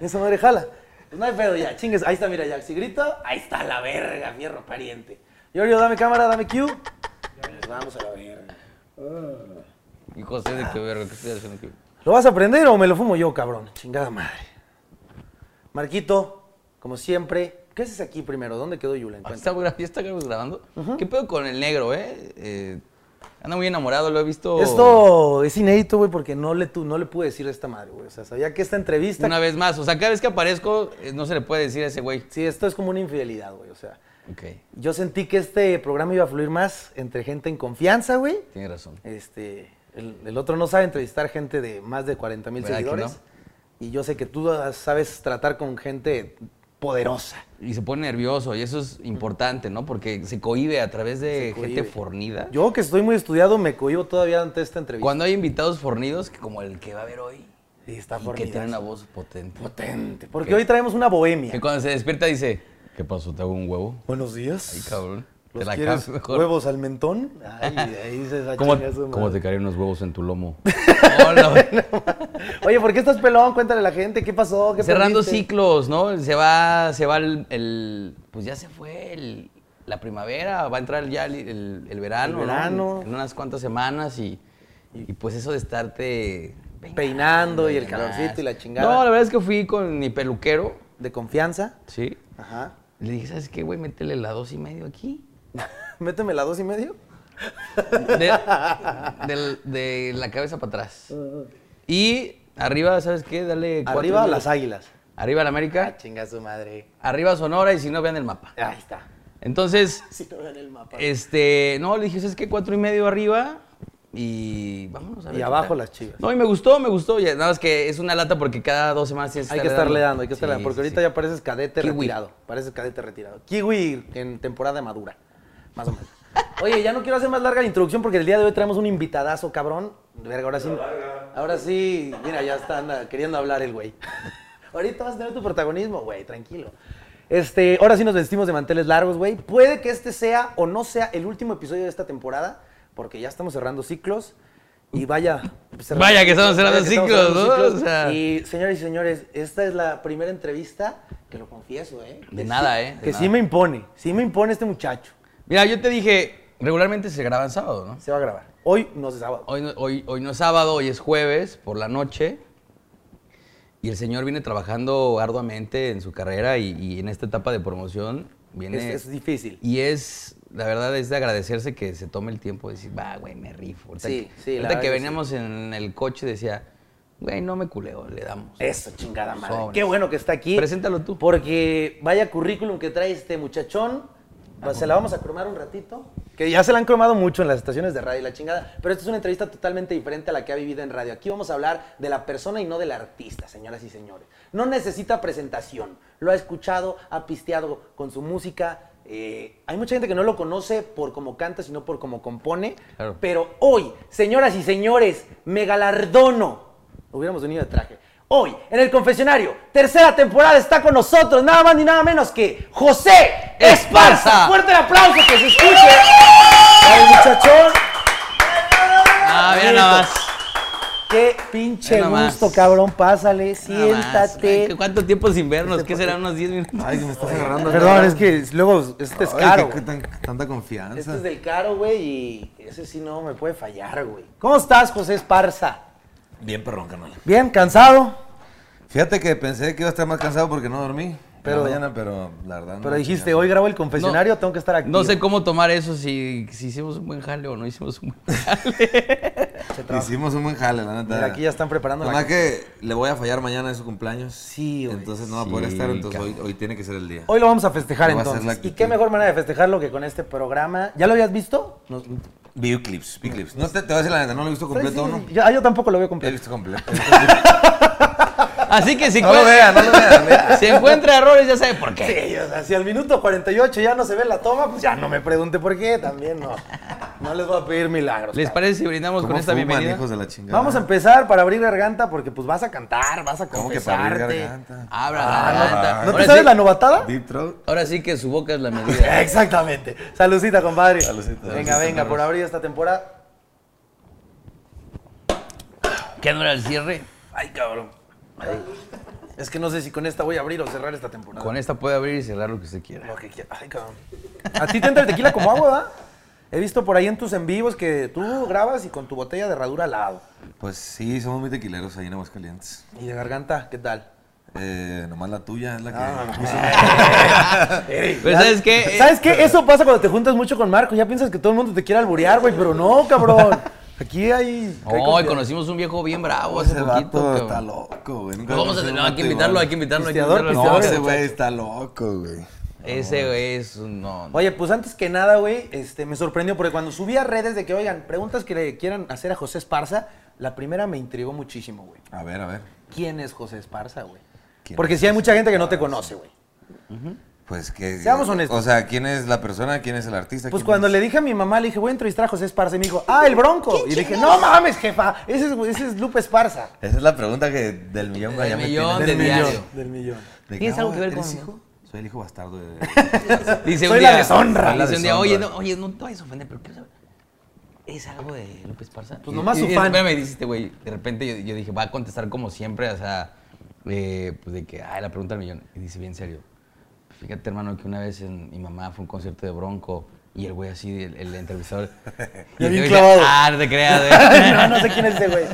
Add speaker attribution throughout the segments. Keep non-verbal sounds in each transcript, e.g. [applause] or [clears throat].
Speaker 1: Esa madre jala. Pues no hay pedo ya, chingues. Ahí está, mira, Jack. Si grito, ahí está la verga, fierro pariente. Giorgio, dame cámara, dame cue. Nos vamos a la verga.
Speaker 2: Y José, de qué verga, ¿qué estoy haciendo aquí?
Speaker 1: ¿Lo vas a aprender o me lo fumo yo, cabrón? Chingada madre. Marquito, como siempre, ¿qué haces aquí primero? ¿Dónde quedó Yula?
Speaker 2: Ah,
Speaker 1: Encuentra.
Speaker 2: ¿Está gra- ya está grabando? ¿Qué pedo con el negro, eh? Eh, Anda muy enamorado, lo he visto.
Speaker 1: Esto es inédito, güey, porque no le, tu- no le pude decir a esta madre, güey. O sea, sabía que esta entrevista.
Speaker 2: Una vez más. O sea, cada vez que aparezco, eh, no se le puede decir a ese güey.
Speaker 1: Sí, esto es como una infidelidad, güey. O sea,
Speaker 2: Ok,
Speaker 1: yo sentí que este programa iba a fluir más entre gente en confianza, güey.
Speaker 2: tiene razón.
Speaker 1: Este, el, el otro no sabe entrevistar gente de más de 40 mil
Speaker 2: ¿Verdad que
Speaker 1: seguidores. Y yo sé que tú sabes tratar con gente poderosa.
Speaker 2: Y se pone nervioso, y eso es importante, ¿no? Porque se cohíbe a través de
Speaker 1: Se cohíbe.
Speaker 2: gente fornida.
Speaker 1: Yo, que estoy muy estudiado, me cohibo todavía ante esta entrevista.
Speaker 2: Cuando hay invitados fornidos, que como el que va a haber hoy,
Speaker 1: Sí, está
Speaker 2: y que
Speaker 1: fornidazo.
Speaker 2: tiene una voz potente.
Speaker 1: Potente. Porque
Speaker 2: ¿Qué?
Speaker 1: hoy traemos una bohemia.
Speaker 2: Que cuando se despierta dice, ¿qué pasó? ¿Te hago un huevo?
Speaker 1: Buenos días.
Speaker 2: Ay, cabrón. Te
Speaker 1: ¿Los
Speaker 2: la
Speaker 1: quieres
Speaker 2: cambio mejor.
Speaker 1: huevos al mentón?
Speaker 2: [laughs]
Speaker 1: Ay, ahí dices, "Ah,
Speaker 2: ¿Cómo,
Speaker 1: chinga su
Speaker 2: cómo
Speaker 1: madre".
Speaker 2: te caerían unos huevos en tu [laughs] lomo? Hola.
Speaker 1: Oye, ¿por qué estás pelón? Cuéntale a la gente, ¿qué pasó? ¿Qué
Speaker 2: Cerrando
Speaker 1: perdiste?
Speaker 2: ciclos, ¿no? Se va, se va el, el- pues ya se fue el- la primavera, va a entrar ya el, el- el
Speaker 1: El
Speaker 2: verano, ¿no?
Speaker 1: verano.
Speaker 2: En, unas cuantas semanas y, y pues eso de estarte
Speaker 1: Peinando y el
Speaker 2: demás.
Speaker 1: calorcito y la chingada.
Speaker 2: No, la verdad es que fui con mi peluquero,
Speaker 1: ¿De confianza?
Speaker 2: sí.
Speaker 1: Ajá. [laughs]
Speaker 2: Le dije, ¿sabes qué, güey? Métele la dos y medio aquí.
Speaker 1: Méteme la dos y medio.
Speaker 2: De, del- de la cabeza para atrás. Y arriba, ¿sabes qué? Dale cuatro y
Speaker 1: Arriba
Speaker 2: medio.
Speaker 1: las águilas.
Speaker 2: Arriba la América,
Speaker 1: Ah, chinga su madre.
Speaker 2: arriba Sonora y si no, vean el mapa.
Speaker 1: Ahí está.
Speaker 2: Entonces,
Speaker 1: Si no vean el mapa.
Speaker 2: este, no, le dije, ¿sabes qué? Cuatro y medio arriba y vámonos a
Speaker 1: Y
Speaker 2: ver. qué
Speaker 1: abajo
Speaker 2: tal".
Speaker 1: las chivas.
Speaker 2: No, y me gustó, me gustó. ya, nada más que es una lata porque cada dos semanas tienes
Speaker 1: Hay que estarle dando, hay que estarle dando, porque ahorita ya pareces cadete
Speaker 2: Kiwi.
Speaker 1: retirado. Pareces cadete retirado. Kiwi en temporada madura, más o menos. [laughs] Oye, ya no quiero hacer más larga la introducción porque el día de hoy traemos un invitadazo, cabrón. Verga, ahora sí. Ahora sí, mira, ya está anda, queriendo hablar el güey. [laughs] Ahorita vas a tener tu protagonismo, güey, tranquilo. Este, ahora sí nos vestimos de manteles largos, güey. Puede que este sea o no sea el último episodio de esta temporada, porque ya estamos cerrando ciclos. Y vaya. pues, cerrando-
Speaker 2: Vaya que estamos cerrando
Speaker 1: que estamos
Speaker 2: ciclos,
Speaker 1: cerrando
Speaker 2: ¿no?
Speaker 1: ciclos.
Speaker 2: O sea.
Speaker 1: Y y, señores y señores, esta es la primera entrevista que lo confieso, ¿eh?
Speaker 2: De
Speaker 1: Que
Speaker 2: nada,
Speaker 1: sí-
Speaker 2: ¿eh? De
Speaker 1: que sí
Speaker 2: nada.
Speaker 1: me impone, sí me impone este muchacho.
Speaker 2: Mira, yo te dije, regularmente se graban sábado, ¿no?
Speaker 1: Se va a grabar. Hoy no se sábado.
Speaker 2: Hoy no, hoy- hoy no es sábado, hoy es jueves por la noche. Y el señor viene trabajando arduamente en su carrera y, y en esta etapa de promoción viene.
Speaker 1: Es, es difícil.
Speaker 2: Y es, la verdad, es de agradecerse que se tome el tiempo de decir, va, güey, me rifo. Ahorita
Speaker 1: Sí,
Speaker 2: que,
Speaker 1: sí, la
Speaker 2: ahorita
Speaker 1: verdad
Speaker 2: que
Speaker 1: que
Speaker 2: veníamos en el coche decía, güey, no me culeo, le damos.
Speaker 1: Eso, chingada madre.
Speaker 2: Sobres.
Speaker 1: Qué bueno que está aquí.
Speaker 2: Preséntalo tú.
Speaker 1: Porque vaya currículum que trae este muchachón. Pues, se la vamos a cromar un ratito. Que ya se la han cromado mucho en las estaciones de radio y la chingada. Pero esta es una entrevista totalmente diferente a la que ha vivido en radio. Aquí vamos a hablar de la persona y no del artista, señoras y señores. No necesita presentación. Lo ha escuchado, ha pisteado con su música. Eh, hay mucha gente que no lo conoce por cómo canta, sino por cómo compone.
Speaker 2: Claro.
Speaker 1: Pero hoy, señoras y señores, me galardono. Hubiéramos venido de traje. Hoy, en el confesionario, tercera temporada está con nosotros, nada más ni nada menos que José Esparza.
Speaker 2: Esparza.
Speaker 1: Fuerte el aplauso que se escuche. El muchachón.
Speaker 2: Ah, mira nada más.
Speaker 1: Qué pinche
Speaker 2: Ve nomás.
Speaker 1: gusto, cabrón. Pásale,
Speaker 2: nada más. Ay,
Speaker 1: siéntate.
Speaker 2: ¿Cuánto tiempo sin vernos? ¿Qué será? ¿Unos 10 minutos?
Speaker 3: Ay, me estás agarrando.
Speaker 1: Perdón, es que luego este es caro.
Speaker 3: Ay, qué- qué tan- tanta
Speaker 1: Este
Speaker 3: confianza.
Speaker 1: es del caro, güey, y ese sí no me puede fallar, güey. ¿Cómo estás, José Esparza?
Speaker 3: Bien perrón, canal.
Speaker 1: Bien, cansado.
Speaker 3: Fíjate que pensé que iba a estar más cansado porque no dormí.
Speaker 1: Pero-
Speaker 3: Pero mañana, pero la verdad. no,
Speaker 1: Pero dijiste,
Speaker 3: chingada.
Speaker 1: hoy grabo el confesionario, tengo que estar aquí.
Speaker 2: No sé cómo tomar eso, si, si hicimos un buen jale o no hicimos un buen
Speaker 3: Hicimos un buen jale, la neta.
Speaker 1: Mira, aquí ya están preparando la
Speaker 3: Nada más que le voy a fallar mañana en su cumpleaños.
Speaker 1: Sí, güey.
Speaker 3: Entonces no va a poder
Speaker 2: Sí,
Speaker 3: estar, entonces hoy,
Speaker 2: cabrón.
Speaker 3: hoy tiene que ser el día.
Speaker 1: Hoy lo vamos a festejar
Speaker 3: Va a ser la
Speaker 1: entonces. ¿Y
Speaker 3: actitud.
Speaker 1: qué mejor manera de festejarlo que con este programa? ¿Ya lo habías visto? No,
Speaker 3: Video clips, vi clips. No te, te voy a decir la neta, no lo he visto completo
Speaker 1: Sí,
Speaker 3: uno.
Speaker 1: sí, ya- yo tampoco lo veo
Speaker 3: He
Speaker 1: completo. [laughs]
Speaker 3: visto completo.
Speaker 2: Así que si
Speaker 3: no lo
Speaker 2: encuentra-
Speaker 3: vean, no lo vean. neta.
Speaker 2: [laughs] si encuentra errores, ya sabe por qué.
Speaker 1: Sí, o sea, si al minuto 48 ya no se ve la toma, pues ya no me pregunte por qué, también no. No les voy a pedir milagros.
Speaker 2: ¿Les
Speaker 1: cabrón.
Speaker 2: parece si brindamos
Speaker 3: ¿Cómo
Speaker 2: con esta
Speaker 3: fuman,
Speaker 2: bienvenida?
Speaker 3: hijos de la chingada?
Speaker 1: Vamos a empezar para abrir garganta porque pues vas a cantar, vas a
Speaker 3: ¿Cómo que para abrir
Speaker 1: confesarte.
Speaker 3: garganta? Ah,
Speaker 2: Abra la garganta.
Speaker 1: Ah, ¿No te
Speaker 2: Ahora
Speaker 1: sabes
Speaker 2: sí-
Speaker 1: la novatada?
Speaker 3: Deep throat.
Speaker 2: Ahora sí que su boca es la medida.
Speaker 1: [laughs] Exactamente. Salucita, compadre.
Speaker 3: Salucita.
Speaker 1: Venga,
Speaker 3: Salucita,
Speaker 1: venga, por
Speaker 3: cabros.
Speaker 1: abrir esta temporada.
Speaker 2: ¿Qué no era el cierre?
Speaker 1: Ay, cabrón. Es que no sé si con esta voy a abrir o cerrar esta temporada.
Speaker 2: Con esta puede abrir y cerrar lo que usted quiera.
Speaker 1: Lo que quiera. Ay, cabrón. A ti te entra el tequila como agua, ¿verdad? He visto por ahí en tus en vivos que tú grabas y con tu botella de herradura al lado.
Speaker 3: Pues sí, somos muy tequileros ahí en Aguascalientes.
Speaker 1: Y de garganta, ¿qué tal?
Speaker 3: Eh, nomás la tuya es la que.
Speaker 1: Ah,
Speaker 3: [laughs]
Speaker 1: [laughs]
Speaker 2: Pero ¿sabes qué?
Speaker 1: ¿Sabes qué? Eso pasa cuando te juntas mucho con Marco. Ya piensas que todo el mundo te quiere alburear, güey, pero no, cabrón. Aquí hay. hay
Speaker 2: Hoy conocimos un viejo bien bravo hace
Speaker 3: Pues Ese
Speaker 2: poquito.
Speaker 3: vato está
Speaker 2: cabrón.
Speaker 3: loco, güey. Nunca
Speaker 2: Vamos a
Speaker 3: conocí un
Speaker 2: no, hay que
Speaker 3: vato
Speaker 2: invitarlo,
Speaker 3: igual.
Speaker 2: hay que invitarlo, hay que
Speaker 1: Pisteador,
Speaker 2: invitarlo.
Speaker 3: No,
Speaker 1: Ahora,
Speaker 3: ese
Speaker 1: muchacho.
Speaker 3: güey está loco, güey.
Speaker 2: Ese güey es un no.
Speaker 1: Oye, pues antes que nada, güey, este, me sorprendió porque cuando subí a redes de que, oigan, preguntas que le quieran hacer a José Esparza, la primera me intrigó muchísimo, güey.
Speaker 3: A ver, a ver.
Speaker 1: ¿Quién es José Esparza, güey?
Speaker 3: ¿Quién
Speaker 1: Porque
Speaker 3: es
Speaker 1: sí hay mucha gente que no te conoce, güey.
Speaker 3: Pues que.
Speaker 1: Seamos honestos.
Speaker 3: O sea, ¿quién es la persona? ¿Quién es el artista?
Speaker 1: Pues
Speaker 3: ¿Quién
Speaker 1: cuando
Speaker 3: es?
Speaker 1: le dije a mi mamá, le dije, voy a entrevistar a José Esparza, y me dijo, ah, el bronco. Y le dije, no mames, jefa, ese es, ese es Lupe Esparza.
Speaker 3: Esa es la pregunta que del millón güey, ya me
Speaker 2: millón,
Speaker 3: tiene-
Speaker 2: del diario.
Speaker 1: Del millón. [laughs]
Speaker 3: ¿De
Speaker 2: ¿Tienes
Speaker 3: qué,
Speaker 2: algo
Speaker 3: ah,
Speaker 2: que ver
Speaker 3: eres
Speaker 2: con-
Speaker 3: hijo? Soy el hijo bastardo de.
Speaker 2: Dice
Speaker 1: Soy
Speaker 2: un
Speaker 1: la
Speaker 2: día,
Speaker 1: deshonra.
Speaker 2: Dice un día,
Speaker 3: La
Speaker 2: oye
Speaker 3: deshonra.
Speaker 2: no, oye, no te vayas a ofender, pero quiero saber. ¿Es algo de López Parza?
Speaker 1: Pues nomás
Speaker 2: Y-
Speaker 1: su
Speaker 2: y-
Speaker 1: fan.
Speaker 2: Espérame, dice este güey. De repente yo, yo dije, va a contestar como siempre, o sea, eh, pues de que, ay, la pregunta del millón. Y dice, bien serio. Fíjate, hermano, que una vez en- mi mamá fue a un concierto de Bronco y el güey así, el,
Speaker 1: [laughs]
Speaker 2: el entrevistador. y
Speaker 1: Ya
Speaker 2: el
Speaker 1: bien
Speaker 2: güey
Speaker 1: clavado.
Speaker 2: ah, no te creas, güey.
Speaker 1: no, no sé quién es ese güey.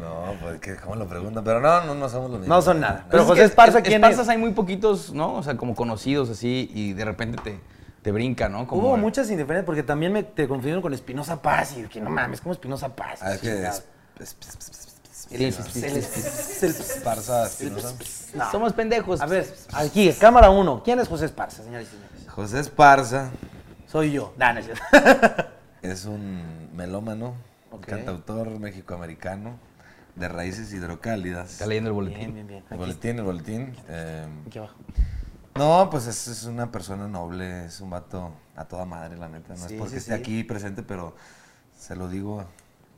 Speaker 3: No, pues que cómo lo preguntan, pero no, no, no somos los mismos.
Speaker 1: No son nada.
Speaker 2: Pues
Speaker 1: [laughs] Pero
Speaker 2: es
Speaker 1: José
Speaker 2: que
Speaker 1: Esparza,
Speaker 2: es-
Speaker 1: ¿quién
Speaker 2: Esparzas
Speaker 1: es?
Speaker 2: hay muy poquitos, ¿no? O sea, como conocidos así y de repente te, te brinca, ¿no? Como
Speaker 1: Hubo
Speaker 2: el-
Speaker 1: muchas indiferencias porque también me, te confundieron con Espinosa Paz y que no mames, ¿cómo Espinosa Paz?
Speaker 3: Ah, es que.
Speaker 1: Chingado.
Speaker 3: Es, es, es- es-
Speaker 2: Sí, sí,
Speaker 3: es-
Speaker 2: sí, sí, sí.
Speaker 1: Es el-
Speaker 3: Esparza, si no saben.
Speaker 1: No.
Speaker 2: Somos pendejos.
Speaker 1: A ver, aquí, cámara uno. ¿Quién es José Esparza, señores y señores?
Speaker 3: José Esparza
Speaker 1: Soy yo. Nah, no es cierto.
Speaker 3: es un melómano,
Speaker 1: Ok.
Speaker 3: cantautor mexicoamericano de raíces hidrocálidas.
Speaker 2: Está leyendo el boletín.
Speaker 1: bien, bien, bien.
Speaker 3: El
Speaker 1: Aquí,
Speaker 3: boletín, el boletín. eh,
Speaker 1: aquí abajo.
Speaker 3: no, pues es, es una persona noble, es un vato a toda madre, la neta. No
Speaker 1: Sí,
Speaker 3: es porque
Speaker 1: sí,
Speaker 3: esté
Speaker 1: sí.
Speaker 3: aquí presente, pero se lo digo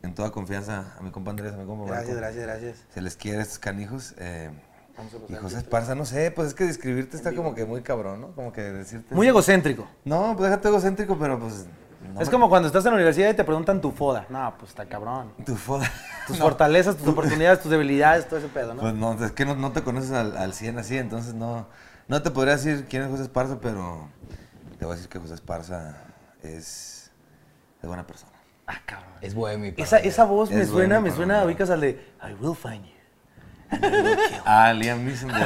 Speaker 3: en toda confianza a mi compa Andrés, a mi compa
Speaker 1: Gracias,
Speaker 3: Marco.
Speaker 1: gracias, gracias.
Speaker 3: Se les quiere a estos canijos. eh,
Speaker 1: Vamos a pasar
Speaker 3: y José Esparza, no sé, pues es que describirte está como que muy cabrón, ¿no? Como que decirte.
Speaker 1: Muy egocéntrico.
Speaker 3: No, pues déjate egocéntrico, pero pues. no
Speaker 1: es
Speaker 3: me-
Speaker 1: como cuando estás en la universidad y te preguntan tu foda. No, pues está cabrón.
Speaker 3: Tu
Speaker 1: [laughs]
Speaker 3: foda.
Speaker 1: Tus fortalezas, tus oportunidades, tus debilidades, todo ese pedo, ¿no?
Speaker 3: Pues no, es que no, no te conoces al, al 100 así, entonces no, no te podría decir quién es José Esparza, pero te voy a decir que José Esparza es, es buena persona.
Speaker 1: Ah, cabrón.
Speaker 2: Es bohemio.
Speaker 1: Esa, esa voz me
Speaker 3: Es
Speaker 1: suena,
Speaker 3: bueno,
Speaker 1: me
Speaker 3: pero
Speaker 1: suena,
Speaker 3: no.
Speaker 1: ubicas al de I will find you.
Speaker 3: Ah, Liam Neeson. güey.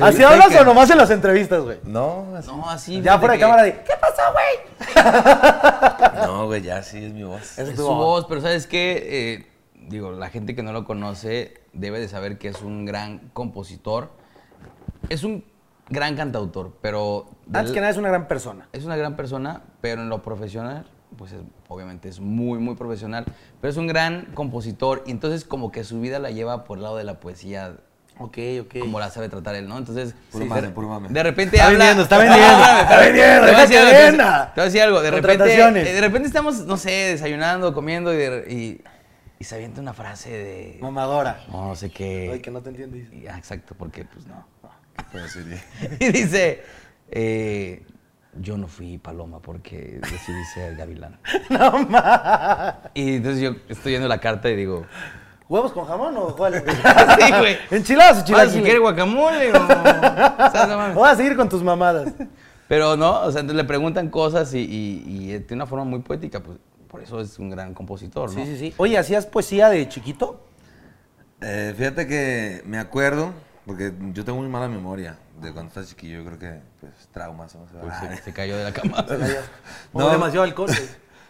Speaker 1: ¿Así hablas o nomás en las entrevistas, güey?
Speaker 3: [laughs] no, así.
Speaker 2: No, así.
Speaker 1: Ya fuera de
Speaker 2: que
Speaker 1: cámara de, ¿qué pasó, güey?
Speaker 3: No, güey, ya sí es mi voz.
Speaker 1: Esa
Speaker 2: Es
Speaker 1: tu
Speaker 2: su
Speaker 1: voz.
Speaker 2: voz, pero ¿sabes qué? Eh, digo, la gente que no lo conoce debe de saber que es un gran compositor. Es un gran cantautor, pero. del-
Speaker 1: Antes que nada es una gran persona.
Speaker 2: Es una gran persona, pero en lo profesional, pues es- obviamente es muy, muy profesional. Pero es un gran compositor y entonces, como que su vida la lleva por el lado de la poesía.
Speaker 1: Ok, ok.
Speaker 2: Como la sabe tratar él, ¿no? Entonces,
Speaker 3: Puro
Speaker 2: de-
Speaker 3: mame, puro mame.
Speaker 2: de repente
Speaker 1: Está
Speaker 2: habla.
Speaker 1: vendiendo, está vendiendo,
Speaker 2: No, espérame,
Speaker 1: está
Speaker 2: espérame.
Speaker 1: vendiendo,
Speaker 2: Te voy a
Speaker 1: deja
Speaker 2: decir
Speaker 1: que
Speaker 2: algo, te-
Speaker 1: venda.
Speaker 2: Te voy a decir algo. De repente,
Speaker 1: Contrataciones.
Speaker 2: eh, de repente estamos, no sé, desayunando, comiendo y, de- y, y se avienta una frase de. No,
Speaker 1: Mamadora.
Speaker 2: no sé qué.
Speaker 1: Ay, que no te entiendo. dice.
Speaker 2: Y- ah, exacto, porque pues no. [laughs]
Speaker 3: ¿Qué puedo decir?
Speaker 2: Y dice, eh, yo no fui paloma porque decidí ser gavilán.
Speaker 1: [laughs] No mames.
Speaker 2: Y entonces yo estoy viendo la carta y digo,
Speaker 1: ¿Huevos con jamón o [laughs] cuál?
Speaker 2: sí, güey.
Speaker 1: Enchiladas o
Speaker 2: Ah, si quiere
Speaker 1: chilaquiles.
Speaker 2: guacamole o... [laughs] o sea, no mames.
Speaker 1: O vas a seguir con tus mamadas.
Speaker 2: Pero no, o sea, entonces le preguntan cosas y, y- y, eh, tiene una forma muy poética, pues por eso es un gran compositor, ¿no?
Speaker 1: Sí, sí, sí. Oye, ¿hacías poesía de chiquito?
Speaker 3: Eh, fíjate que me acuerdo, porque yo tengo muy mala memoria de cuando estaba chiquillo, yo creo que pues traumas. ¿no? Se va-
Speaker 2: Pues, se, se cayó de la cama.
Speaker 1: No.
Speaker 3: No.
Speaker 1: demasiado [laughs] alcohol. güey.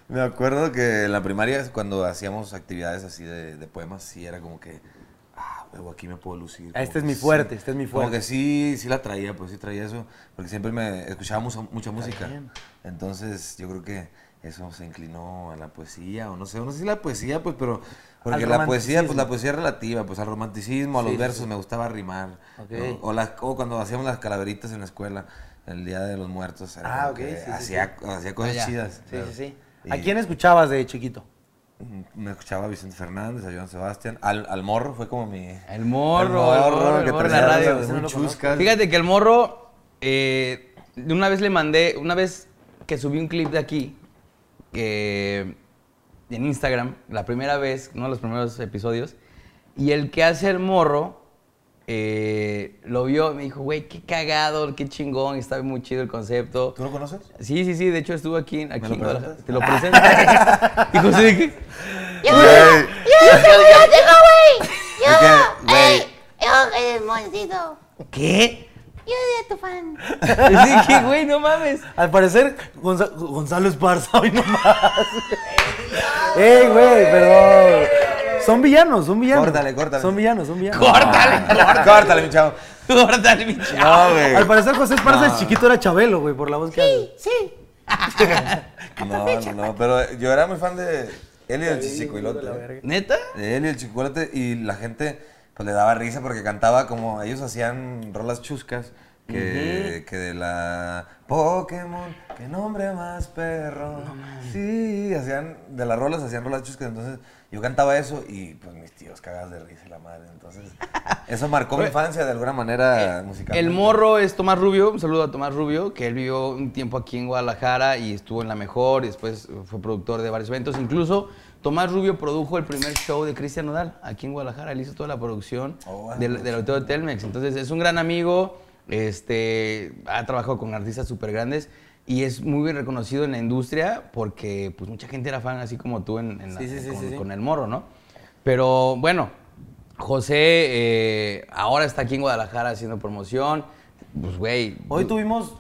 Speaker 3: Me acuerdo que en la primaria, cuando hacíamos actividades así de, de poemas, sí era como que, ah, huevo, aquí me puedo lucir. como
Speaker 1: Este es
Speaker 3: que
Speaker 1: mi
Speaker 3: sí.
Speaker 1: fuerte, este es mi
Speaker 3: Como
Speaker 1: fuerte.
Speaker 3: que sí, sí la traía, pues sí traía eso, porque siempre me escuchábamos mucha música.
Speaker 1: bien.
Speaker 3: Entonces, yo creo que eso se inclinó a la poesía, o no sé, no sé si la poesía, pues, pero, porque
Speaker 1: Al
Speaker 3: la poesía, pues
Speaker 1: romanticismo.
Speaker 3: la poesía es relativa, pues al romanticismo, a los versos, me gustaba rimar.
Speaker 1: Ok.
Speaker 3: ¿no? O, las, o cuando hacíamos las calaveritas en la escuela, el Día de los Muertos, era
Speaker 1: Ah,
Speaker 3: como
Speaker 1: ok,
Speaker 3: que
Speaker 1: sí, sí, Ah,
Speaker 3: hacía, hacía cosas
Speaker 2: Allá.
Speaker 3: chidas.
Speaker 1: Sí, sí, sí.
Speaker 3: Y-
Speaker 1: ¿A quién escuchabas de chiquito?
Speaker 3: me escuchaba a Vicente Fernández, a Joan Sebastián, al, al morro fue como mi...
Speaker 2: El morro, el morro, el
Speaker 3: que
Speaker 2: morro en
Speaker 3: traía
Speaker 2: la radio.
Speaker 3: las
Speaker 1: Ese no lo
Speaker 3: chuscas.
Speaker 2: Fíjate que el morro, eh, de una vez le mandé, una vez que subí un clip de aquí, que en Instagram, la primera vez, uno de los primeros episodios, y el que hace el morro eh, lo vio, me dijo, güey, qué cagado, qué chingón, está muy chido el concepto.
Speaker 3: ¿Tú lo conoces?
Speaker 2: Sí, sí, sí, de hecho estuvo aquí, en- aquí
Speaker 3: lo
Speaker 2: en Guadalajara.
Speaker 3: presentas?
Speaker 2: Te lo presento. [laughs] y José dije,
Speaker 4: Yo,
Speaker 3: Güey.
Speaker 4: yo soy yo, digo, güey. Yo,
Speaker 3: Es que, güey.
Speaker 4: ey, yo, eh, Moisito.
Speaker 2: ¿qué?
Speaker 4: Yo soy tu fan.
Speaker 2: Y dije, güey, no
Speaker 3: [laughs]
Speaker 2: mames.
Speaker 1: Al parecer, Gonza- Gonzalo Esparza [laughs] hoy nomás. ¡Ey, güey! Perdón. Son villanos, son villanos.
Speaker 3: Córtale, córtale.
Speaker 1: Son villanos, son villanos.
Speaker 2: Córtale,
Speaker 3: Ah, Córtale,
Speaker 2: [laughs]
Speaker 3: mi chavo.
Speaker 2: córtale, mi chavo.
Speaker 3: No,
Speaker 1: Al
Speaker 3: güey.
Speaker 1: parecer, José Esparza el chiquito era Chabelo, güey, por la voz que hace.
Speaker 4: Sí, sí.
Speaker 3: No, no, no, pero yo era muy fan de él y el chichicuilote.
Speaker 2: ¿Neta?
Speaker 3: De él y el chichicuilote y la gente pues le daba risa porque cantaba como ellos hacían rolas chuscas. Que, que de la Pokémon, qué nombre más perro. sí, hacían, de las rolas hacían rolas chuscas. Entonces yo cantaba eso y pues mis tíos cagadas de risa y la madre. Entonces
Speaker 1: [laughs]
Speaker 3: eso marcó mi infancia de alguna
Speaker 1: eh,
Speaker 3: manera musical.
Speaker 2: El morro es Tomás Rubio, un saludo a Tomás Rubio, que él vivió un tiempo aquí en Guadalajara y estuvo en La Mejor, y después fue productor de varios eventos. Incluso Tomás Rubio produjo el primer show de Cristian Nodal aquí en Guadalajara, él hizo toda la producción
Speaker 3: Oh, wow.
Speaker 2: del, del Auditorio Telmex. Entonces es un gran amigo, este, ha trabajado con artistas súper grandes y es muy bien reconocido en la industria porque pues mucha gente era fan así como tú en, en la-
Speaker 1: Sí, sí, sí,
Speaker 2: con-
Speaker 1: sí, sí.
Speaker 2: con el morro, ¿no? Pero bueno, José eh, ahora está aquí en Guadalajara haciendo promoción. Pues, güey.
Speaker 1: Hoy
Speaker 2: du-
Speaker 1: tuvimos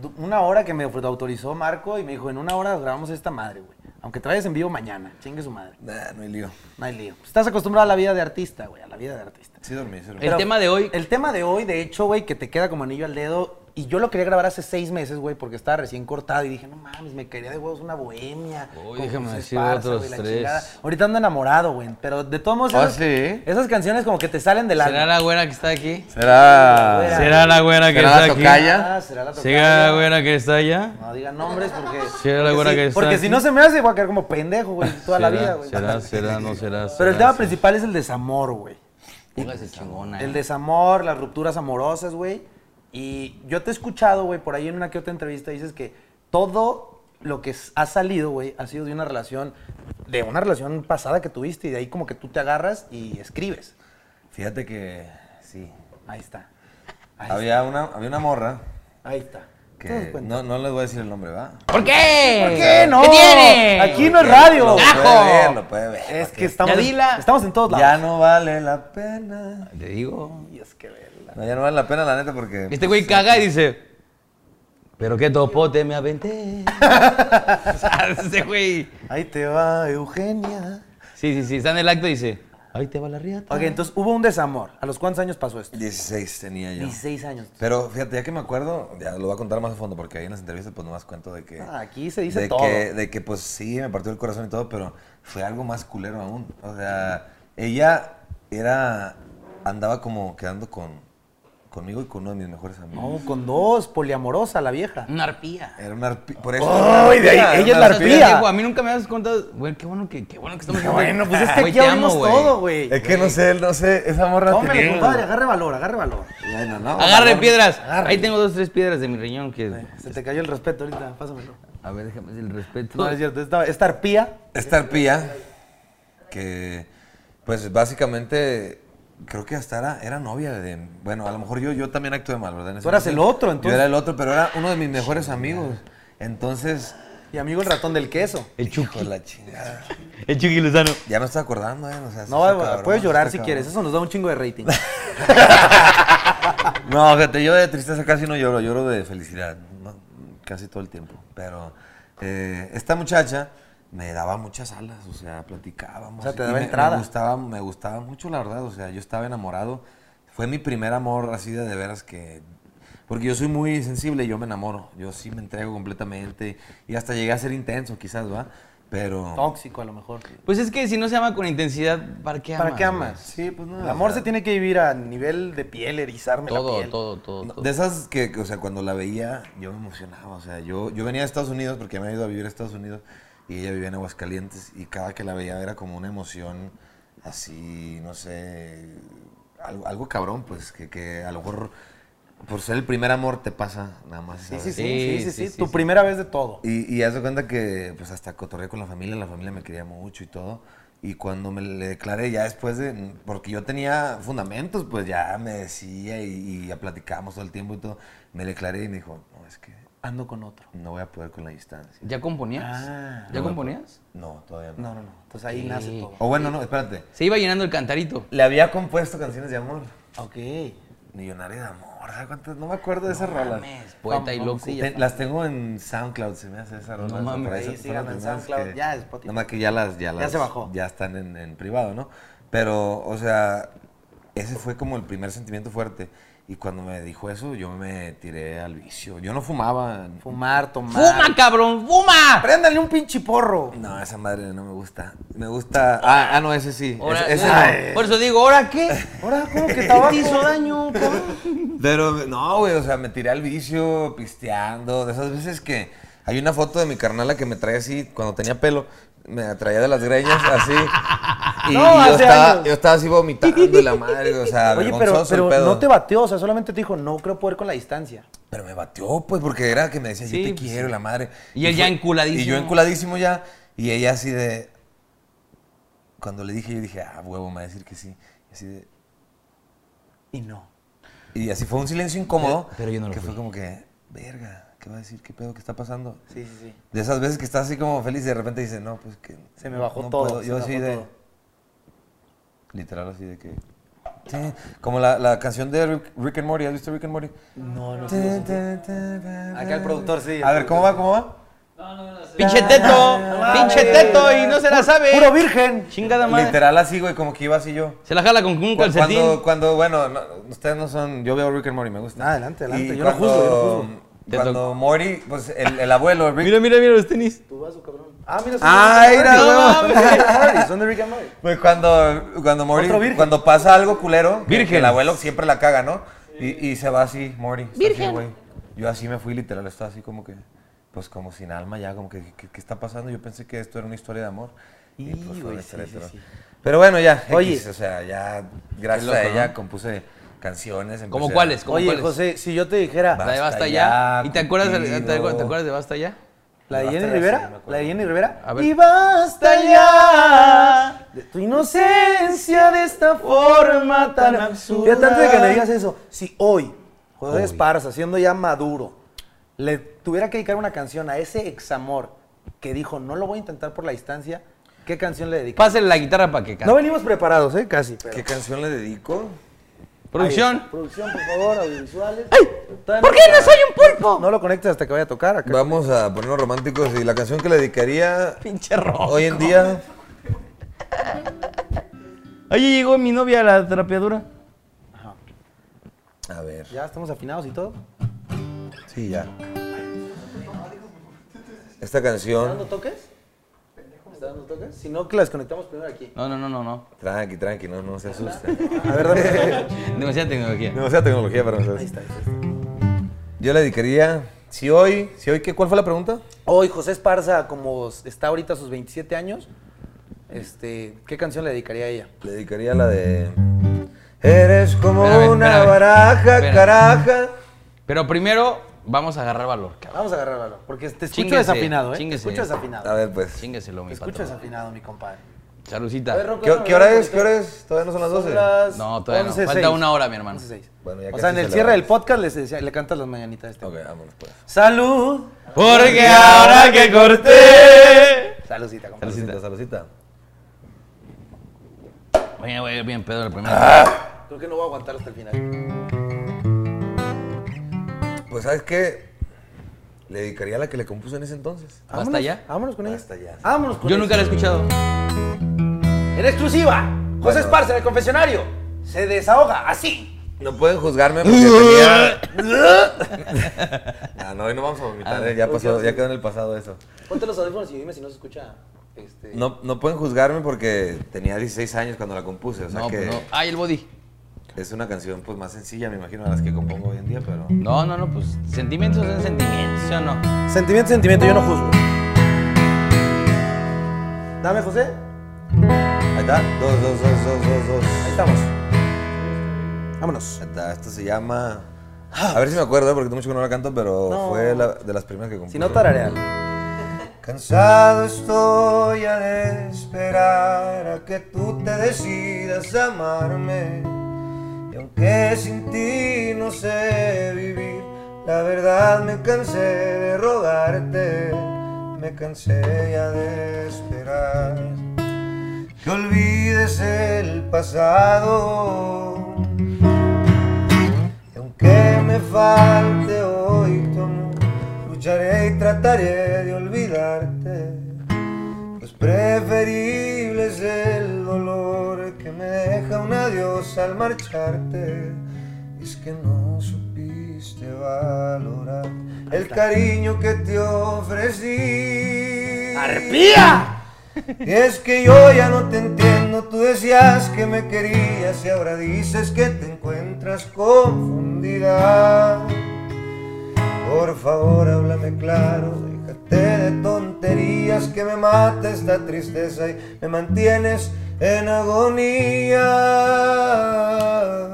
Speaker 1: du- una hora que me autorizó Marco y me dijo, en una hora grabamos esta madre, güey. Aunque traes en vivo mañana, chingue su madre.
Speaker 3: Nah, no hay lío.
Speaker 1: No hay lío. Pues, Estás acostumbrado a la vida de artista, güey, a la vida de artista.
Speaker 3: Sí dormí, sí dormí.
Speaker 2: El tema de hoy.
Speaker 1: El tema de hoy, de hecho, güey, que te queda como anillo al dedo. Y yo lo quería grabar hace seis meses, güey, porque estaba recién cortado. Y dije, no mames, me quería de huevos una bohemia.
Speaker 2: Uy,
Speaker 1: con
Speaker 2: déjame
Speaker 1: José
Speaker 2: decir
Speaker 1: Esparza,
Speaker 2: otros
Speaker 1: güey, la
Speaker 2: tres.
Speaker 1: chingada. Ahorita ando enamorado, güey. Pero de todos modos,
Speaker 3: Ah,
Speaker 1: esas,
Speaker 3: ¿sí?
Speaker 1: esas canciones como que te salen del
Speaker 2: ¿Será
Speaker 1: alma.
Speaker 2: la güera que está aquí?
Speaker 3: Será.
Speaker 2: ¿Será la güera que
Speaker 3: ¿Será
Speaker 2: está
Speaker 3: la
Speaker 2: aquí?
Speaker 3: tocaya?
Speaker 1: Ah, será la
Speaker 2: ¿Será la
Speaker 1: tocaya.
Speaker 2: güera que está allá?
Speaker 1: No digan nombres porque.
Speaker 2: [laughs] Será
Speaker 1: porque
Speaker 2: la güera
Speaker 1: si-
Speaker 2: que está
Speaker 1: Porque si
Speaker 2: aquí.
Speaker 1: no se me hace, voy a quedar como pendejo, güey, toda la
Speaker 2: ¿Será,
Speaker 1: vida, güey.
Speaker 2: ¿Será, será, no será?
Speaker 1: Pero el
Speaker 2: será,
Speaker 1: tema principal es el desamor, güey.
Speaker 2: Póngase chingona.
Speaker 1: El desamor, las rupturas amorosas, güey. Y yo te he escuchado, güey, por ahí en una que otra entrevista dices que todo lo que s- ha salido, güey, ha sido de una relación, de una relación pasada que tuviste y de ahí como que tú te agarras y escribes.
Speaker 3: Fíjate que sí.
Speaker 1: Ahí está. Ahí
Speaker 3: Había una, había una morra
Speaker 1: está. Ahí está. ¿Te das
Speaker 3: que
Speaker 1: cuenta?
Speaker 3: no, no les voy a decir el nombre, ¿va?
Speaker 2: ¿Por qué?
Speaker 1: ¿Por qué no?
Speaker 2: ¿Qué tiene?
Speaker 1: Aquí no es radio.
Speaker 3: Lo
Speaker 2: ¡Ajo!
Speaker 3: puede ver, lo puede ver.
Speaker 1: Es
Speaker 3: ¿pa'
Speaker 1: que
Speaker 3: qué?
Speaker 1: estamos,
Speaker 2: Ya dila.
Speaker 1: estamos en todos
Speaker 3: ya
Speaker 1: lados.
Speaker 3: no vale la pena.
Speaker 2: Te digo.
Speaker 1: Dios, qué verla.
Speaker 3: No, ya no vale la pena, la neta, porque.
Speaker 2: Este güey caga y dice. Pero qué topote me aventé. [laughs] O sea, Este güey.
Speaker 1: Ahí te va, Eugenia.
Speaker 2: Sí, sí, sí. Está en el acto y dice. Ahí te va la riata.
Speaker 1: Ok,
Speaker 3: Ah.
Speaker 1: entonces hubo un desamor. ¿A los cuántos años pasó esto?
Speaker 3: 16 tenía yo.
Speaker 1: 16 años.
Speaker 3: Pero fíjate, ya que me acuerdo, ya lo voy a contar más a fondo, porque ahí en las entrevistas, pues no más cuento de que.
Speaker 1: Ah, aquí se dice
Speaker 3: de
Speaker 1: todo.
Speaker 3: Que, de que, pues sí, me partió el corazón y todo, pero fue algo más culero aún. O sea, ella era. andaba como quedando con. conmigo y con uno de mis mejores amigos.
Speaker 1: No, con dos, poliamorosa la vieja.
Speaker 3: Mm.
Speaker 2: Una arpía.
Speaker 3: Era una arpía. Por eso.
Speaker 1: Oh. ¡Ay, de ahí!
Speaker 3: Era
Speaker 1: Ella es
Speaker 3: una
Speaker 1: la
Speaker 2: O sea,
Speaker 1: arpía.
Speaker 2: te digo, a mí nunca me has contado. Güey, qué bueno que, qué bueno que estamos
Speaker 1: Qué
Speaker 2: aquí.
Speaker 1: bueno, pues es que
Speaker 2: Güey,
Speaker 1: aquí
Speaker 2: te
Speaker 1: abrimos
Speaker 2: amo, güey.
Speaker 1: todo, güey.
Speaker 3: Es que no sé, no sé, esa morra
Speaker 1: Tómele,
Speaker 3: tenía-
Speaker 1: compadre, agarre valor, agarre valor.
Speaker 3: Bueno, no.
Speaker 2: Agarre piedras.
Speaker 1: Agarre.
Speaker 2: Ahí tengo dos, tres piedras de mi riñón que.
Speaker 1: Se te cayó el respeto ahorita, pásamelo.
Speaker 2: A ver, déjame el respeto.
Speaker 1: No, es cierto, esta, esta arpía.
Speaker 3: Esta arpía, que pues básicamente creo que hasta era, era novia de... Bueno, a lo mejor yo, yo también actué mal, ¿verdad? En ese
Speaker 1: Tú eras el otro,
Speaker 3: Yo
Speaker 1: entonces.
Speaker 3: era el otro, pero era uno de mis mejores amigos. Entonces...
Speaker 1: Y amigo el ratón del queso.
Speaker 2: El
Speaker 3: hijo de
Speaker 2: Chucky.
Speaker 3: la chingada.
Speaker 2: El Chucky Lozano.
Speaker 3: Ya me estoy acordando, ¿eh? O sea,
Speaker 1: No,
Speaker 3: está cabrón,
Speaker 1: puedes llorar si
Speaker 3: está
Speaker 1: quieres,
Speaker 3: cabrón.
Speaker 1: eso nos da un chingo de
Speaker 3: [laughs]
Speaker 1: rating.
Speaker 3: No, fíjate, yo de tristeza casi no lloro, lloro de felicidad, ¿no? casi todo el tiempo. Pero eh, esta muchacha me daba muchas alas, o sea, platicábamos.
Speaker 1: O sea, te
Speaker 3: y
Speaker 1: daba
Speaker 3: me- me
Speaker 1: entrada.
Speaker 3: gustaba, me gustaba mucho, la verdad, o sea, yo estaba enamorado. Fue mi primer amor así de, de veras que... Porque yo soy muy sensible, yo me enamoro, yo sí me entrego completamente y hasta llegué a ser intenso quizás, ¿va? Pero...
Speaker 1: Tóxico a lo mejor.
Speaker 2: Pues es que si no se ama con intensidad, ¿para qué amas?
Speaker 1: ¿Para qué amas?
Speaker 3: Sí, pues no,
Speaker 1: El amor
Speaker 3: o sea-
Speaker 1: se tiene que vivir a nivel de piel, erizarme
Speaker 2: güey?
Speaker 1: la
Speaker 2: Todo,
Speaker 1: piel.
Speaker 2: todo, todo,
Speaker 3: No,
Speaker 2: todo.
Speaker 3: De esas que, que, o sea, cuando la veía, yo me emocionaba. O sea, yo, yo venía de Estados Unidos porque me había ido a vivir a Estados Unidos y ella vivía en Aguascalientes y cada que la veía era como una emoción así, no sé, algo, algo cabrón, pues, que, que a lo mejor por ser el primer amor te pasa nada más.
Speaker 1: Sí,
Speaker 3: ¿sabes?
Speaker 1: sí, sí, sí,
Speaker 2: Sí,
Speaker 1: sí, sí,
Speaker 2: sí,
Speaker 1: Tu
Speaker 2: sí.
Speaker 1: primera vez de todo.
Speaker 3: Y, y haz de cuenta que pues hasta cotorreé con la familia, la familia me quería mucho y todo. Y cuando me le declaré ya después de, porque yo tenía fundamentos, pues ya me decía y, y ya platicamos todo el tiempo y todo, me declaré y me dijo, no, es que
Speaker 1: Ando con otro.
Speaker 3: no voy a poder con la distancia.
Speaker 2: ¿Ya componías?
Speaker 1: Ah.
Speaker 2: ¿Ya componías?
Speaker 3: No, todavía no.
Speaker 1: No, no, no. Entonces ahí nace todo.
Speaker 3: O bueno, no, espérate.
Speaker 2: Se iba llenando el cantarito.
Speaker 3: Le había compuesto canciones de amor.
Speaker 1: Ok.
Speaker 3: Millonario de amor, ¿sabes cuántas? No me acuerdo de esas rolas.
Speaker 2: Mames, poeta y loco.
Speaker 1: Famosilla.
Speaker 3: Te- las tengo en SoundCloud, se me hace esa rola.
Speaker 2: No mames,
Speaker 3: por
Speaker 1: ahí
Speaker 3: esas
Speaker 1: síganme en
Speaker 3: fueron las primeras
Speaker 1: SoundCloud,
Speaker 3: que-
Speaker 1: ya, Spotify.
Speaker 3: Nada más que ya las. Ya, las-
Speaker 1: se bajó.
Speaker 3: Ya están en, en privado, ¿no? Pero, o sea, ese fue como el primer sentimiento fuerte. Y cuando me dijo eso, yo me tiré al vicio. Yo no fumaba.
Speaker 1: Fumar, tomar.
Speaker 2: ¡Fuma, cabrón! ¡Fuma!
Speaker 1: Préndale un pinche porro.
Speaker 3: No, esa madre no me gusta. Me gusta. Ah, ah, no, ese sí.
Speaker 2: Ahora-
Speaker 3: Ese- ese
Speaker 2: ah,
Speaker 3: no.
Speaker 2: Por eso digo, ¿ahora qué?
Speaker 1: Ahora, ¿cómo que tabaco? te hizo daño?
Speaker 3: Pero no, güey, o sea, me tiré al vicio pisteando. De esas veces que hay una foto de mi carnala que me trae así, cuando tenía pelo, me atraía de las greñas
Speaker 1: [laughs]
Speaker 3: así. Y
Speaker 1: No,
Speaker 3: yo,
Speaker 1: hace
Speaker 3: estaba,
Speaker 1: años.
Speaker 3: yo estaba así vomitando y la madre, güey, o sea,
Speaker 1: Oye, pero,
Speaker 3: vergonzoso el
Speaker 1: pero
Speaker 3: pedo.
Speaker 1: no te bateó, o sea, solamente te dijo, no creo poder con la distancia.
Speaker 3: Pero me batió, pues, porque era que me decía,
Speaker 2: Sí,
Speaker 3: yo te
Speaker 2: pues,
Speaker 3: quiero, la madre.
Speaker 2: Y él ya
Speaker 3: fue-
Speaker 2: enculadísimo.
Speaker 3: Y yo enculadísimo ya. Y ella así de. Cuando le dije, yo dije, ah, huevo, me va a decir que sí. Y así de.
Speaker 1: Y no.
Speaker 3: Y así fue un silencio incómodo.
Speaker 2: Pero- pero yo no lo
Speaker 3: Que
Speaker 2: fui.
Speaker 3: fue como que, verga, ¿qué va a decir? ¿Qué pedo? ¿Qué está pasando?
Speaker 1: Sí, sí, sí.
Speaker 3: De esas veces que estás así como feliz y de repente dices, no, pues que.
Speaker 1: Se me bajó
Speaker 3: no
Speaker 1: todo,
Speaker 3: puedo".
Speaker 1: se
Speaker 3: Yo
Speaker 1: me
Speaker 3: así
Speaker 1: bajó
Speaker 3: de.
Speaker 1: todo.
Speaker 3: Literal, así de que. Sí, como la, la canción de Rick, Rick and Morty. ¿Has visto Rick and Morty?
Speaker 1: No, no.
Speaker 3: Tin, tin, tin, tin,
Speaker 1: Acá el productor sí, el
Speaker 3: A ver, ¿cómo va? ¿Cómo va?
Speaker 2: ¡Pinche teto! ¡Pinche teto! Y no se la sabe.
Speaker 1: Puro virgen.
Speaker 2: Chingada madre.
Speaker 3: Literal, así, güey, como que iba así yo.
Speaker 2: Se la jala con un
Speaker 3: Cu-
Speaker 2: calcetín.
Speaker 3: Cuando, cuando bueno, no, ustedes no son. Yo veo Rick and Morty, me gusta.
Speaker 1: Ah, adelante, adelante,
Speaker 3: Y
Speaker 1: yo no juzgo, yo no
Speaker 3: cuando-
Speaker 1: juzgo.
Speaker 2: Te
Speaker 3: Cuando Morty, pues el, el abuelo, Rick.
Speaker 2: Mira, mira, mira los tenis.
Speaker 1: Tu vaso, cabrón. Ah, mira. son
Speaker 3: Ah,
Speaker 1: de Rick and
Speaker 3: mira,
Speaker 1: Morty.
Speaker 2: No
Speaker 1: Son de Rick and Morty, Son de Rick and Morty.
Speaker 3: Pues cuando, cuando Morty,
Speaker 1: Otro virgen.
Speaker 3: cuando pasa algo culero, que-
Speaker 2: Virgen.
Speaker 3: que el abuelo siempre la caga, ¿no? Y, y se va así, Morty. está
Speaker 4: Virgen.
Speaker 3: aquí, güey. Yo así me fui, literal, estaba así como que, pues como sin alma ya, como que, ¿qué, qué está pasando? Yo pensé que esto era una historia de amor.
Speaker 1: Y,
Speaker 3: pues, fue
Speaker 1: güey,
Speaker 3: una
Speaker 1: sí,
Speaker 3: historia de
Speaker 1: sí,
Speaker 3: terror.
Speaker 1: sí.
Speaker 3: Pero bueno, ya, X,
Speaker 1: Oye.
Speaker 3: o sea, ya, gracias
Speaker 2: Qué
Speaker 3: a
Speaker 2: loco,
Speaker 3: ella
Speaker 2: ¿no?
Speaker 3: compuse canciones. empecé
Speaker 2: ¿Cómo
Speaker 3: a-
Speaker 2: cuáles? ¿Cómo
Speaker 1: Oye,
Speaker 2: cuáles?
Speaker 1: José, si yo te dijera,
Speaker 2: La de
Speaker 3: Basta
Speaker 2: Basta ya.
Speaker 3: ya,
Speaker 2: ¿Y te acuerdas, de-
Speaker 3: Cupido.
Speaker 2: te, acuerdas, te acuerdas de Basta ya?
Speaker 1: la de
Speaker 3: Basta
Speaker 1: Jenny
Speaker 3: ya, sí, me
Speaker 1: Rivera,
Speaker 3: acuerdo.
Speaker 1: la de Jenny Rivera.
Speaker 2: A ver.
Speaker 1: Y basta ya de tu inocencia de esta forma tan absurda. Ya tanto de que le digas eso, si hoy, José
Speaker 2: Hoy.
Speaker 1: Esparza, siendo ya maduro, le tuviera que dedicar una canción a ese examor que dijo, no lo voy a intentar por la distancia, ¿qué canción le dedicas?
Speaker 2: Pásenle la guitarra para que
Speaker 1: No
Speaker 2: cante.
Speaker 1: venimos preparados, ¿eh? Casi. pero-
Speaker 3: ¿Qué canción le dedico?
Speaker 1: Ahí está.
Speaker 2: Producción.
Speaker 1: Producción, por favor, audiovisuales. Todavía
Speaker 4: ¿Por qué no
Speaker 1: está-
Speaker 4: soy un pulpo?
Speaker 1: No lo conectes hasta que vaya a tocar acá.
Speaker 3: Vamos a ponernos románticos y la canción que le dedicaría
Speaker 2: Pinche rojo.
Speaker 3: hoy en día...
Speaker 2: Oye, llegó mi novia la trapeadora.
Speaker 1: Ajá.
Speaker 3: A ver,
Speaker 1: Ya estamos afinados y todo.
Speaker 3: sí, ya. Esta
Speaker 1: ¿Está
Speaker 3: canción...
Speaker 1: dando toques? ¿Está dando toques? Si no, que las conectamos primero aquí.
Speaker 2: No, no, no, no, no.
Speaker 3: Tranqui, tranqui, no, no se asusta.
Speaker 1: A ver, [laughs] dame.
Speaker 2: Demasiada tecnología.
Speaker 3: No, o sea, tecnología para nosotros. Yo le dedicaría, si hoy, si hoy, ¿qué, ¿cuál fue la pregunta?
Speaker 1: Hoy, José Esparza, como está ahorita a sus 27 años, este, ¿qué canción le dedicaría a ella?
Speaker 3: Le dedicaría la de... Eres como
Speaker 2: Espérame,
Speaker 3: una
Speaker 2: espérame.
Speaker 3: baraja,
Speaker 2: Espérame.
Speaker 3: caraja.
Speaker 2: Pero primero vamos a agarrar valor, cabrón.
Speaker 1: Vamos a agarrarlo, porque te escucho
Speaker 2: Chíngase,
Speaker 1: desafinado, ¿eh? Te
Speaker 2: chíngase.
Speaker 1: escucho
Speaker 3: A
Speaker 1: desafinado.
Speaker 3: ver, pues. ¿Qué,
Speaker 2: Chingueselo,
Speaker 1: Te
Speaker 2: mi
Speaker 1: escucho
Speaker 2: patrón.
Speaker 1: desalucita. desafinado, mi compadre.
Speaker 2: Salucita.
Speaker 1: A ver, Ronco,
Speaker 3: ¿Qué
Speaker 1: déjame
Speaker 3: hora
Speaker 1: ver,
Speaker 3: es? ¿Qué hora es? Todavía no son las 12.
Speaker 1: las
Speaker 2: No, todavía no.
Speaker 1: 11:06.
Speaker 2: Falta una hora, mi hermano.
Speaker 1: 11:06.
Speaker 3: Bueno, ya
Speaker 1: o
Speaker 3: casi
Speaker 1: sea, en el
Speaker 3: celebramos.
Speaker 1: cierre del podcast les decía- le cantas las mañanitas a este.
Speaker 3: Ok, vámonos pues.
Speaker 1: ¡Salud!
Speaker 2: Porque ahora que [laughs] corté.
Speaker 1: Saludcita, compadre.
Speaker 3: Salucita, salucita.
Speaker 2: Oye, güey, bien pedo la primera.
Speaker 1: Creo que no voy a aguantar hasta el final.
Speaker 3: Pues, ¿sabes qué? Le dedicaría la que le compuse en ese entonces.
Speaker 2: ¿Basta
Speaker 1: Vámonos,
Speaker 2: ya?
Speaker 1: Vámonos con ella.
Speaker 3: Basta ya.
Speaker 1: Vámonos con
Speaker 2: Yo
Speaker 1: ella.
Speaker 2: nunca la he escuchado.
Speaker 1: En exclusiva, José
Speaker 3: Bueno.
Speaker 1: Esparza en el confesionario se desahoga así.
Speaker 3: No pueden juzgarme porque tenía... Ah, no, hoy no vamos a vomitar, eh, ya pasó, ya quedó en el pasado eso.
Speaker 1: Ponte los audífonos y dime si no se escucha. Este...
Speaker 3: No, no pueden juzgarme porque tenía 16 años cuando la compuse, o sea
Speaker 2: No,
Speaker 3: que
Speaker 2: pues no. Ay, el body.
Speaker 3: es una canción pues más sencilla, me imagino, a las que compongo hoy en día, pero...
Speaker 2: No, no, no, pues sentimientos son sentimientos, ¿sí o no?
Speaker 1: Sentimiento, sentimiento, yo no juzgo. Dame, José.
Speaker 3: Ahí está, dos, dos, dos, dos, dos, dos.
Speaker 1: Ahí estamos. Vámonos.
Speaker 3: Ahí está, esto se llama... A ver si me acuerdo, porque tengo mucho que no la canto, pero
Speaker 1: No.
Speaker 3: fue la- de las primeras que compuse.
Speaker 1: Si no, tararealo.
Speaker 3: Cansado estoy ya de esperar a que tú te decidas a amarme. Y aunque sin ti no sé vivir, la verdad me cansé de rogarte, me cansé ya de esperar que olvides el pasado. Y aunque me falte hoy tu amor, lucharé y trataré de olvidarte. Pues preferible es el dolor que me deja un adiós al marcharte. Es que no supiste valorar el cariño que te ofrecí.
Speaker 1: pues. ¡Arpía!
Speaker 3: Y es que yo ya no te entiendo, tú decías que me querías y ahora dices que te encuentras confundida. Por favor, háblame claro, déjate de tonterías que me mata esta tristeza y me mantienes en agonía.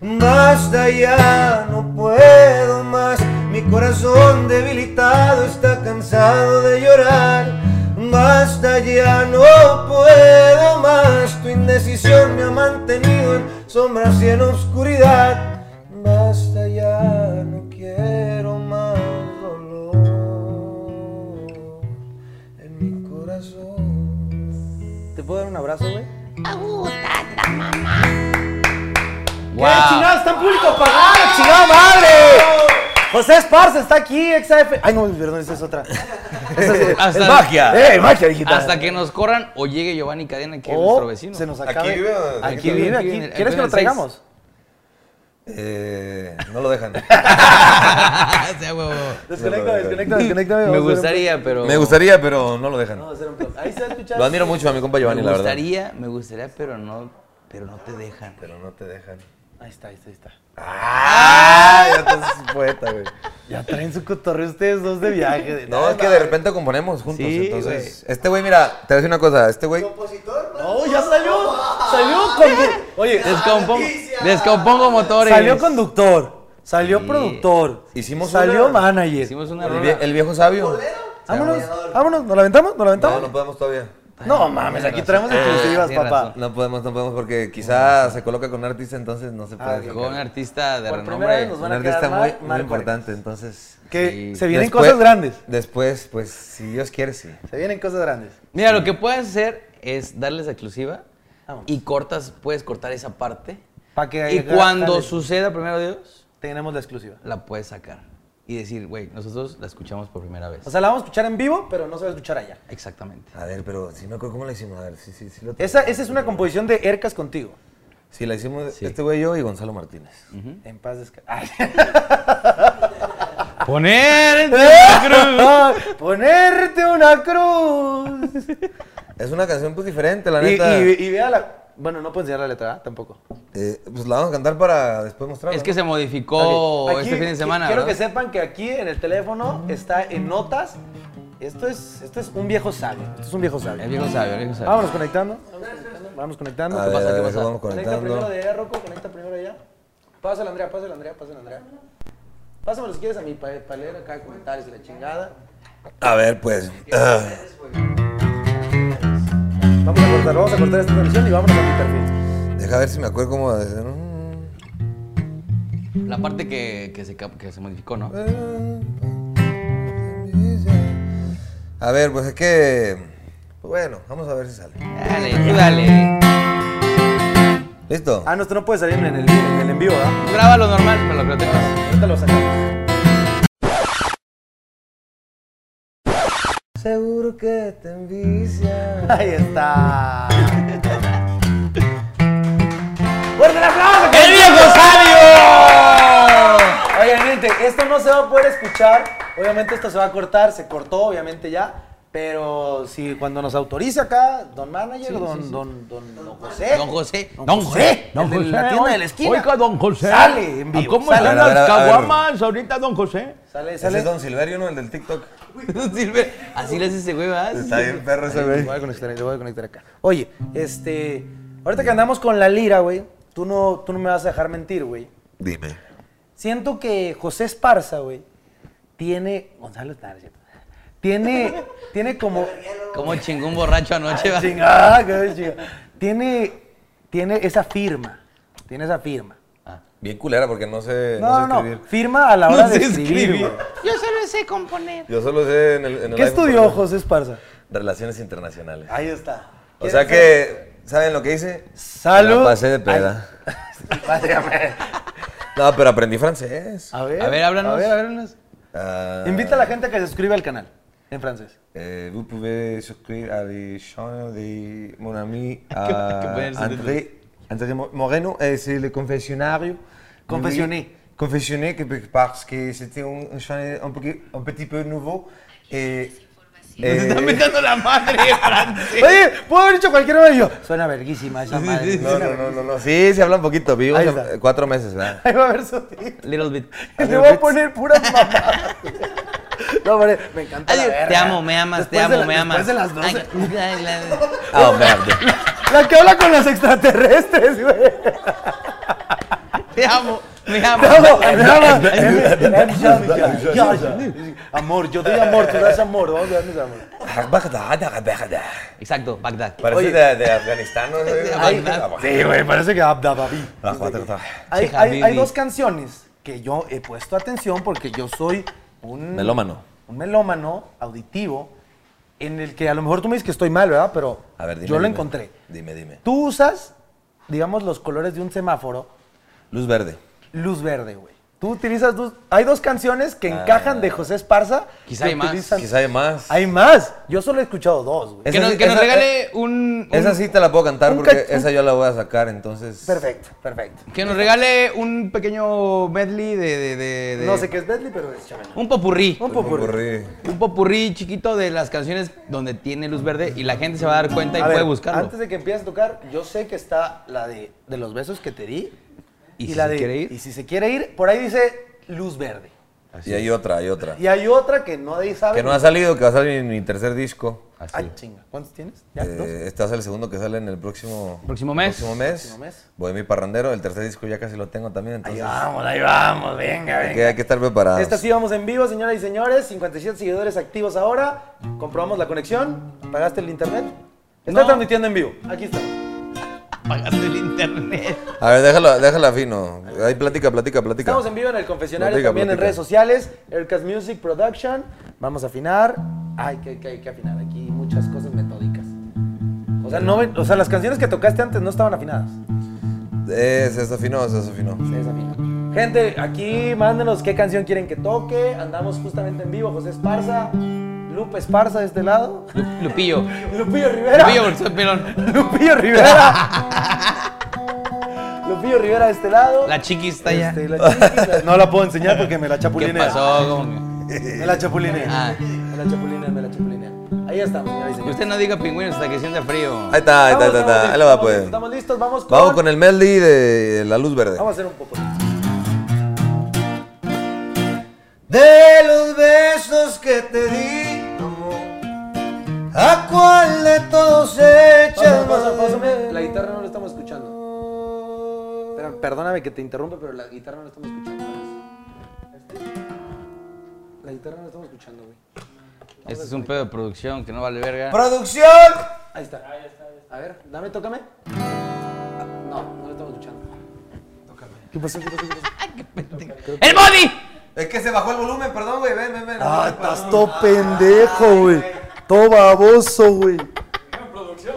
Speaker 3: Basta ya, no puedo más. Mi corazón debilitado está cansado de llorar. Basta ya, no puedo más. Tu indecisión me ha mantenido en sombras y en oscuridad. Basta ya, no quiero más dolor en mi corazón.
Speaker 1: ¿Te puedo dar un abrazo, güey?
Speaker 4: Agutata, mamá.
Speaker 1: ¡Qué chingado! ¡Está en público pagado! ¡Chingada madre! José Esparza está aquí, XF. Ay, no, perdón, esa es
Speaker 2: [laughs]
Speaker 1: otra. Esa es,
Speaker 2: Hasta-
Speaker 1: es magia. ¡Eh, magia digital!
Speaker 2: Hasta que nos corran o llegue Giovanni Cadena, que es
Speaker 1: O
Speaker 2: nuestro vecino.
Speaker 1: Oh,
Speaker 2: [laughs]
Speaker 1: Se nos
Speaker 3: Aquí
Speaker 1: acabe.
Speaker 3: vive,
Speaker 1: Aquí
Speaker 3: aquí
Speaker 1: vive,
Speaker 2: vive,
Speaker 1: aquí.
Speaker 2: en el-
Speaker 1: ¿Quieres
Speaker 2: en
Speaker 1: que lo
Speaker 2: el seis.
Speaker 1: traigamos?
Speaker 3: Eh, no lo dejan.
Speaker 2: O sea, Ah, huevo.
Speaker 1: Desconecta, desconecta, desconecta.
Speaker 2: [laughs] Me gustaría, pero.
Speaker 3: Me gustaría, pero no lo dejan.
Speaker 1: Ahí se va a escuchar.
Speaker 3: Lo admiro mucho a mi compa Giovanni,
Speaker 2: me
Speaker 3: la verdad.
Speaker 2: gustaría, me gustaría, pero no, pero no te dejan.
Speaker 3: Pero no te dejan.
Speaker 1: Ahí está, ahí está, ahí está.
Speaker 3: ¡Ah! Ya estás poeta, güey.
Speaker 1: Ya traen su cotorreo ustedes dos de viaje.
Speaker 3: No, es que de repente componemos juntos,
Speaker 2: Sí,
Speaker 3: entonces... Este güey, mira, te voy a decir una cosa. Este güey...
Speaker 2: pues,
Speaker 1: No, Oh, ya salió. [laughs] Salió con. Oye,
Speaker 2: Descompongo, descompongo motores.
Speaker 1: salió conductor. Salió
Speaker 2: Sí.
Speaker 1: productor.
Speaker 3: Hicimos
Speaker 1: Salió
Speaker 3: una-
Speaker 1: manager.
Speaker 2: Hicimos una
Speaker 3: El,
Speaker 2: rola.
Speaker 3: vie- el viejo sabio.
Speaker 1: Vámonos, vámonos. ¿Nos la aventamos? ¿Nos la
Speaker 3: No,
Speaker 1: aventamos?
Speaker 3: no podemos todavía.
Speaker 1: No mames, aquí traemos exclusivas,
Speaker 2: Ah, tienes
Speaker 1: papá.
Speaker 2: razón.
Speaker 3: No podemos, no podemos, porque quizá se coloca con un artista, entonces no se
Speaker 1: Ah,
Speaker 3: puede.
Speaker 2: Con un
Speaker 3: colocar.
Speaker 2: artista de
Speaker 1: Por primera vez nos
Speaker 2: renombre.
Speaker 3: un
Speaker 1: van a quedar
Speaker 3: artista muy,
Speaker 1: mal-
Speaker 3: muy
Speaker 1: mal
Speaker 3: importante, entonces...
Speaker 1: Que
Speaker 2: Sí.
Speaker 1: se vienen
Speaker 3: después-
Speaker 1: cosas grandes.
Speaker 3: Después, pues, si Dios quiere, sí.
Speaker 1: Se vienen cosas grandes.
Speaker 2: Mira, lo que puedes hacer es darles exclusiva
Speaker 1: Vamos.
Speaker 2: y cortas, puedes cortar esa parte.
Speaker 1: Pa' que
Speaker 2: y
Speaker 1: acá
Speaker 2: cuando
Speaker 1: sale.
Speaker 2: suceda, primero Dios,
Speaker 1: Tenemos la exclusiva.
Speaker 2: la puedes sacar. Y decir, güey, nosotros la escuchamos por primera vez.
Speaker 1: O sea, la vamos a escuchar en vivo, pero no se va a escuchar allá.
Speaker 2: Exactamente.
Speaker 3: A ver, pero sí me acuerdo cómo la hicimos. A ver, sí, sí, sí. Lo tengo.
Speaker 1: Esa, esa es una composición de Ercas contigo.
Speaker 3: Sí, la hicimos
Speaker 2: Sí. Mm.
Speaker 3: este güey yo y Gonzalo Martínez.
Speaker 1: En paz descanse. [laughs]
Speaker 2: Poner en tu
Speaker 1: Ah, Ponerte una cruz.
Speaker 3: Es una canción pues diferente, la
Speaker 1: Y,
Speaker 3: neta.
Speaker 1: y- y vea la. Bueno, no puedo enseñar la letra, ¿ah? tampoco.
Speaker 3: Eh, pues la vamos a cantar para después mostrarla.
Speaker 2: Es que
Speaker 3: ¿no?
Speaker 2: se modificó
Speaker 1: Ok. Aquí,
Speaker 2: este fin de
Speaker 1: qui-
Speaker 2: semana.
Speaker 1: Quiero que
Speaker 2: ¿verdad?
Speaker 1: sepan que aquí en el teléfono está en notas. Esto es, esto es un viejo sabio. Esto es un viejo sabio.
Speaker 2: El viejo sabio, el viejo sabio.
Speaker 1: Vámonos conectando. Vámonos conectando. Vámonos conectando.
Speaker 3: A
Speaker 1: ¿Qué
Speaker 3: ver,
Speaker 1: pasa?
Speaker 3: a
Speaker 1: ¿Qué
Speaker 3: ver,
Speaker 1: pasa?
Speaker 3: vamos
Speaker 1: Conecta primero
Speaker 3: conectando.
Speaker 1: de allá, Rocco. Conecta primero de allá. Pásale, Andrea. Pásale, Andrea. Pásale, Andrea. Pásamelo si quieres a mi para leer acá comentarios de la chingada.
Speaker 3: A ver, pues. [clears throat] ah,
Speaker 1: Vamos a cortar, vamos a cortar esta transmisión y vámonos a mi perfil.
Speaker 3: deja ver si me acuerdo cómo. mm. es, ¿no?
Speaker 2: La parte que, que se, cap- que se modificó, ¿no?
Speaker 1: Eh.
Speaker 3: A ver, pues es que. pues bueno, vamos a ver si sale.
Speaker 2: Dale, tú dale.
Speaker 3: ¿Listo?
Speaker 1: Ah, no, esto no puede salir en el, en el en vivo, ¿verdad?
Speaker 2: Tú Graba lo normal, pero lo que lo tengas.
Speaker 1: Ahorita lo sacamos.
Speaker 3: Seguro que te envicia.
Speaker 1: Ahí está. ¡Fuerte el aplauso!
Speaker 2: ¡El viejo sabio!
Speaker 1: Oye, gente, esto no se va a poder escuchar. Obviamente esto se va a cortar, se cortó, obviamente ya. Pero si cuando nos autorice acá, don manager, don, don, don, don José.
Speaker 2: Don José.
Speaker 1: Don José.
Speaker 2: Don
Speaker 1: el de
Speaker 2: José.
Speaker 1: la tienda de la
Speaker 5: Oiga,
Speaker 1: esquina.
Speaker 5: Oiga, don José.
Speaker 1: Sale en vivo,
Speaker 5: ¿Cómo
Speaker 1: sale.
Speaker 5: están
Speaker 3: A ver, a
Speaker 5: las
Speaker 3: ver, a
Speaker 2: [laughs]
Speaker 3: ver.
Speaker 5: caguamas ahorita, don José?
Speaker 1: Sale,
Speaker 3: Ese
Speaker 1: sale.
Speaker 3: es Don Silverio, ¿no? El del TikTok.
Speaker 2: No sirve. Así le hace ese güey, ¿verdad?
Speaker 3: Está bien, perro ese
Speaker 1: Le
Speaker 3: güey.
Speaker 1: voy a conectar, le voy a conectar acá. Oye, este. Ahorita que andamos con la lira, güey, tú no, tú no me vas a dejar mentir, güey.
Speaker 3: Dime.
Speaker 1: Siento que José Esparza, güey, tiene. Gonzalo está, ¿no es cierto? Tiene, tiene [laughs] como.
Speaker 2: ¿Cómo chingó un borracho anoche? va?
Speaker 1: Chingada, qué chingada. Tiene, tiene esa firma. Tiene esa firma.
Speaker 3: Bien culera porque Eh, no sé,
Speaker 1: No,
Speaker 3: sé
Speaker 1: no, no.
Speaker 3: escribir.
Speaker 1: Firma a la hora
Speaker 2: No
Speaker 1: de
Speaker 2: sé
Speaker 1: escribir.
Speaker 2: escribir.
Speaker 1: güey.
Speaker 4: Yo solo sé componer.
Speaker 3: Yo solo sé en el. en
Speaker 1: ¿Qué
Speaker 3: el iPhone, por
Speaker 1: estudió
Speaker 3: ejemplo,
Speaker 1: José Esparza?
Speaker 3: Relaciones internacionales.
Speaker 1: Ahí está.
Speaker 3: O sea que, ¿saben lo que hice?
Speaker 1: Salud.
Speaker 3: La pasé
Speaker 1: [laughs]
Speaker 3: de peda. No, pero aprendí francés.
Speaker 1: A ver,
Speaker 2: A ver, háblanos.
Speaker 1: A ver, háblanos.
Speaker 3: Ah,
Speaker 1: Invita a la gente a que se suscriba al canal en francés.
Speaker 3: Eh, vous pouvez souscrire à les chaînes de mon ami
Speaker 2: que
Speaker 3: euh,
Speaker 2: ponerse
Speaker 3: André, André Mo- Moreno, et c'est le confessionnaire.
Speaker 1: Confessionné.
Speaker 3: Oui, Confessionné que- parce que c'était un, un chaîne un, petit- un petit peu nouveau. Et,
Speaker 1: eh,
Speaker 2: Nos
Speaker 3: et-
Speaker 2: están metiendo
Speaker 1: [laughs]
Speaker 2: la madre, Francis.
Speaker 1: Oye, puedo haber dicho cualquier hora y yo. Suena verguísima esa madre.
Speaker 3: no, no, no, no, no. Eh, Sí, se habla un poquito. Vivimos
Speaker 1: Ahí
Speaker 3: en-
Speaker 1: está.
Speaker 3: cuatro meses, ¿verdad?
Speaker 1: Ahí va a ver su tío.
Speaker 2: Little bit.
Speaker 1: Y le voy a poner puras mamadas. No, hombre, me encanta la verga.
Speaker 2: Te amo, me amas, te
Speaker 1: Después de
Speaker 2: amo,
Speaker 1: la-
Speaker 2: me amas.
Speaker 1: Después de las 12.
Speaker 2: [laughs] Ay, ay, la-
Speaker 3: Ah, hombre.
Speaker 1: La que habla con los extraterrestres, güey.
Speaker 2: [laughs] Te amo, me amo.
Speaker 1: Te amo, te amo. Em- em- ya, ya, ya. Amor, yo doy amor, tú das amor. Vamos a darnos amor.
Speaker 2: Exacto, Bagdad.
Speaker 3: Parece de, de Afganistán, ¿no?
Speaker 2: Ay,
Speaker 1: Sí, güey, parece que Abdababi. Hay,
Speaker 2: Cheja,
Speaker 1: hay, hay
Speaker 2: Bibi.
Speaker 1: dos canciones que yo he puesto atención porque yo soy un
Speaker 3: Melómano.
Speaker 1: un melómano auditivo en el que a lo mejor tú me dices que estoy mal, ¿verdad? Pero
Speaker 3: A ver, dime,
Speaker 1: yo lo
Speaker 3: dime.
Speaker 1: encontré.
Speaker 3: Dime, dime.
Speaker 1: Tú usas, digamos, los colores de un semáforo,
Speaker 3: Luz verde.
Speaker 1: luz verde, güey. Tú utilizas dos. Hay dos canciones que encajan de José Esparza.
Speaker 2: Quizá
Speaker 1: que
Speaker 2: hay más,
Speaker 1: utilizan-
Speaker 3: Ah. Quizá hay más.
Speaker 1: Hay más. Yo solo he escuchado dos, güey.
Speaker 3: Es-
Speaker 2: Que
Speaker 3: Esa
Speaker 2: nos,
Speaker 3: sí-
Speaker 2: que nos
Speaker 3: esa-
Speaker 2: regale un, un-
Speaker 3: Esa sí te la puedo cantar
Speaker 1: un
Speaker 3: porque
Speaker 1: cach- un-
Speaker 3: esa yo la voy a sacar, entonces.
Speaker 1: Perfecto, perfecto.
Speaker 2: Que nos regale un pequeño medley de. de- de- de-
Speaker 1: No sé qué es Bentley, pero es
Speaker 3: Pues
Speaker 1: chamán.
Speaker 2: Un popurrí.
Speaker 1: Un
Speaker 3: Por
Speaker 1: poco.
Speaker 2: Un popurrí chiquito de las canciones donde tiene luz verde y la gente se va a dar cuenta y
Speaker 1: A
Speaker 2: puede
Speaker 1: ver,
Speaker 2: buscarlo.
Speaker 1: Antes de que empieces a tocar, yo sé que está la de, de los besos que te di.
Speaker 2: ¿Y si
Speaker 1: la
Speaker 2: se
Speaker 1: de,
Speaker 2: quiere ir?
Speaker 1: Y si se quiere ir, por ahí dice luz verde.
Speaker 3: Y hay otra, hay otra.
Speaker 1: Y hay otra que no de sabe.
Speaker 3: Que no ha salido, que va a salir en mi tercer disco.
Speaker 2: Así.
Speaker 1: Ay, chinga. ¿Cuántos tienes? ¿Ya?
Speaker 3: Eh,
Speaker 1: ¿Dos?
Speaker 3: este va a ser el segundo que sale en el próximo,
Speaker 2: Próximo mes.
Speaker 3: Próximo mes.
Speaker 1: Próximo mes.
Speaker 3: Voy mi parrandero, el tercer disco ya casi lo tengo también, entonces
Speaker 1: vamos, ahí vamos, venga,
Speaker 3: hay, que, hay que estar preparados.
Speaker 1: Esta sí vamos en vivo, señoras y señores. 57 seguidores activos ahora. Comprobamos la conexión. ¿Pagaste el internet? Está
Speaker 2: No.
Speaker 1: transmitiendo en vivo. Aquí está.
Speaker 2: Apagaste el internet.
Speaker 3: A ver, déjala, déjala fino. Ahí platica, platica, platica.
Speaker 1: Estamos en vivo en el confesionario
Speaker 3: Platica,
Speaker 1: también en
Speaker 3: platica.
Speaker 1: redes sociales. Ercas Music Production. Vamos a afinar. Ay, que, que hay que afinar aquí muchas cosas metódicas. O sea, no, ven- o sea, las canciones que tocaste antes no estaban afinadas.
Speaker 3: Eh, se desafinó, se desafinó.
Speaker 1: Se desafinan. Gente, aquí mándenos qué canción quieren que toque. Andamos justamente en vivo. José Esparza, Lupe Esparza de este lado. [laughs]
Speaker 2: Lu- Lupillo.
Speaker 1: Lupillo Rivera.
Speaker 2: Lupillo, porque soy pelón.
Speaker 1: [laughs] Lupillo Rivera. [laughs] Lupillo Rivera de este lado.
Speaker 2: La chiquis está allá.
Speaker 1: Este, la chiquis,
Speaker 2: [laughs]
Speaker 1: la- No la puedo enseñar porque me la
Speaker 2: ¿Qué
Speaker 1: chapulinea.
Speaker 2: pasó? ¿Cómo que?
Speaker 1: Me la chapulinea.
Speaker 2: Ah.
Speaker 1: Me la chapulinea, me la chapulinea. Ahí estamos, señoras y señores.
Speaker 2: Usted no diga pingüinos hasta que sienta frío.
Speaker 3: Ahí está, ahí está, ahí
Speaker 1: Estamos,
Speaker 3: está, ahí
Speaker 1: estamos
Speaker 3: está. Ahí
Speaker 1: listos,
Speaker 3: la va,
Speaker 1: estamos listos, Estamos
Speaker 3: pues.
Speaker 1: listos, vamos con...
Speaker 3: Vamos con el melody de la luz verde.
Speaker 1: Vamos a hacer un poco.
Speaker 3: De los besos que te di, amor, ¿a cuál de todos echas
Speaker 1: Pausa, pausa,
Speaker 3: más?
Speaker 1: pausa. La guitarra no la estamos escuchando. Espera, perdóname que te interrumpa, pero la guitarra no la estamos escuchando. Este. La guitarra no la estamos escuchando, güey.
Speaker 2: Este es un pedo de producción que no vale verga.
Speaker 3: ¡Producción!
Speaker 1: Ahí está. A ver, dame, tócame. No, no lo estamos escuchando. Tócame. ¿Qué pasó? ¿Qué pasó? ¿Qué pasó?
Speaker 2: ¡El body!
Speaker 3: Es que se bajó el volumen, perdón, güey, ven, ven, ven.
Speaker 1: Ah, estás todo pendejo, güey. Todo baboso, güey.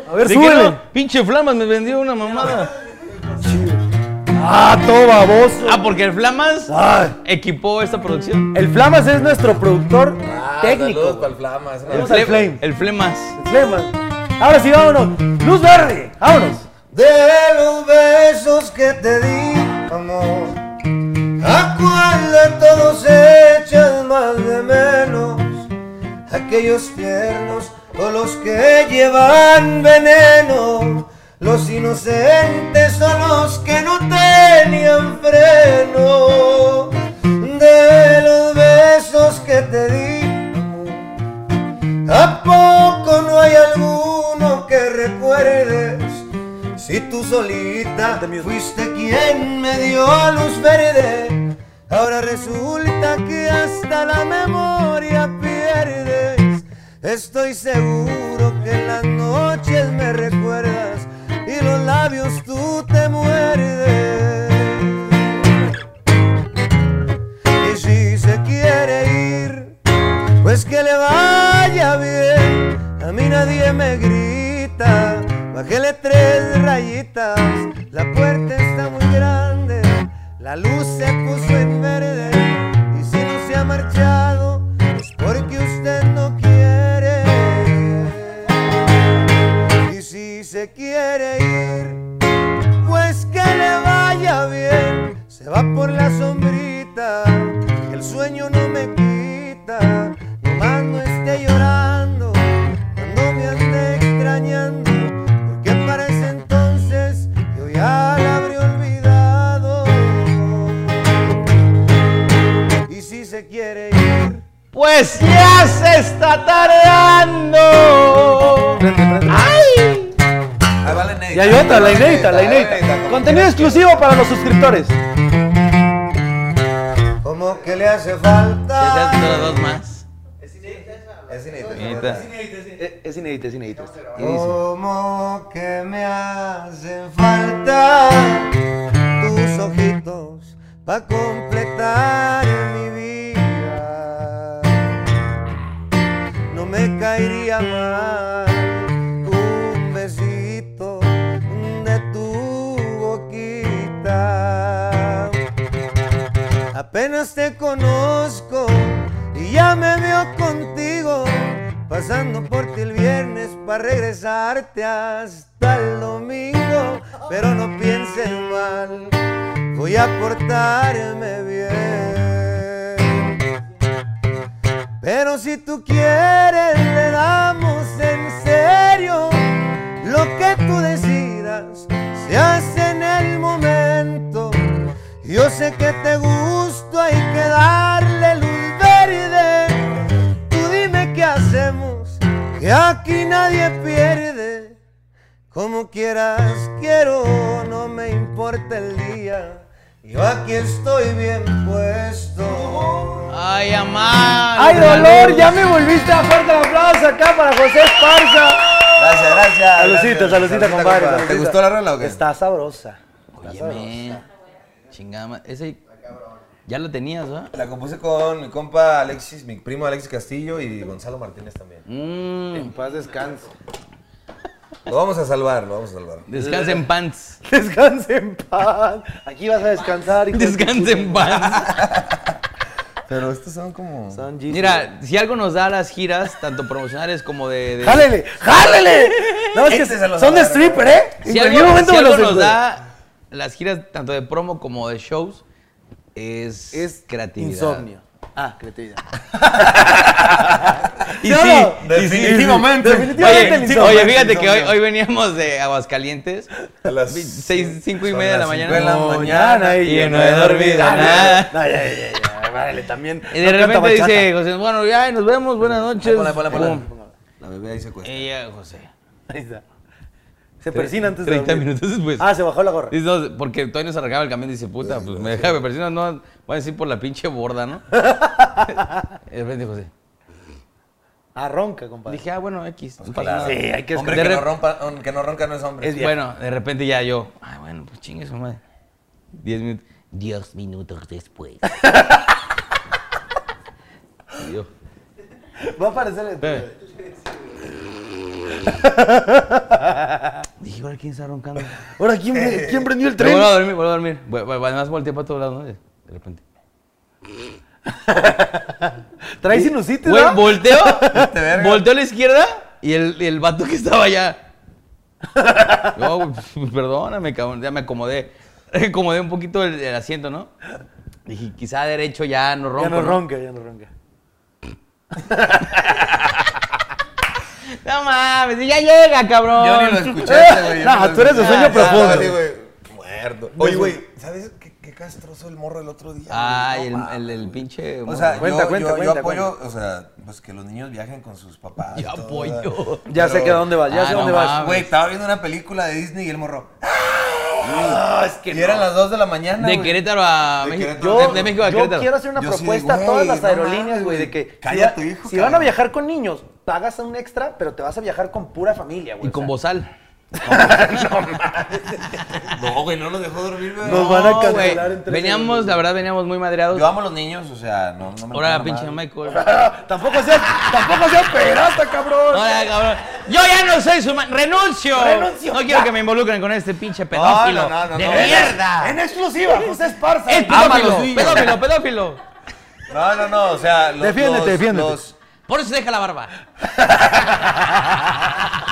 Speaker 1: A ver,
Speaker 2: ¿De qué
Speaker 1: súbele.
Speaker 2: no? Pinche Flamas me vendió una mamada.
Speaker 1: Ah, todo baboso.
Speaker 2: Ah, porque el Flamas
Speaker 1: Ah,
Speaker 2: equipó esta producción.
Speaker 1: el Flamas es nuestro productor técnico.
Speaker 3: Saludos
Speaker 1: güey.
Speaker 3: para el Flama. es una-
Speaker 1: Vamos al
Speaker 2: Fle-
Speaker 1: Flame.
Speaker 2: El Flemas.
Speaker 1: El Flamas. Ahora sí, vámonos. Luz verde, vámonos.
Speaker 3: De los besos que te di, amor, ¿a cuál de todos echas más de menos? Aquellos tiernos o los que llevan veneno, los inocentes o los que no tenían freno. De los besos que te di, amor, ¿A poco no hay alguno que recuerdes? Si tú solita fuiste quien me dio luz verde, ahora resulta que hasta la memoria pierdes.
Speaker 6: Estoy seguro que en las noches me recuerdas y los labios tú te muerdes. Y si se quiere ir, pues que le vaya bien. A mí nadie me grita, bájele tres rayitas. La puerta está muy grande, la luz se puso en verde. Y si no se ha marchado, es porque usted no quiere. Y si se quiere ir, pues que le vaya bien. Se va por la sombrita, que el sueño no me quita. Nomás no esté llorando, cuando me ande extrañando. Porque para ese entonces yo ya la habré olvidado. Y si se quiere ir,
Speaker 7: Pues ya se está tardando. ¡Ay!
Speaker 6: Ahí va la inédita.
Speaker 1: Y hay otra, la inédita, la
Speaker 6: inédita.
Speaker 1: inédita. Contenido exclusivo para los suscriptores.
Speaker 6: Como que le hace falta.
Speaker 2: Esas son las dos más.
Speaker 6: Es inédita.
Speaker 2: Neta.
Speaker 1: Eh, Es inédito, es inédito. Y dice,
Speaker 6: Como que me hacen falta tus ojitos para completar mi vida. No me caería mal un besito de tu boquita. Apenas te conozco y ya me veo contigo, pasando por ti el viernes para regresarte hasta el domingo. Pero no pienses mal, voy a portarme bien. Pero si tú quieres, le damos en serio lo que tú decidas. Se hace en el momento. Yo sé que te gusto, hay que darle luz verde. Tú dime qué hacemos, que aquí nadie pierde. Como quieras, quiero, no me importa el día. Yo aquí estoy bien puesto.
Speaker 2: ¡Ay, amar!
Speaker 1: ¡Ay, dolor! Ya me volviste a fuerte el aplauso acá para José Esparza.
Speaker 6: Gracias, gracias.
Speaker 1: Saludcita, saludcita, compadre.
Speaker 6: ¿Te
Speaker 1: saludcita.
Speaker 6: gustó la rola o qué?
Speaker 1: Está sabrosa. Está
Speaker 2: Óyeme. Chingada ma- Ese. Ya lo tenías, ¿va?
Speaker 6: La compuse con mi compa Alexis, mi primo Alexis Castillo y Gonzalo Martínez también.
Speaker 1: sabrosa.
Speaker 2: Mm.
Speaker 1: En paz descanso.
Speaker 6: Lo vamos a salvar, lo vamos a salvar.
Speaker 2: Descansa en pants.
Speaker 1: [laughs] Descanse en paz. Aquí vas a descansar. hijo de tu
Speaker 2: Descansa en pants.
Speaker 6: Pero estos son como...
Speaker 1: Son G's.
Speaker 2: Mira, si algo nos da las giras, tanto promocionales como de. de-
Speaker 1: ¡Jálele! ¡Jálele! No, es que
Speaker 6: Este se lo
Speaker 1: son de
Speaker 6: sacaron.
Speaker 1: stripper, ¿eh? [laughs]
Speaker 2: Si
Speaker 1: en
Speaker 2: algo,
Speaker 1: cualquier momento
Speaker 2: si
Speaker 1: me
Speaker 2: algo
Speaker 1: los
Speaker 2: nos
Speaker 1: encuentro.
Speaker 2: da las giras tanto de promo como de shows, es,
Speaker 1: Es
Speaker 2: creatividad.
Speaker 1: Insomnio. Ah, creatividad.
Speaker 2: [laughs] Y
Speaker 1: No,
Speaker 2: sí,
Speaker 1: no,
Speaker 2: y sí.
Speaker 1: definitivamente. Definitivamente el
Speaker 2: Oye, sí,
Speaker 1: insomnio.
Speaker 2: oye, fíjate que hoy, hoy veníamos de Aguascalientes,
Speaker 6: A las
Speaker 2: seis, cinco y
Speaker 6: son
Speaker 2: media de la
Speaker 6: las
Speaker 2: mañana.
Speaker 6: cinco de la
Speaker 1: No,
Speaker 6: mañana
Speaker 1: ya,
Speaker 2: y
Speaker 1: ya,
Speaker 2: no
Speaker 1: ya,
Speaker 2: he
Speaker 1: ya,
Speaker 2: dormido
Speaker 1: ya, [laughs] ya,
Speaker 2: nada.
Speaker 1: ya, ya, ya, ya, várale, también.
Speaker 2: Y
Speaker 1: No
Speaker 2: de
Speaker 1: canta
Speaker 2: repente
Speaker 1: bachata.
Speaker 2: dice José, bueno, ya nos vemos, buenas noches.
Speaker 6: Ponla, ponla, ponla. Eh,
Speaker 2: Pum.
Speaker 6: La bebé ahí se cuesta.
Speaker 2: Y llega José.
Speaker 1: Ahí está. Se persina antes de
Speaker 2: 30
Speaker 1: dormir.
Speaker 2: minutos después.
Speaker 1: Ah, se bajó la gorra.
Speaker 2: Dice, no, porque todavía no se arrancaba el camión, dice, puta, pues me deja, me persino, no, voy a decir por la pinche borda, ¿no? [laughs] y de repente José.
Speaker 1: Ah, ronca, compadre.
Speaker 2: Dije, ah, bueno, X.
Speaker 3: Pues
Speaker 2: no pasa
Speaker 6: Claro.
Speaker 2: nada.
Speaker 1: Sí, hay que
Speaker 6: Hombre
Speaker 2: de
Speaker 6: que no,
Speaker 2: rep-
Speaker 6: rompa, que no ronca no es hombre.
Speaker 1: Es vieja.
Speaker 2: Bueno, de repente ya yo, ay, bueno, pues chingue su madre. Diez minutos.
Speaker 8: Diez minutos
Speaker 2: [laughs]
Speaker 8: después.
Speaker 2: Y yo,
Speaker 1: Va a aparecer el...
Speaker 2: espérame. Dije, ahora quién está roncando.
Speaker 1: Ahora, ¿quién,
Speaker 3: [laughs]
Speaker 1: ¿quién prendió el
Speaker 2: Pero
Speaker 1: tren?
Speaker 2: vuelvo a dormir, vuelvo a dormir. Vu- vu- Además volteé para todos lados, ¿no? De repente.
Speaker 1: Trae sinusitis,
Speaker 2: Güey,
Speaker 1: ¿no?
Speaker 2: volteo,
Speaker 6: Este verga.
Speaker 2: volteo a la izquierda y el, el vato que estaba allá. Yo, güey, pues, perdóname, cabrón, ya me acomodé. [laughs] Acomodé un poquito el, el asiento, ¿no? Dije, quizá derecho ya no ronco.
Speaker 1: ya no
Speaker 2: ¿no?
Speaker 1: ronca, ya no ronca.
Speaker 2: No mames, ya llega, cabrón.
Speaker 6: Yo ni lo escuchaste, güey. yo
Speaker 1: Nah,
Speaker 6: ni lo
Speaker 1: tú eres de
Speaker 6: escuché.
Speaker 1: sueño
Speaker 6: Ah,
Speaker 1: profundo.
Speaker 6: sí, güey. Muerto. Oye, güey, ¿sabes qué, qué castroso el morro el otro día?
Speaker 2: [laughs] Ay,
Speaker 6: güey?
Speaker 2: el,
Speaker 6: No, mames.
Speaker 2: el, el pinche.
Speaker 6: O sea,
Speaker 1: Cuenta,
Speaker 6: yo,
Speaker 1: cuenta,
Speaker 6: yo, yo
Speaker 1: cuenta,
Speaker 6: apoyo, o sea, pues que los niños viajen con sus papás. y
Speaker 2: Yo
Speaker 6: todo,
Speaker 2: apoyo.
Speaker 1: Ya sé que a dónde vas, ya
Speaker 2: Ah,
Speaker 1: sé a
Speaker 2: no
Speaker 1: dónde vas.
Speaker 2: mames.
Speaker 6: Güey, estaba viendo una película de Disney y el morro.
Speaker 1: Ah, es que
Speaker 3: Y eran las 2 de la mañana.
Speaker 2: De
Speaker 3: güey.
Speaker 2: Querétaro a
Speaker 3: De
Speaker 2: México.
Speaker 3: Querétaro.
Speaker 2: de, de México a
Speaker 1: yo
Speaker 2: Querétaro.
Speaker 1: quiero hacer una
Speaker 3: Yo sí de,
Speaker 1: propuesta a
Speaker 3: güey,
Speaker 1: todas las
Speaker 3: no
Speaker 1: aerolíneas,
Speaker 3: mames,
Speaker 1: güey, de
Speaker 3: güey.
Speaker 1: que
Speaker 3: Calla
Speaker 1: si va-
Speaker 3: a tu hijo,
Speaker 1: si van a
Speaker 3: cabrón.
Speaker 1: viajar con niños, pagas un extra, pero te vas a viajar con pura familia, güey.
Speaker 2: Y
Speaker 1: o
Speaker 2: con
Speaker 1: sea.
Speaker 2: Bozal.
Speaker 3: No, güey, no nos dejó dormir, güey.
Speaker 1: Nos van a
Speaker 2: No, güey.
Speaker 1: cancelar entre
Speaker 2: Veníamos, la verdad, veníamos muy madreados.
Speaker 3: Yo amo a los niños, o sea, no, no me
Speaker 2: Ahora
Speaker 3: no
Speaker 2: la
Speaker 3: me-
Speaker 2: pinche Michael.
Speaker 1: Ah, tampoco seas, tampoco seas perata, cabrón.
Speaker 2: Ahora, cabrón. Yo ya no soy su ma- ¡Renuncio!
Speaker 1: Renuncio.
Speaker 2: No quiero que me involucren con este pinche pedófilo.
Speaker 3: no, no,
Speaker 2: ¡De
Speaker 3: no.
Speaker 2: mierda!
Speaker 1: En exclusiva, José Esparza.
Speaker 2: ¡Es
Speaker 3: Ámalo,
Speaker 2: pedófilo!
Speaker 3: sí.
Speaker 2: ¡Pedófilo, pedófilo!
Speaker 3: No, no, no, o sea, los,
Speaker 1: Defiéndete,
Speaker 3: los-
Speaker 1: defiéndete.
Speaker 3: los-
Speaker 2: Por eso se deja la barba.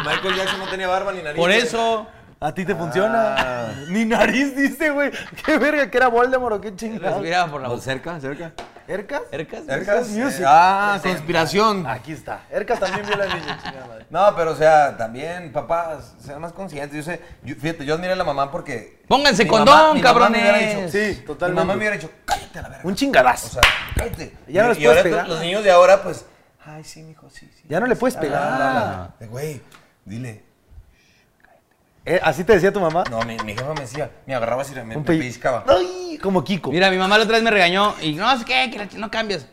Speaker 3: Michael Jackson no tenía barba ni nariz.
Speaker 2: Por
Speaker 3: güey.
Speaker 2: eso.
Speaker 1: A ti te
Speaker 2: Ah.
Speaker 1: funciona. Ni nariz dice, güey. Qué verga, que era Voldemort o qué chingada.
Speaker 2: Respiraba por la boca.
Speaker 3: Cerca, cerca.
Speaker 1: ¿Ercas?
Speaker 2: ¿Ercas?
Speaker 3: Cercas.
Speaker 1: Music.
Speaker 3: eh, ah,
Speaker 2: Este,
Speaker 3: conspiración.
Speaker 1: Aquí está. Ercas también viola a [laughs] niños, chingada madre.
Speaker 3: No, pero o sea, también, papás, sean más conscientes. Yo sé, yo- fíjate, yo admiré a la mamá porque.
Speaker 2: Pónganse
Speaker 3: mi
Speaker 2: condón,
Speaker 3: mamá- mi mamá
Speaker 2: cabrones.
Speaker 3: me hubiera dicho-
Speaker 1: Sí, totalmente.
Speaker 3: Mi mamá me hubiera dicho, cállate a la verga.
Speaker 1: Un chingadazo.
Speaker 3: O sea, cállate.
Speaker 1: Ya no
Speaker 3: Y-
Speaker 1: les
Speaker 3: y
Speaker 1: puedes
Speaker 3: ahora
Speaker 1: pegar.
Speaker 3: tú- Los niños de ahora, pues. Ay, sí, mijo, sí, sí.
Speaker 1: ya Ah, no le puedes pegar.
Speaker 2: Ah.
Speaker 3: De güey, dile.
Speaker 1: Eh, ¿Así te decía tu mamá?
Speaker 3: No, mi, mi jefa me decía, me agarraba así, me, me
Speaker 1: Un pe-
Speaker 3: pellizcaba.
Speaker 1: Ay, como Kiko.
Speaker 2: Mira, mi mamá la otra vez me regañó y no sé qué, que la ch- no cambias.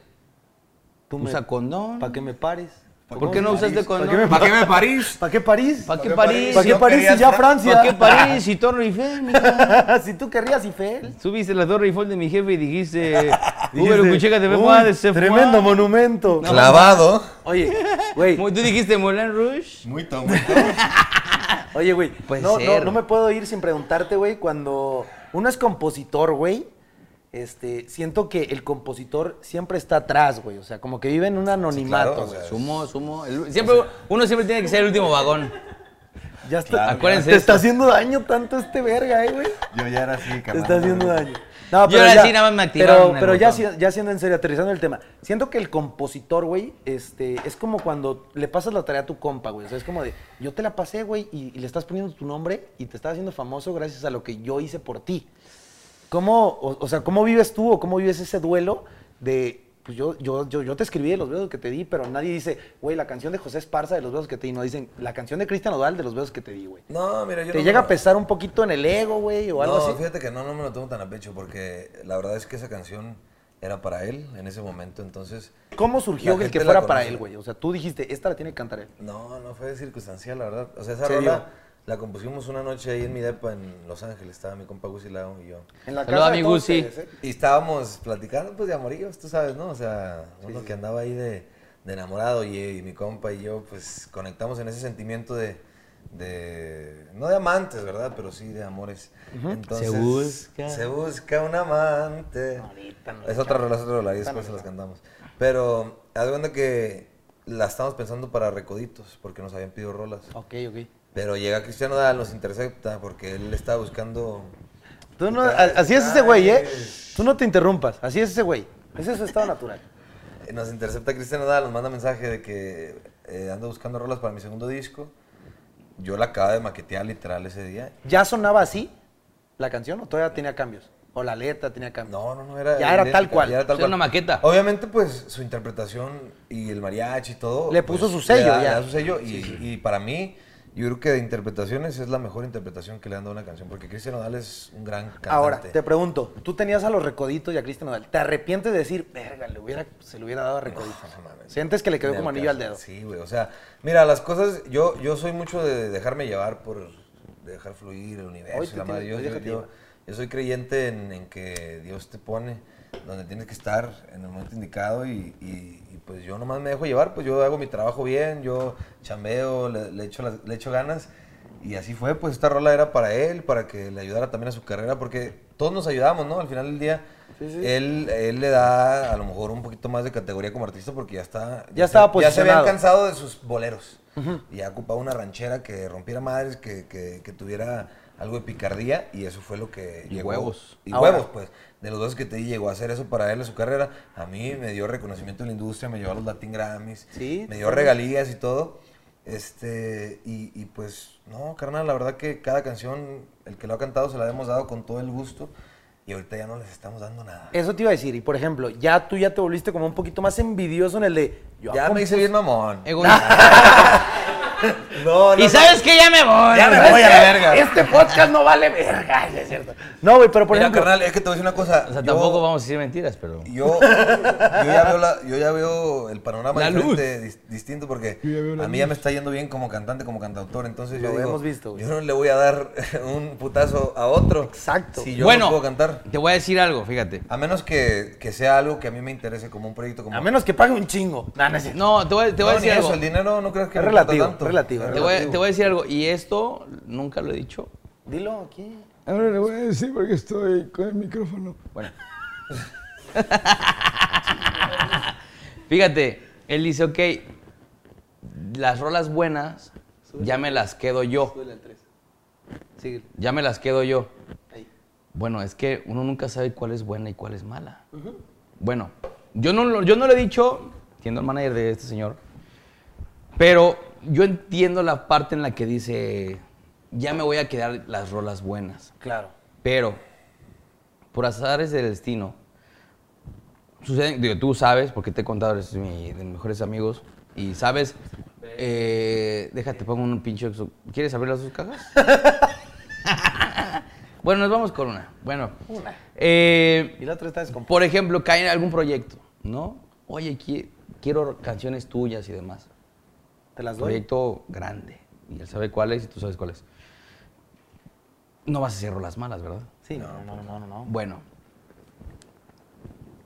Speaker 1: Tú me-
Speaker 2: Usa condón.
Speaker 1: ¿Para qué me pares?
Speaker 2: ¿Por qué no usaste
Speaker 1: ¿Para
Speaker 2: condón?
Speaker 1: qué me
Speaker 3: ¿Para qué
Speaker 1: [laughs]
Speaker 3: me parís?
Speaker 1: ¿Para qué París?
Speaker 2: ¿Para qué París?
Speaker 1: ¿Para qué
Speaker 3: no
Speaker 1: París si
Speaker 3: querías
Speaker 1: ya
Speaker 3: Fran-
Speaker 1: Francia? Ah,
Speaker 2: ¿Por qué
Speaker 1: [laughs]
Speaker 2: París y Torre Eiffel? mija?
Speaker 1: si tú querrías, Ifel.
Speaker 2: Subiste la Torre Eiffel de mi jefe y dijiste,
Speaker 1: Dijiste,
Speaker 2: Uber Cuchega de
Speaker 1: "Uy,
Speaker 2: Bemba ah, de Sefua".
Speaker 1: Tremendo monumento.
Speaker 2: No.
Speaker 3: Clavado.
Speaker 1: Oye, güey.
Speaker 2: Como Tú dijiste Moulin Rouge.
Speaker 3: Muy tomo.
Speaker 1: Oye, güey,
Speaker 2: Puede
Speaker 1: no, no,
Speaker 2: ser.
Speaker 1: no me puedo ir sin preguntarte, güey, cuando uno es compositor, güey, este, siento que el compositor siempre está atrás, güey, o sea, como que vive en un anonimato,
Speaker 3: claro, o
Speaker 1: güey.
Speaker 3: sea,
Speaker 2: Sumo, sumo. el- siempre, uno siempre tiene que ser el último
Speaker 3: [laughs]
Speaker 2: vagón.
Speaker 1: ya está,
Speaker 3: claro.
Speaker 2: Acuérdense
Speaker 1: te
Speaker 2: de
Speaker 1: está
Speaker 2: esto.
Speaker 1: haciendo daño tanto este verga, eh, güey.
Speaker 3: Yo ya era así,
Speaker 1: Te
Speaker 3: cabrón.
Speaker 1: está haciendo daño. No,
Speaker 2: Yo ahora sí nada más me activaron
Speaker 1: pero,
Speaker 2: el
Speaker 1: pero ya,
Speaker 2: botón.
Speaker 1: si- ya siendo en serio, aterrizando el tema, siento que el compositor, güey, este, es como cuando le pasas la tarea a tu compa, güey. O sea, es como de, yo te la pasé, güey, y, y le estás poniendo tu nombre y te estás haciendo famoso gracias a lo que yo hice por ti. ¿Cómo, o, o sea, cómo vives tú o cómo vives ese duelo de, pues yo, yo, yo, yo te escribí de los besos que te di, pero nadie dice, güey, la canción de José Esparza de los besos que te di, no dicen, la canción de Cristian Odal de los besos que te di, güey.
Speaker 3: No, mira, yo
Speaker 1: ¿Te
Speaker 3: no
Speaker 1: llega
Speaker 3: me-
Speaker 1: a pesar un poquito en el ego, güey, o algo
Speaker 3: no,
Speaker 1: así?
Speaker 3: fíjate que no, no me lo tomo tan a pecho porque la verdad es que esa canción era para él en ese momento, entonces...
Speaker 1: ¿Cómo surgió
Speaker 3: La
Speaker 1: que el que
Speaker 3: gente la
Speaker 1: fuera para
Speaker 3: conoce.
Speaker 1: él, güey? O sea, tú dijiste, esta la tiene que cantar él.
Speaker 3: No, no fue circunstancial, la verdad. O sea, esa
Speaker 1: Se dio.
Speaker 3: rola la compusimos una noche ahí en mi depa en Los Ángeles, estaba mi compa Gusi Lao y yo.
Speaker 1: En la
Speaker 2: Saluda
Speaker 1: casa
Speaker 2: a
Speaker 1: de
Speaker 2: mi
Speaker 1: todos
Speaker 2: Gusi.
Speaker 1: ustedes, ¿eh?
Speaker 3: Y estábamos platicando, pues, de amoríos, tú sabes, ¿no? O sea, uno que andaba ahí de, de enamorado y, y mi compa y yo, pues, conectamos en ese sentimiento de... de- no de amantes, ¿verdad? Pero sí de amores. Entonces,
Speaker 2: Se busca.
Speaker 3: Se busca un amante. es otra rola, es otra rola, y después se las cantamos. Pero, haz de cuenta que la estábamos pensando para Recoditos, porque nos habían pedido rolas.
Speaker 1: Ok, ok.
Speaker 3: Pero llega Cristiano Dal, nos intercepta, porque él estaba buscando...
Speaker 1: Tú no, a- así es ese güey, ¿eh? Tú no te interrumpas. Así es ese güey. Ese es su estado natural.
Speaker 3: Eh, Nos intercepta Cristiano Dal, nos manda mensaje de que eh, ando buscando rolas para mi segundo disco. Yo la acabo de maquetear literal ese día.
Speaker 1: ¿Ya sonaba así la canción o todavía tenía cambios? ¿O la letra tenía cambios?
Speaker 3: No, no, no era.
Speaker 1: Ya era tal cual,
Speaker 3: ya era
Speaker 2: o sea, una maqueta.
Speaker 3: Obviamente, pues su interpretación y el mariachi y todo.
Speaker 1: Le puso
Speaker 3: pues,
Speaker 1: su sello,
Speaker 3: da-
Speaker 1: ya.
Speaker 3: da su sello y, y para mí, yo creo que de interpretaciones es la mejor interpretación que le han dado a una canción. Porque Cristiano Dal es un gran cantante.
Speaker 1: Ahora, te pregunto, tú tenías a los recoditos y a Cristian Nodal. ¿Te arrepientes de decir, verga, le hubiera, se le hubiera dado a recoditos?
Speaker 3: No, no mames.
Speaker 1: Sientes que le quedó
Speaker 3: Ni
Speaker 1: como
Speaker 3: al
Speaker 1: anillo al
Speaker 3: caso.
Speaker 1: dedo.
Speaker 3: Sí, güey. O sea, mira, las cosas, yo, yo soy mucho de dejarme llevar por de dejar fluir el
Speaker 1: Hoy
Speaker 3: universo,
Speaker 1: te
Speaker 3: la madre.
Speaker 1: tienes-
Speaker 3: Yo,
Speaker 1: hoy
Speaker 3: yo-
Speaker 1: déjate
Speaker 3: yo-
Speaker 1: llevar.
Speaker 3: yo soy creyente en, en que Dios te pone donde tienes que estar en el momento indicado y, y- y, pues yo nomás me dejo llevar, pues yo hago mi trabajo bien, yo chambeo, le, le echo, las- le echo ganas. Y así fue, pues esta rola era para él, para que le ayudara también a su carrera, porque todos nos ayudamos, ¿no? Al final del día, Él, él le da a lo mejor un poquito más de categoría como artista porque ya está
Speaker 1: Ya estaba
Speaker 3: se- Ya se habían
Speaker 1: posicionado.
Speaker 3: cansado de sus boleros. Y ya ocupaba una ranchera que rompiera madres, que, que- que tuviera algo de picardía. Y eso fue lo que.
Speaker 2: Y huevos.
Speaker 3: Y
Speaker 1: Ahora.
Speaker 3: huevos, pues. De los dos que te di, llegó a hacer eso para él en su carrera. A mí me dio reconocimiento en la industria, me llevó a los Latin Grammys.
Speaker 1: Sí,
Speaker 3: Me dio regalías y todo. Este, y, y pues, no, carnal, la verdad que cada canción, el que lo ha cantado, se la hemos dado con todo el gusto. Y ahorita ya no les estamos dando nada.
Speaker 1: Eso te iba a decir. Y, por ejemplo, ya tú ya te volviste como un poquito más envidioso en el de... yo Eh,
Speaker 2: [laughs]
Speaker 3: ya me hice bien mamón.
Speaker 2: Egoísta.
Speaker 3: No,
Speaker 2: Y sabes que ya me voy.
Speaker 3: Ya me
Speaker 2: ¿verdad?
Speaker 3: voy a la verga.
Speaker 1: Este podcast no vale verga, sí es cierto. No, güey, pero por
Speaker 3: Mira,
Speaker 1: ejemplo.
Speaker 3: carnal, es que te voy a decir una cosa.
Speaker 2: O sea,
Speaker 3: Yo-
Speaker 2: tampoco vamos a decir mentiras, pero.
Speaker 3: Yo, yo, ya veo la- yo ya veo el panorama
Speaker 2: La luz.
Speaker 3: diferente, dis- distinto, porque a mí ya me está yendo bien como cantante, como cantautor. Entonces
Speaker 1: Lo
Speaker 3: yo digo,
Speaker 1: hemos visto, güey.
Speaker 3: yo no le voy a dar [laughs] un putazo a otro.
Speaker 1: Exacto.
Speaker 3: Si yo
Speaker 2: bueno,
Speaker 3: no puedo cantar.
Speaker 2: te voy a decir algo, fíjate.
Speaker 3: A menos que, que sea algo que a mí me interese, como un proyecto como...
Speaker 1: A menos que pague un chingo. No, no es cierto.
Speaker 2: No, te voy, a- te
Speaker 3: No,
Speaker 2: voy a
Speaker 3: ni
Speaker 2: decir
Speaker 3: eso,
Speaker 2: algo.
Speaker 3: el dinero no creo que
Speaker 1: Es
Speaker 3: me importa
Speaker 1: relativo,
Speaker 3: tanto.
Speaker 1: es relativo,
Speaker 3: Es
Speaker 2: Te voy, a- te voy a decir algo. Y esto nunca lo he dicho.
Speaker 1: Dilo aquí.
Speaker 9: Ahora le voy a decir porque estoy con el micrófono.
Speaker 2: Bueno. Fíjate, él dice, ok, las rolas buenas ya me las quedo yo.
Speaker 1: Súbele al 3. Síguele.
Speaker 2: Ya me las quedo yo.
Speaker 1: Ahí.
Speaker 2: Bueno, es que uno nunca sabe cuál es buena y cuál es mala. Bueno, yo no, lo- yo no lo he dicho, siendo el manager de este señor, pero yo entiendo la parte en la que dice, ya me voy a quedar las rolas buenas.
Speaker 1: Claro.
Speaker 2: Pero, por azares del destino, suceden, digo, tú sabes, porque te he contado, eres mi- de mis mejores amigos, y sabes, eh, déjate, pongo un pinche exo- ¿Quieres abrir las dos cajas?
Speaker 1: [laughs]
Speaker 2: bueno, nos vamos con una. Bueno.
Speaker 1: Una.
Speaker 2: eh,
Speaker 1: Y la otra está descompuesta.
Speaker 2: por ejemplo, cae en algún proyecto, ¿no? Oye, qui- quiero canciones tuyas y demás
Speaker 1: Te las doy.
Speaker 2: proyecto grande. Y él sabe cuál es y tú sabes cuál es. No vas a hacer rolas malas, ¿verdad?
Speaker 1: Sí, no, no, no, no. no.
Speaker 2: Bueno.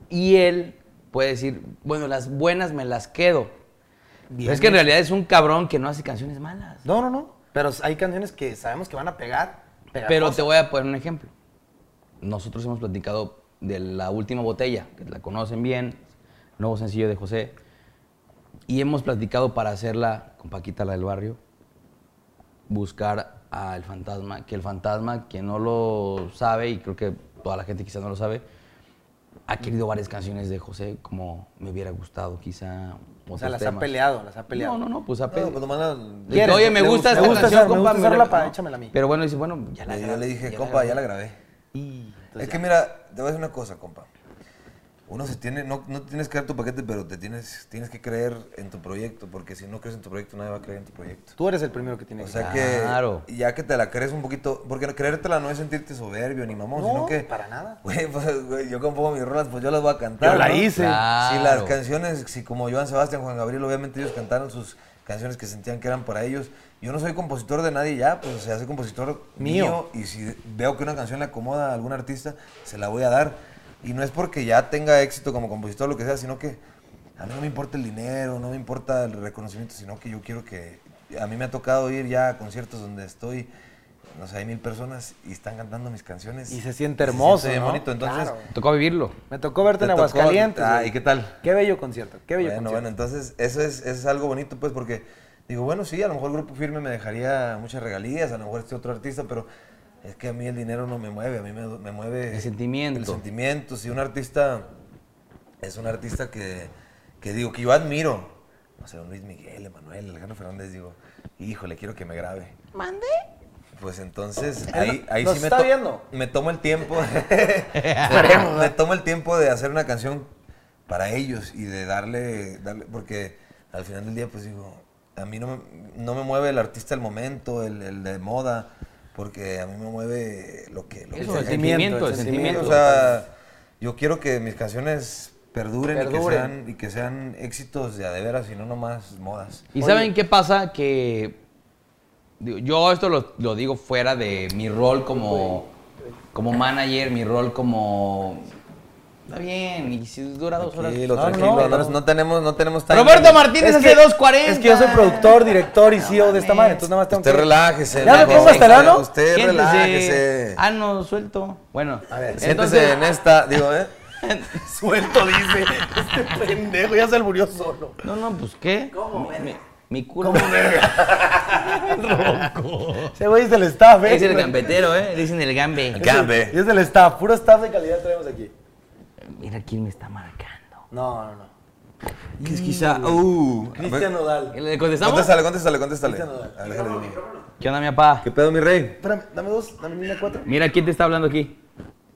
Speaker 2: Y él puede decir, bueno, las buenas me las quedo. Pero es que en realidad es un cabrón que no hace canciones malas.
Speaker 1: No, no, no. Pero hay canciones que sabemos que van a pegar.
Speaker 2: Pero te voy a poner un ejemplo. Nosotros hemos platicado de la última botella, que la conocen bien, nuevo sencillo de José. Y hemos platicado para hacerla con Paquita, la del barrio, buscar al fantasma, que el fantasma, que no lo sabe, y creo que toda la gente quizás no lo sabe, ha querido varias canciones de José como me hubiera gustado, quizá.
Speaker 1: O sea,
Speaker 2: otros
Speaker 1: las ha
Speaker 2: temas.
Speaker 1: peleado, las ha peleado.
Speaker 2: No, no, no, pues ha
Speaker 3: No, pues
Speaker 2: peleado.
Speaker 3: nomás
Speaker 2: De
Speaker 3: la-
Speaker 2: que,
Speaker 1: ¿Quieres?
Speaker 2: Oye, me
Speaker 1: ¿Le
Speaker 2: gusta
Speaker 1: gusta?
Speaker 2: esta
Speaker 1: Me gusta
Speaker 2: canción,
Speaker 1: esa- me
Speaker 2: compa.
Speaker 1: gusta esa
Speaker 2: la-
Speaker 1: rola, pa,
Speaker 2: no.
Speaker 1: échamela a mí.
Speaker 2: Pero bueno, dice, bueno, ya la
Speaker 3: Yo
Speaker 2: grabé,
Speaker 3: le dije,
Speaker 2: ya
Speaker 3: compa, ya la
Speaker 2: grabé".
Speaker 3: grabé.
Speaker 1: Y, entonces
Speaker 3: Es
Speaker 1: ya.
Speaker 3: que mira, te voy a decir una cosa, compa. Uno se tiene, no, no tienes que dar tu paquete, pero te tienes, tienes que creer en tu proyecto, porque si no crees en tu proyecto, nadie va a creer en tu proyecto.
Speaker 1: Tú eres el primero que tiene
Speaker 3: O
Speaker 1: que
Speaker 3: sea
Speaker 2: Claro.
Speaker 3: que ya que te la crees un poquito, porque creértela no es sentirte soberbio ni mamón,
Speaker 1: No,
Speaker 3: sino que...
Speaker 1: para nada.
Speaker 3: [laughs] Güey, pues, güey, yo compongo mis rolas, pues yo las voy a cantar.
Speaker 1: Yo la
Speaker 3: ¿no?
Speaker 1: hice.
Speaker 2: Claro.
Speaker 3: Si las canciones, si como Joan Sebastián, Juan Gabriel, obviamente ellos cantaron sus canciones que sentían que eran para ellos. Yo no soy compositor de nadie ya, pues o sea, soy compositor
Speaker 1: Mío.
Speaker 3: mío. Y si veo que una canción le acomoda a algún artista, se la voy a dar. Y no es porque ya tenga éxito como compositor o lo que sea, sino que a mí no me importa el dinero, no me importa el reconocimiento, sino que yo quiero que... A mí me ha tocado ir ya a conciertos donde estoy, no sé, hay mil personas y están cantando mis canciones.
Speaker 1: Y se siente hermoso,
Speaker 3: bien
Speaker 1: ¿no?
Speaker 3: bonito. Entonces,
Speaker 1: Claro.
Speaker 2: Tocó vivirlo.
Speaker 1: Me tocó verte
Speaker 3: Te
Speaker 1: en
Speaker 3: tocó-
Speaker 1: Aguascalientes.
Speaker 3: Ah,
Speaker 1: güey.
Speaker 3: ¿y qué tal?
Speaker 1: Qué bello concierto, qué bello
Speaker 3: Bueno, bueno,
Speaker 1: concierto.
Speaker 3: entonces eso es, eso es algo bonito, pues, porque digo, bueno, sí, a lo mejor Grupo Firme me dejaría muchas regalías, a lo mejor este otro artista, pero es que a mí el dinero no me mueve, a mí me, me mueve...
Speaker 2: El sentimiento.
Speaker 3: El sentimiento, si un artista es un artista que, que digo, que yo admiro, no sé, un Luis Miguel, Emanuel, Alejandro Fernández, digo, híjole, quiero que me grabe. ¿Mande? Pues entonces, ahí, ahí
Speaker 1: nos
Speaker 3: sí me,
Speaker 1: está
Speaker 3: to-
Speaker 1: viendo.
Speaker 3: me tomo el tiempo.
Speaker 2: [laughs]
Speaker 3: [laughs] me tomo el tiempo de hacer una canción para ellos y de darle, darle porque al final del día, pues digo, a mí no me, no me mueve el artista del momento, el, el de moda, porque a mí me mueve lo que... Lo que
Speaker 2: Eso,
Speaker 3: se
Speaker 2: el
Speaker 3: haga.
Speaker 2: sentimiento, el
Speaker 1: Sí,
Speaker 2: sentimiento.
Speaker 3: O sea, yo quiero que mis canciones perduren, Y, que
Speaker 1: Perduren.
Speaker 3: sean, y que sean éxitos de a de veras y no nomás modas.
Speaker 2: ¿Y saben qué pasa? Que digo, yo esto lo, lo digo fuera de mi rol como, como manager, mi rol como... Está bien, y si dura dos horas...
Speaker 3: Tranquilo,
Speaker 2: No,
Speaker 3: tranquilo,
Speaker 2: no,
Speaker 3: no, no tenemos, no tenemos time.
Speaker 2: Roberto Martínez
Speaker 1: Es que-
Speaker 2: hace 240.
Speaker 1: Es que yo soy productor, director y CEO de esta madre, entonces nada más tengo
Speaker 3: Usted
Speaker 1: que...
Speaker 3: relájese.
Speaker 1: ¿Ya me
Speaker 3: mejor.
Speaker 1: pongo hasta el ano?
Speaker 3: Usted
Speaker 2: Siéntese.
Speaker 3: relájese.
Speaker 2: Ah, no, suelto. Bueno,
Speaker 3: A ver, siéntese
Speaker 2: entonces,
Speaker 3: en esta, digo, ¿eh?
Speaker 1: Suelto, dice. Este pendejo ya se alburió solo.
Speaker 2: No, no, pues, ¿qué? Mi- Mi, mi culo. [laughs]
Speaker 1: Ese güey es del staff, ¿eh?
Speaker 2: Es el gambetero, ¿eh? Le dicen el gambe.
Speaker 3: Gambe.
Speaker 1: Es del staff, puro staff de calidad traemos aquí.
Speaker 2: Mira quién me está marcando.
Speaker 1: No, no, no.
Speaker 3: Que es
Speaker 2: Mm,
Speaker 3: quizá. Uh,
Speaker 1: Cristian Nodal.
Speaker 2: ¿Le contestamos?
Speaker 3: Contéstale, contéstale, contéstale.
Speaker 1: Cristian Nodal.
Speaker 3: A ver, déjale, dime.
Speaker 2: ¿Qué onda, mi papá?
Speaker 3: ¿Qué pedo, mi rey?
Speaker 1: Espérame, dame dos, dame línea cuatro.
Speaker 2: Mira quién te está hablando aquí.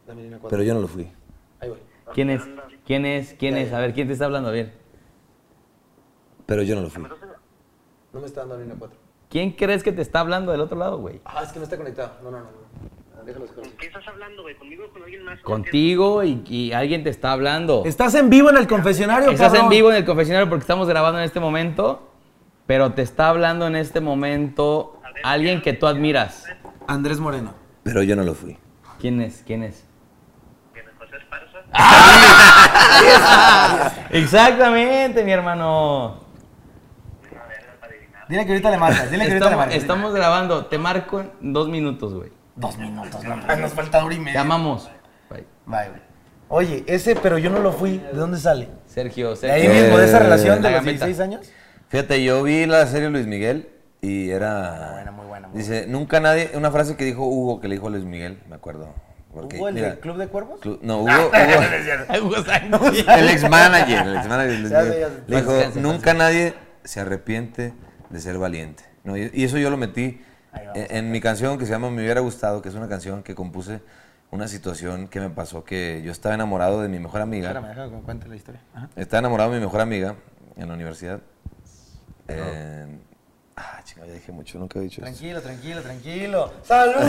Speaker 1: Dame línea cuatro.
Speaker 3: Pero yo no lo fui.
Speaker 1: Ahí voy.
Speaker 2: ¿Quién es? ¿Quién es? ¿Quién es? A ver, ¿quién te está hablando? A ver.
Speaker 3: Pero yo no lo fui.
Speaker 1: No me está dando línea cuatro.
Speaker 2: ¿Quién crees que te está hablando del otro lado, güey?
Speaker 1: Ah, es que no está conectado. No, no, no. no. Déjalo
Speaker 10: ¿Con qué estás hablando, güey? ¿Conmigo o con alguien más? No entiendo.
Speaker 2: Contigo y, y alguien te está hablando.
Speaker 1: Estás en vivo en el confesionario,
Speaker 2: Estás en
Speaker 1: cabrón.
Speaker 2: vivo en el confesionario porque estamos grabando en este momento, pero te está hablando en este momento alguien que tú admiras.
Speaker 1: Andrés Moreno.
Speaker 3: Pero yo no lo fui.
Speaker 2: ¿Quién es? ¿Quién
Speaker 1: [laughs]
Speaker 2: es?
Speaker 10: ¿Que me José Esparza?
Speaker 2: Exactamente, mi hermano.
Speaker 10: A ver, era para adivinar.
Speaker 1: Dile que ahorita le marcas, dile que ahorita le
Speaker 2: Estamos,
Speaker 1: marcas.
Speaker 2: estamos grabando. Te marco en dos minutos, güey.
Speaker 1: Dos minutos, no, nos falta hora y media.
Speaker 2: Te amamos. Bye.
Speaker 1: Bye, güey. Oye, ese, pero yo no lo fui. ¿De dónde sale?
Speaker 2: Sergio,
Speaker 1: ¿De
Speaker 2: Sergio.
Speaker 1: ahí mismo, de esa relación de
Speaker 2: la
Speaker 1: los
Speaker 2: gameta.
Speaker 1: 16 años?
Speaker 3: Fíjate, yo vi la serie Luis Miguel y era.
Speaker 1: buena, muy buena, muy
Speaker 3: dice, nunca nadie. Una frase que dijo Hugo que le dijo a Luis Miguel, me acuerdo. Porque,
Speaker 1: ¿Hubo el
Speaker 3: mira,
Speaker 1: del Club de Cuervos?
Speaker 3: Clu- no,
Speaker 1: [laughs]
Speaker 3: Hugo. Hugo el ex manager. El ex manager. Luis
Speaker 1: Ya sé,
Speaker 3: Miguel,
Speaker 1: ya sé.
Speaker 3: le dijo,
Speaker 2: Paz, descanse,
Speaker 3: nunca nadie se arrepiente de ser valiente. No, y y eso yo lo metí en, en mi canción que se llama Me hubiera gustado, que es una canción que compuse una situación que me pasó que yo estaba enamorado de mi mejor amiga.
Speaker 1: Espérame, déjame que me cuente la historia. Ajá.
Speaker 3: Estaba enamorado de mi mejor amiga en la universidad. Eh, ah, chingada, ya dije mucho, nunca he dicho eso.
Speaker 1: Tranquilo, tranquilo, tranquilo. ¡Salud!
Speaker 2: [laughs]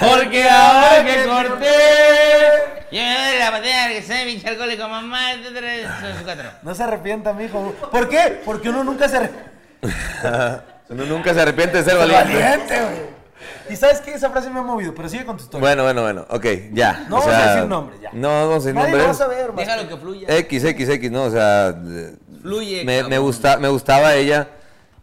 Speaker 2: Porque ahora que corté.
Speaker 4: Yo me doy la batalla que soy mi charcólico mamá, tres, cuatro.
Speaker 1: No se arrepienta, mijo. ¿Por qué? Porque uno nunca se arrepiente.
Speaker 3: Uno nunca se arrepiente de ser valiente.
Speaker 1: Valiente, güey. ¿Y sabes qué? Esa frase me ha movido, pero sigue con tu historia.
Speaker 3: Bueno, bueno, bueno, ok, ya.
Speaker 1: No
Speaker 3: o
Speaker 1: vamos a
Speaker 3: sea,
Speaker 1: decir nombres, ya.
Speaker 3: No vamos a decir
Speaker 1: Nadie lo va a
Speaker 3: nombres.
Speaker 1: saber, más
Speaker 2: Déjalo que fluya.
Speaker 3: X, X, X, no, o sea. eh,
Speaker 2: Fluye,
Speaker 3: Me, me,
Speaker 2: cabrón.
Speaker 3: gusta, me gustaba ella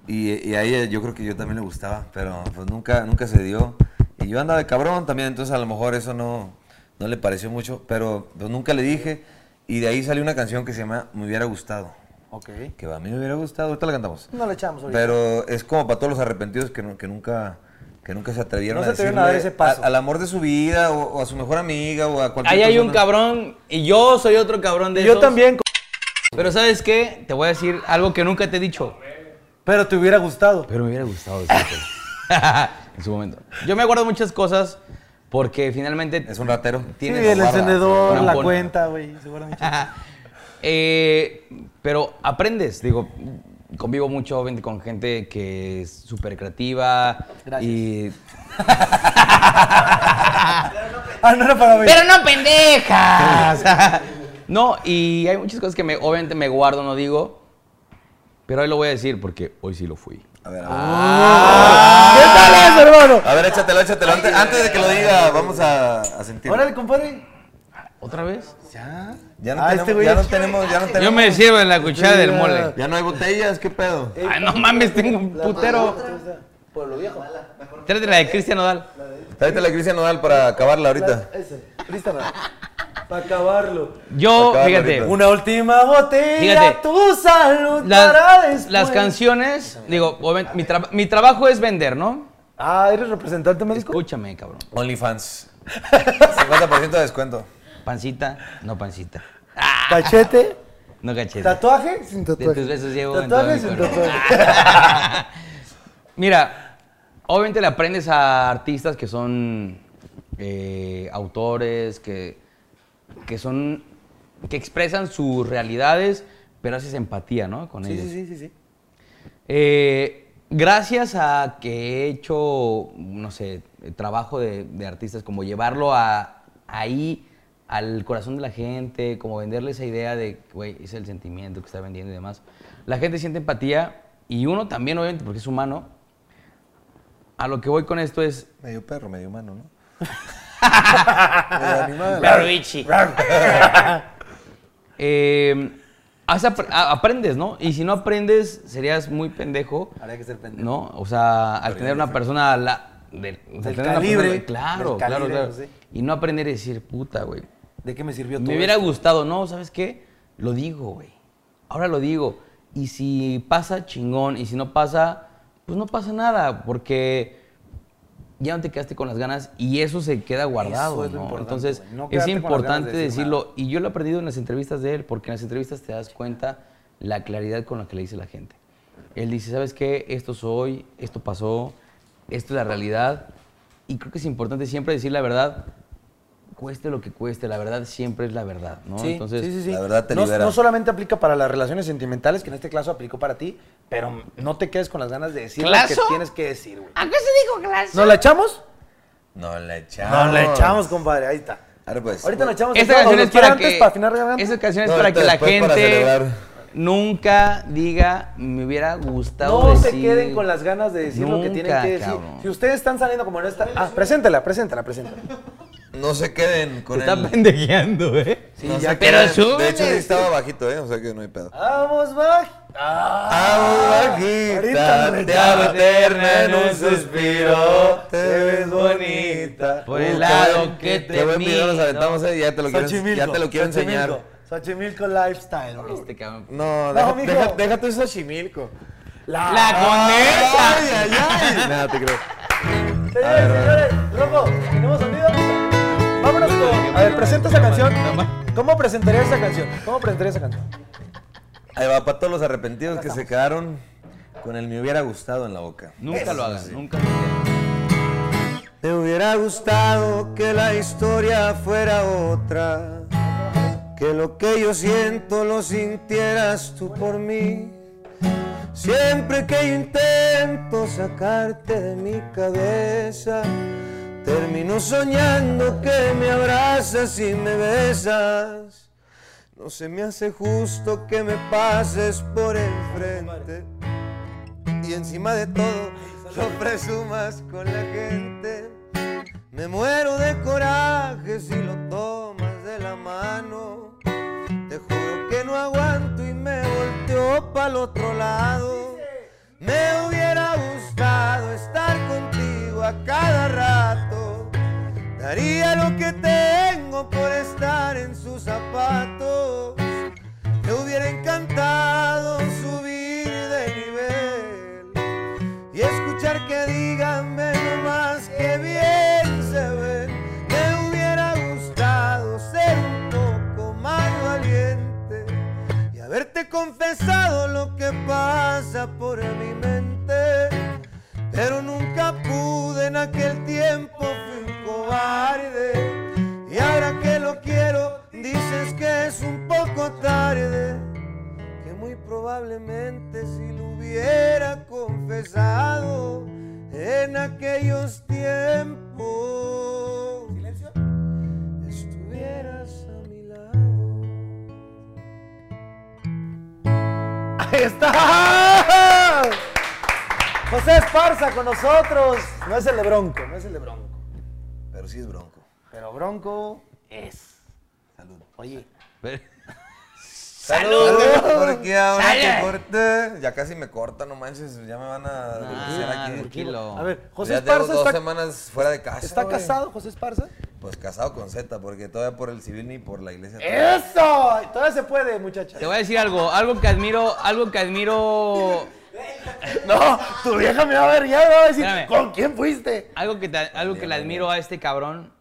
Speaker 3: y, y a ella yo creo que yo también le gustaba, pero pues nunca, nunca se dio. Y yo andaba de cabrón también, entonces a lo mejor eso no, no le pareció mucho, pero pues, nunca le dije. Y de ahí salió una canción que se llama Me hubiera gustado.
Speaker 1: Ok.
Speaker 3: Que a mí me hubiera gustado, ahorita la cantamos.
Speaker 1: No le echamos ahorita.
Speaker 3: Pero es como para todos los arrepentidos que, nu- que nunca que nunca se atrevieron,
Speaker 1: No se atrevieron a dar
Speaker 3: decirle
Speaker 1: ese paso.
Speaker 3: al amor de su vida o, o a su mejor amiga o a cualquier
Speaker 2: Ahí hay un
Speaker 3: persona.
Speaker 2: cabrón y yo soy otro cabrón de
Speaker 1: Yo
Speaker 2: esos.
Speaker 1: también,
Speaker 2: Pero ¿sabes qué? Te voy a decir algo que nunca te he dicho.
Speaker 1: pero te hubiera gustado.
Speaker 2: Pero me hubiera gustado decirte. [laughs] en su momento. Yo me acuerdo muchas cosas porque finalmente
Speaker 3: Es un ratero.
Speaker 1: Sí,
Speaker 2: tienes
Speaker 1: el
Speaker 2: guarda,
Speaker 1: encendedor, la
Speaker 2: tampón.
Speaker 1: cuenta, güey.
Speaker 2: [laughs]
Speaker 1: Seguramente.
Speaker 2: Eh, pero aprendes, digo, convivo mucho obviamente, con gente que es súper creativa y
Speaker 1: Ah, no era para mí.
Speaker 2: Pero no pendejas. [laughs] no, y hay muchas cosas que me, obviamente me guardo, no digo. Pero hoy lo voy a decir porque hoy sí lo fui.
Speaker 3: A ver, a ver.
Speaker 1: ¿Qué tal eso, hermano?
Speaker 3: A ver, échatelo, échatelo. Antes, antes de que lo diga, vamos a, a sentir.
Speaker 1: Órale, compadre.
Speaker 2: ¿Otra vez?
Speaker 1: Ya.
Speaker 3: Ya no,
Speaker 1: Ah,
Speaker 3: tenemos,
Speaker 1: este güey
Speaker 3: ya no
Speaker 1: es-
Speaker 3: tenemos, ya no tenemos.
Speaker 2: Yo me sirvo en la cuchara del mole.
Speaker 3: Ya no hay botellas, ¿qué pedo?
Speaker 2: Ay, no mames, tengo un putero.
Speaker 1: Pueblo viejo.
Speaker 2: Tráete la de Cristian Odal.
Speaker 3: Tráete la Cristian Nodal para acabarla ahorita.
Speaker 1: Ese. Listo, Para acabarlo.
Speaker 2: Yo,
Speaker 3: Acá,
Speaker 2: fíjate,
Speaker 3: Lorito.
Speaker 1: Una última botella,
Speaker 2: Fíjate.
Speaker 1: tu salud
Speaker 2: las-
Speaker 1: para después.
Speaker 2: las canciones, digo, obviamente, mi, traba- mi trabajo es vender, ¿no?
Speaker 1: Ah, ¿eres representante médico?
Speaker 2: Escúchame, cabrón.
Speaker 3: OnlyFans. 50% de descuento.
Speaker 2: Pancita, no pancita.
Speaker 1: Cachete,
Speaker 2: No cachete.
Speaker 1: tatuaje, sin tatuaje.
Speaker 2: De tus besos llevo en todo
Speaker 1: Tatuaje,
Speaker 2: mi
Speaker 1: sin
Speaker 2: cuerpo. [laughs]
Speaker 1: tatuaje.
Speaker 2: Mira, obviamente le aprendes a artistas que son eh, autores, que, que son. que expresan sus realidades, pero haces empatía, ¿no? Con
Speaker 1: Sí,
Speaker 2: ellos.
Speaker 1: sí, sí, sí, sí.
Speaker 2: Eh, gracias a que he hecho, no sé, trabajo de, de artistas, como llevarlo a, ahí al corazón de la gente, como venderle esa idea de, güey, es el sentimiento que está vendiendo y demás. La gente siente empatía y uno también, obviamente, porque es humano. A lo que voy con esto es,
Speaker 3: Medio perro, medio humano, ¿no?
Speaker 2: [laughs] eh, has apr- a- aprendes, ¿no? Y si no aprendes, serías muy pendejo.
Speaker 1: Habría que ser pendejo.
Speaker 2: ¿No? O sea, al tener una persona a la- del, o sea,
Speaker 1: Del
Speaker 2: tener una
Speaker 1: calibre,
Speaker 2: persona- claro,
Speaker 1: del calibre,
Speaker 2: claro, claro.
Speaker 1: sí.
Speaker 2: Y no aprender a decir, puta, güey.
Speaker 1: ¿De qué me sirvió todo
Speaker 2: Me hubiera
Speaker 1: esto?
Speaker 2: gustado, ¿no? ¿Sabes qué? Lo digo, güey. Ahora lo digo. Y si pasa, chingón. Y si no pasa, pues no pasa nada. Porque ya no te quedaste con las ganas y eso se queda guardado.
Speaker 1: es lo
Speaker 2: ¿no?
Speaker 1: importante,
Speaker 2: Entonces,
Speaker 1: güey. No
Speaker 2: es
Speaker 1: quedarte con las ganas
Speaker 2: importante
Speaker 1: de decir
Speaker 2: decirlo. Y yo lo he aprendido en las entrevistas de él, porque en las entrevistas te das cuenta la claridad con la que le dice la gente. Él dice, ¿sabes qué? Esto soy, esto pasó, esto es la realidad. Y creo que es importante siempre decir la verdad, cueste lo que cueste, la verdad siempre es la verdad, ¿no?
Speaker 1: Sí,
Speaker 2: Entonces,
Speaker 1: sí, sí, sí.
Speaker 3: la verdad te
Speaker 1: no,
Speaker 3: libera.
Speaker 1: no solamente aplica para las relaciones sentimentales, que en este caso aplicó para ti, Pero no te quedes con las ganas de decir lo que
Speaker 4: ¿Claso?
Speaker 1: tienes que decir, güey.
Speaker 4: ¿A qué se dijo clase?
Speaker 1: ¿Nos la echamos?
Speaker 3: No le echamos.
Speaker 1: Nos la echamos, compadre. Ahí está.
Speaker 3: Ahora pues.
Speaker 1: Ahorita nos echamos.
Speaker 2: Esta
Speaker 1: ¿O
Speaker 2: canción
Speaker 1: los
Speaker 2: es
Speaker 1: quiere
Speaker 2: para
Speaker 1: antes
Speaker 2: que,
Speaker 1: para afinar garganta?
Speaker 2: esta canción es
Speaker 3: No,
Speaker 2: para
Speaker 3: ahorita
Speaker 2: que la
Speaker 3: después para
Speaker 2: gente
Speaker 3: celebrar.
Speaker 2: nunca diga, me hubiera gustado
Speaker 1: No se
Speaker 2: decir".
Speaker 1: queden con las ganas de decir lo que tienen
Speaker 2: Nunca,
Speaker 1: que decir.
Speaker 2: cabrón.
Speaker 1: Si ustedes están saliendo como en esta. Ah, preséntala, preséntala, preséntala.
Speaker 3: No se queden con
Speaker 2: Está
Speaker 3: el...
Speaker 2: pendejeando, ¿eh?
Speaker 1: Sí,
Speaker 3: no
Speaker 1: ya
Speaker 3: se
Speaker 1: que-
Speaker 4: pero
Speaker 3: queden.
Speaker 4: súbele.
Speaker 3: De hecho, sí estaba bajito, ¿eh? O sea que no hay pedo.
Speaker 1: Vamos, Baj.
Speaker 3: Ah,
Speaker 1: ahorita
Speaker 3: bajita,
Speaker 1: me
Speaker 3: te
Speaker 1: echaba.
Speaker 3: aterna en un suspiro, te ves bonita.
Speaker 2: Por el
Speaker 3: qué
Speaker 2: lado
Speaker 3: buen-
Speaker 2: que te
Speaker 3: Qué buen video nos
Speaker 2: miro.
Speaker 3: aventamos, eh, ya te lo quiero, ya te lo quiero enseñar.
Speaker 1: Xochimilco Lifestyle, bro.
Speaker 2: Este cabrón.
Speaker 3: No,
Speaker 1: No,
Speaker 3: deja,
Speaker 1: mijo.
Speaker 3: deja, deja tú Xochimilco.
Speaker 1: La,
Speaker 4: La
Speaker 3: Ah.
Speaker 4: condesa.
Speaker 3: Ay, ay, ay. Nada, te creo.
Speaker 1: Señores, señores, Rojo, ¿tenemos sonido? Vámonos con. A ver, presenta esa canción. ¿Cómo presentaría esa canción? ¿Cómo presentaría esa canción?
Speaker 3: Ahí va para todos los arrepentidos que se quedaron con el me hubiera gustado en la boca.
Speaker 2: Nunca lo hagas, nunca lo
Speaker 3: Te hubiera gustado que la historia fuera otra, que lo que yo siento lo sintieras tú por mí. Siempre que yo intento sacarte de mi cabeza, termino soñando que me abrazas y me besas. No se me hace justo que me pases por el frente y encima de todo lo presumas con la gente. Me muero de coraje si lo tomas de la mano. Te juro que no aguanto y me volteo para el otro lado. Me hubiera gustado estar contigo a cada rato. Daría lo que tengo por estar en sus zapatos. Me hubiera encantado subir de nivel y escuchar que digan "Ve nomás que bien se ve. Me hubiera gustado ser un poco más valiente y haberte confesado lo que pasa por mi mente. Pero nunca pude en aquel tiempo, fui un cobarde. Y ahora que lo quiero, dices que es un poco tarde que muy probablemente si lo hubiera confesado en aquellos tiempos estuvieras a mi lado.
Speaker 1: ¡Ahí está! José Esparza con nosotros. No es el de Bronco, no es el de Bronco.
Speaker 3: Pero sí es bronco.
Speaker 1: Pero Bronco es.
Speaker 3: Salud.
Speaker 1: Oye,
Speaker 2: hagas.
Speaker 3: Salud. Porque ahora
Speaker 4: ¡Sale!
Speaker 3: te corté. Ya casi me corta, no manches. Ya me van a denunciar aquí.
Speaker 2: tranquilo.
Speaker 1: a ver, Ah, José
Speaker 3: ya tengo
Speaker 1: Esparza
Speaker 3: dos
Speaker 1: está,
Speaker 3: semanas fuera de casa.
Speaker 1: ¿está
Speaker 3: güey.
Speaker 1: casado, José Esparza.
Speaker 3: Pues casado con Z, porque todavía por el civil ni por la iglesia.
Speaker 1: ¡Eso! Todavía se puede, muchacha.
Speaker 2: Te voy a decir algo, algo que admiro, algo que admiro,
Speaker 1: [laughs] No, tu vieja me va a ver ya, me va a decir,
Speaker 2: Espérame.
Speaker 1: ¿con quién fuiste?
Speaker 2: algo que, te- algo que le admiro a este cabrón.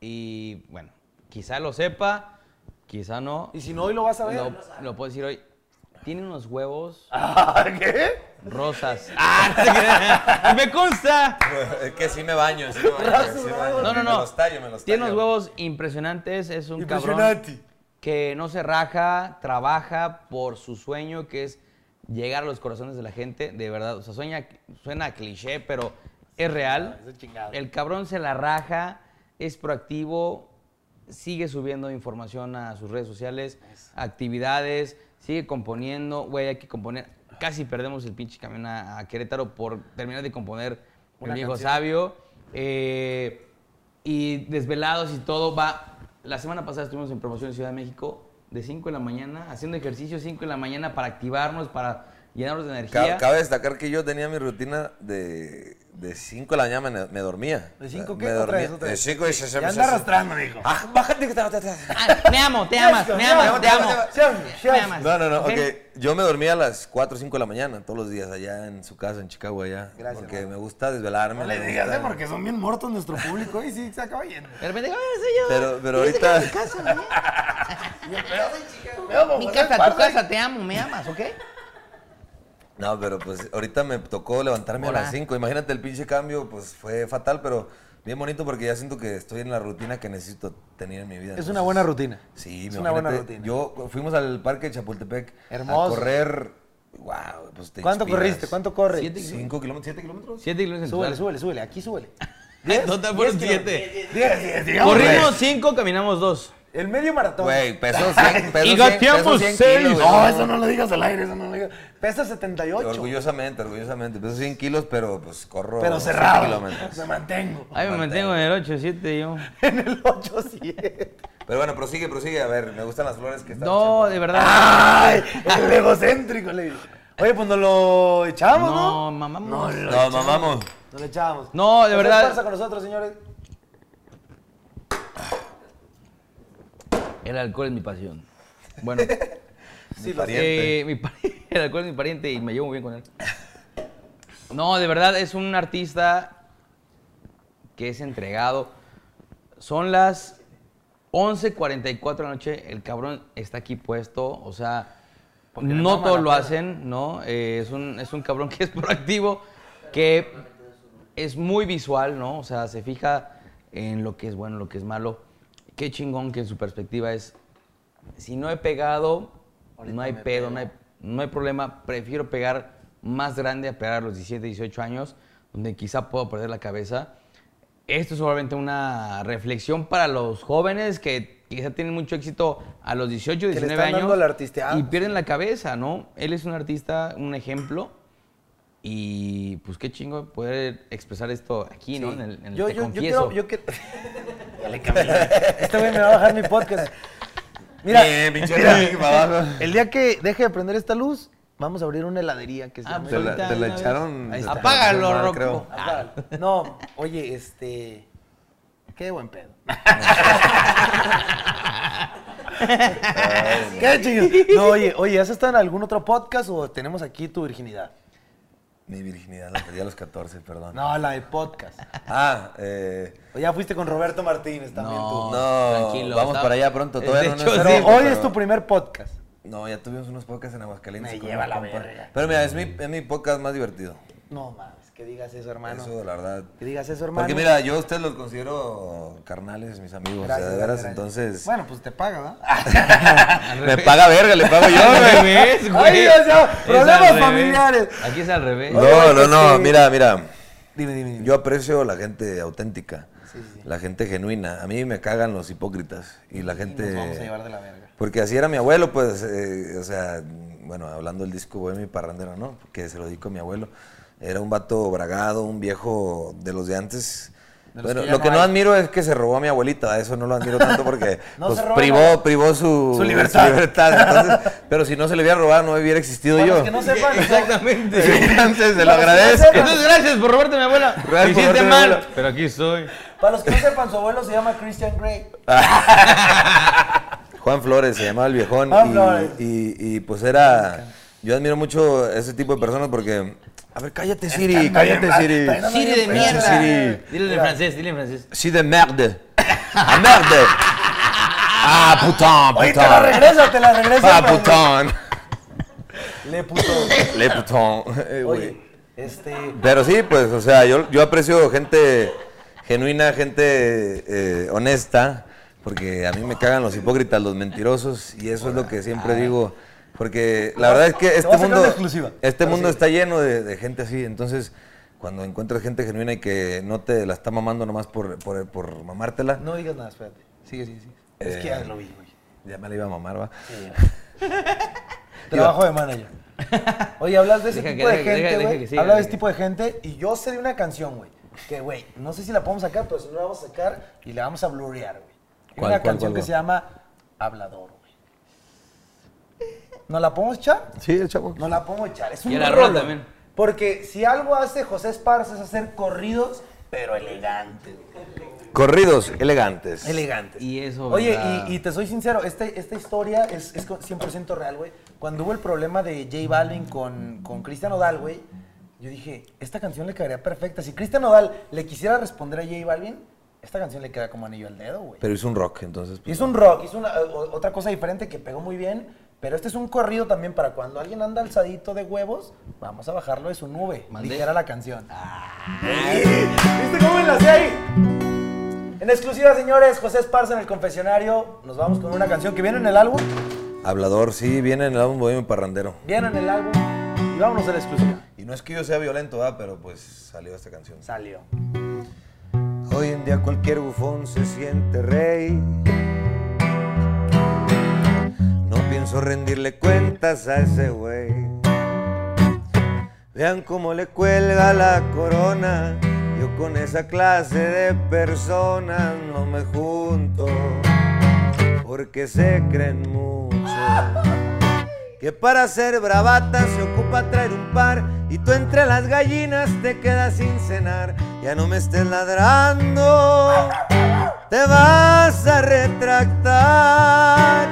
Speaker 2: Y bueno, quizá lo sepa, quizá no.
Speaker 1: Y si no, hoy lo vas a ver.
Speaker 2: Lo, lo puedo decir hoy. Tiene unos huevos
Speaker 1: [laughs] Ah, ¿Qué?
Speaker 2: rosas. ¡Ah! [laughs] ¡Me consta!
Speaker 3: [laughs] Es que sí me baño, sí me baño. sí me baño.
Speaker 2: No, no,
Speaker 3: Me
Speaker 2: no.
Speaker 3: los tallo, me los
Speaker 2: Tiene unos
Speaker 3: tallo.
Speaker 2: huevos impresionantes. Es un
Speaker 1: Impresionante.
Speaker 2: cabrón que no se raja, trabaja por su sueño, que es llegar a los corazones de la gente. De verdad, o sea, sueña, suena a cliché, pero es real. El cabrón se la raja, es proactivo, sigue subiendo información a sus redes sociales, actividades, sigue componiendo. Güey, hay que componer. Casi perdemos el pinche camión a, a Querétaro por terminar de componer El Viejo Sabio. Eh, y desvelados y todo va. La semana pasada estuvimos en promoción en Ciudad de México de 5 de la mañana, haciendo ejercicio 5 de la mañana para activarnos, para llenarnos de
Speaker 3: Ca-
Speaker 1: ¿eh?
Speaker 2: energía.
Speaker 3: Cabe destacar que yo tenía mi rutina de 5 de la mañana, me, me dormía.
Speaker 1: ¿De cinco qué?
Speaker 3: Me
Speaker 1: Otra
Speaker 3: dormía.
Speaker 1: vez, otra vez.
Speaker 3: De 5 y 6
Speaker 1: Ya anda arrastrando, mijo.
Speaker 3: Ah, bájate que te te- te-
Speaker 2: Ah, me amo, te amas, me amas, te amo. Me amas.
Speaker 3: No, no, no,
Speaker 2: ¿Ok?
Speaker 3: ok. Yo me dormía a las 4 o 5 de la mañana todos los días allá en su casa, en Chicago, allá.
Speaker 1: Gracias,
Speaker 3: Porque
Speaker 1: hermano.
Speaker 3: me gusta desvelarme.
Speaker 1: No le
Speaker 3: me
Speaker 1: digas,
Speaker 3: gusta-
Speaker 1: ¿eh? Porque son bien muertos nuestro público y sí se acaba yendo.
Speaker 2: De repente, "Ay, soy yo".
Speaker 3: Pero, pero ahorita.
Speaker 4: Mi casa, tu casa, te amo, me amas, ¿ok?
Speaker 3: [laughs] No, pero pues ahorita me tocó levantarme a
Speaker 2: Hola.
Speaker 3: las 5. Imagínate el pinche cambio, pues fue fatal, pero bien bonito porque ya siento que estoy en la rutina que necesito tener en mi vida.
Speaker 1: Es una
Speaker 3: entonces-
Speaker 1: buena rutina.
Speaker 3: Sí,
Speaker 1: Es
Speaker 3: imagínate,
Speaker 1: una buena rutina.
Speaker 3: Yo fuimos al parque de Chapultepec
Speaker 1: Hermoso.
Speaker 3: a correr Wow, pues te
Speaker 1: ¿Cuánto
Speaker 3: inspiras.
Speaker 1: corriste? ¿Cuánto corres?
Speaker 2: Siete.
Speaker 3: ¿Cinco kilómetros? ¿Siete kilómetros?
Speaker 2: Siete kilómetros en
Speaker 1: Súbele,
Speaker 2: total.
Speaker 1: súbele, súbele. Aquí
Speaker 3: [laughs]
Speaker 1: súbele.
Speaker 2: Ay, total fueron siete.
Speaker 3: Diez, diez, diez.
Speaker 2: Corrimos cinco, caminamos dos.
Speaker 1: El medio maratón. [laughs]
Speaker 3: Güey, peso 100, peso 100,
Speaker 9: gateamos
Speaker 3: peso 100
Speaker 9: seis.
Speaker 3: kilos. güey.
Speaker 1: No, eso no lo digas al aire, eso no lo digas. Pesa 78.
Speaker 3: Orgullosamente, orgullosamente. Peso 100 kilos, pero pues corro
Speaker 1: Pero
Speaker 3: 7
Speaker 1: cerrado.
Speaker 3: kilómetros.
Speaker 1: Me mantengo.
Speaker 2: Ay, me mantengo en el 8, 7 yo.
Speaker 1: [laughs] En el 8-7.
Speaker 3: Pero bueno, prosigue, prosigue. A ver, me gustan las flores que están.
Speaker 2: No, de verdad.
Speaker 3: Ah,
Speaker 1: ¡Ay! El egocéntrico, le digo. Oye, pues nos lo echamos, ¿no?
Speaker 2: No, mamá.
Speaker 3: echando. No, mamamos.
Speaker 1: Nos lo echábamos.
Speaker 2: No, de
Speaker 1: José
Speaker 2: verdad.
Speaker 1: Esparza con nosotros, señores.
Speaker 2: El alcohol es mi pasión. Bueno,
Speaker 1: Sí, lo
Speaker 3: Pariente.
Speaker 2: eh, mi [laughs] par- el alcohol es mi pariente y me llevo muy bien con él. No, de verdad es un artista que es entregado. Son las 11.44 de la noche, el cabrón está aquí puesto, o sea, no todos lo hacen, ¿no? Eh, es, un, es un cabrón que es proactivo, que es muy visual, ¿no? O sea, se fija en lo que es bueno, lo que es malo. Qué chingón que en su perspectiva es, si no he pegado, no hay pedo, no hay, no hay problema, prefiero pegar más grande a pegar a los 17, 18 años, donde quizá puedo perder la cabeza. Esto es probablemente una reflexión para los jóvenes que quizá tienen mucho éxito a los 18,
Speaker 1: le están
Speaker 2: 19 años
Speaker 1: dando a la ah, artisteada.
Speaker 2: y pierden la cabeza, ¿no? Él es un artista, un ejemplo. Y pues qué chingo poder expresar esto aquí, ¿no? En el, en el
Speaker 1: yo,
Speaker 2: Te
Speaker 1: yo, yo
Speaker 2: Confieso.
Speaker 1: quiero. Yo
Speaker 2: [laughs]
Speaker 1: quiero... este güey me va a bajar mi podcast. Mira,
Speaker 3: Bien, pinche
Speaker 1: mira,
Speaker 3: Ricky, para abajo.
Speaker 1: [laughs] el día que deje de prender esta luz, vamos a abrir una heladería que se
Speaker 2: Ah,
Speaker 1: llama-
Speaker 3: Te la,
Speaker 2: Ahorita
Speaker 3: te la
Speaker 2: una vez.
Speaker 3: echaron.
Speaker 1: Ahí
Speaker 3: te
Speaker 1: está.
Speaker 3: la
Speaker 2: Apágalo,
Speaker 3: echaron mal,
Speaker 2: Rocco.
Speaker 3: creo.
Speaker 1: Ah, No, oye, este. Qué buen
Speaker 3: [laughs]
Speaker 1: pedo. Qué chingón. No, oye, oye, ¿has estado en algún otro podcast o tenemos aquí tu virginidad?
Speaker 3: Mi virginidad la perdí a los 14, perdón.
Speaker 1: No, la de podcast.
Speaker 3: Ah, eh.
Speaker 1: O ya fuiste con Roberto Martínez también tú.
Speaker 3: No, vamos para allá pronto,
Speaker 2: Eh,
Speaker 3: todavía
Speaker 2: de
Speaker 3: no
Speaker 2: hecho,
Speaker 3: nos-
Speaker 1: Pero
Speaker 3: sí,
Speaker 1: hoy
Speaker 3: pero-
Speaker 1: es tu primer podcast.
Speaker 3: No, ya tuvimos unos podcasts en Aguascalientes.
Speaker 1: Me
Speaker 3: con
Speaker 1: lleva
Speaker 3: un
Speaker 1: la
Speaker 3: compa.
Speaker 1: verga.
Speaker 3: Pero mira, es mi, es mi podcast más divertido.
Speaker 1: No mames, que digas eso, hermano.
Speaker 3: Eso, la verdad.
Speaker 1: Que digas eso, hermano.
Speaker 3: Porque mira, yo a ustedes los considero carnales, mis amigos. o sea, de veras,
Speaker 1: gracias.
Speaker 3: entonces. Ah,
Speaker 1: Bueno, pues te paga, ¿verdad?
Speaker 3: me paga verga, le pago
Speaker 1: [laughs]
Speaker 3: yo,
Speaker 2: Al
Speaker 3: güey.
Speaker 2: revés, güey.
Speaker 1: Ay, o sea,
Speaker 2: Es al
Speaker 1: problemas
Speaker 2: revés.
Speaker 1: familiares. Oh,
Speaker 2: Aquí es al revés.
Speaker 3: No, no, no, mira, mira.
Speaker 1: Dime, dime, dime.
Speaker 3: Yo aprecio la gente auténtica,
Speaker 1: Sí, sí, sí.
Speaker 3: la gente genuina. A mí me cagan los hipócritas y la gente.
Speaker 1: Nos pues, vamos a llevar de la verga.
Speaker 3: Porque así era mi abuelo, pues, eh, o sea, bueno, hablando del disco Bohemio y Parrandero, ¿no? Que se lo dedico a mi abuelo. Era un vato bragado, un viejo de los de antes.
Speaker 1: De los
Speaker 3: Bueno,
Speaker 1: que ya
Speaker 3: lo
Speaker 1: no
Speaker 3: que no
Speaker 1: hay.
Speaker 3: admiro es que se robó a mi abuelita, a eso no lo admiro tanto porque
Speaker 1: [laughs] No
Speaker 3: pues,
Speaker 1: se roba
Speaker 3: privó,
Speaker 1: nada.
Speaker 3: privó su,
Speaker 1: Su libertad.
Speaker 3: libertad, entonces, pero si no se le hubiera robado, no hubiera existido
Speaker 1: Para
Speaker 3: yo.
Speaker 1: los
Speaker 3: [laughs]
Speaker 1: que no sepan,
Speaker 2: [laughs] Exactamente.
Speaker 3: Entonces,
Speaker 1: Para los que
Speaker 3: se lo
Speaker 1: no
Speaker 3: agradezco.
Speaker 1: sepan.
Speaker 2: Entonces, gracias por robarte mi abuela.
Speaker 3: por
Speaker 2: Me hiciste
Speaker 3: robarte mi
Speaker 2: mal.
Speaker 3: abuela.
Speaker 2: Pero aquí estoy.
Speaker 1: Para los que no sepan, su abuelo se llama Christian Grey.
Speaker 3: Juan Flores se llamaba el viejón.
Speaker 1: Juan
Speaker 3: y,
Speaker 1: Flores.
Speaker 3: Y, y, pues era. Yo admiro mucho ese tipo de personas porque. A ver, cállate, Siri. Cállate, Siri.
Speaker 2: Siri
Speaker 1: pues.
Speaker 2: de mierda.
Speaker 3: Siri.
Speaker 2: Dile en francés, dile en francés.
Speaker 3: Sí, de merde. ¡A merde! ¡Ah, putón,
Speaker 1: Oye, te la
Speaker 3: putón!
Speaker 1: regreso, te la regreso.
Speaker 3: ¡Ah,
Speaker 1: pero-
Speaker 3: putón!
Speaker 1: Le puto.
Speaker 2: [laughs]
Speaker 3: Le putón. [laughs] Eh, güey.
Speaker 1: Oye, este.
Speaker 3: Pero sí, pues, o sea, yo, yo aprecio gente genuina, gente eh, honesta, porque a mí me cagan los hipócritas, los mentirosos, y eso es lo que siempre digo. Porque la verdad es
Speaker 1: Ah.
Speaker 3: que
Speaker 1: voy
Speaker 3: este
Speaker 1: a sacar una
Speaker 3: mundo,
Speaker 1: exclusiva.
Speaker 3: este mundo está lleno de, de gente así, entonces cuando encuentras gente genuina y que no te la está mamando nomás por, por, por mamártela,
Speaker 1: No digas nada, espérate. Sigue, sigue, sigue. Es que
Speaker 2: Eh.
Speaker 1: ya lo vi, güey.
Speaker 3: ya me la iba a mamar, va.
Speaker 1: Trabajo de manager.
Speaker 2: [laughs]
Speaker 1: Oye, hablas de ese
Speaker 2: Deja que-
Speaker 1: tipo de
Speaker 2: deja que- deja-
Speaker 1: gente,
Speaker 2: deja
Speaker 1: güey.
Speaker 2: que siga,
Speaker 1: Hablas de ese
Speaker 2: deja que-
Speaker 1: tipo de gente y yo sé de una canción, güey. Que, güey, no sé si la podemos sacar, pero si no la vamos a sacar y la vamos a blurear, güey. Hay
Speaker 3: ¿Cuál,
Speaker 1: una
Speaker 3: cuál,
Speaker 1: canción
Speaker 3: cuál,
Speaker 1: que
Speaker 3: cuál?
Speaker 1: se llama Hablador, güey. ¿No la podemos echar?
Speaker 3: Sí, el chavo.
Speaker 1: No la podemos echar. Es un
Speaker 2: Y el arroz
Speaker 1: rolón.
Speaker 2: también.
Speaker 1: Porque si algo hace José Esparza es hacer corridos, pero elegantes. güey.
Speaker 3: Corridos elegantes.
Speaker 1: Elegantes.
Speaker 2: Pues, Y eso,
Speaker 1: Oye,
Speaker 2: ¿verdad?
Speaker 1: y, y te soy sincero, este- esta historia es, es con- 100% real, güey. Cuando hubo el problema de J Balvin con, con Cristian Odal, güey, yo dije, esta canción le quedaría perfecta. Si Cristian Odal le quisiera responder a J Balvin, esta canción le queda como anillo al dedo, güey.
Speaker 3: Pero hizo un rock, entonces. pues,
Speaker 1: Hizo un rock, hizo una, o- otra cosa diferente que pegó muy bien, pero este es un corrido también para cuando alguien anda alzadito de huevos, vamos a bajarlo de su nube,
Speaker 2: Mandé.
Speaker 1: dijera la canción. ¿Viste cómo enlacé ahí? En exclusiva, señores, José Esparza en el confesionario, nos vamos con una canción que viene en el álbum,
Speaker 3: Hablador, sí, viene en el álbum Bohemio Parrandero.
Speaker 1: viene en el álbum. Y vámonos a la exclusiva.
Speaker 6: Y no es que yo sea violento, ¿verdad? pero pues salió esta canción.
Speaker 1: Salió.
Speaker 6: Hoy en día cualquier bufón se siente rey. No pienso rendirle cuentas a ese güey. Vean cómo le cuelga la corona. Yo con esa clase de personas no me junto. Porque se creen mucho que para ser bravata se ocupa traer un par y tú entre las gallinas te quedas sin cenar. Ya no me estés ladrando, te vas a retractar.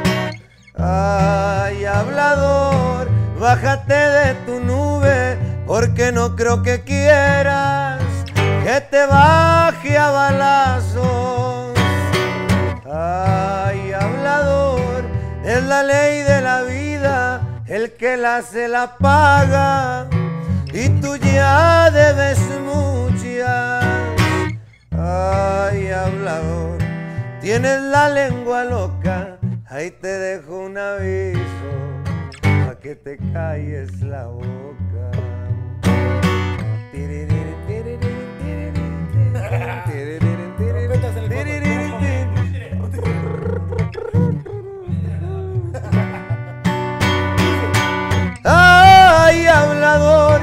Speaker 6: Ay, hablador, bájate de tu nube porque no creo que quieras que te baje a balazos. Ay, hablador, es la ley de la vida, el que la hace la paga, y tú ya debes muchas. Ay, hablador, tienes la lengua loca, ahí te dejo un aviso, pa' que te calles la boca. Tiriririn, tiriririn, tiriririn, tiriririn, tiriririn, tiriririn. Ay, hablador,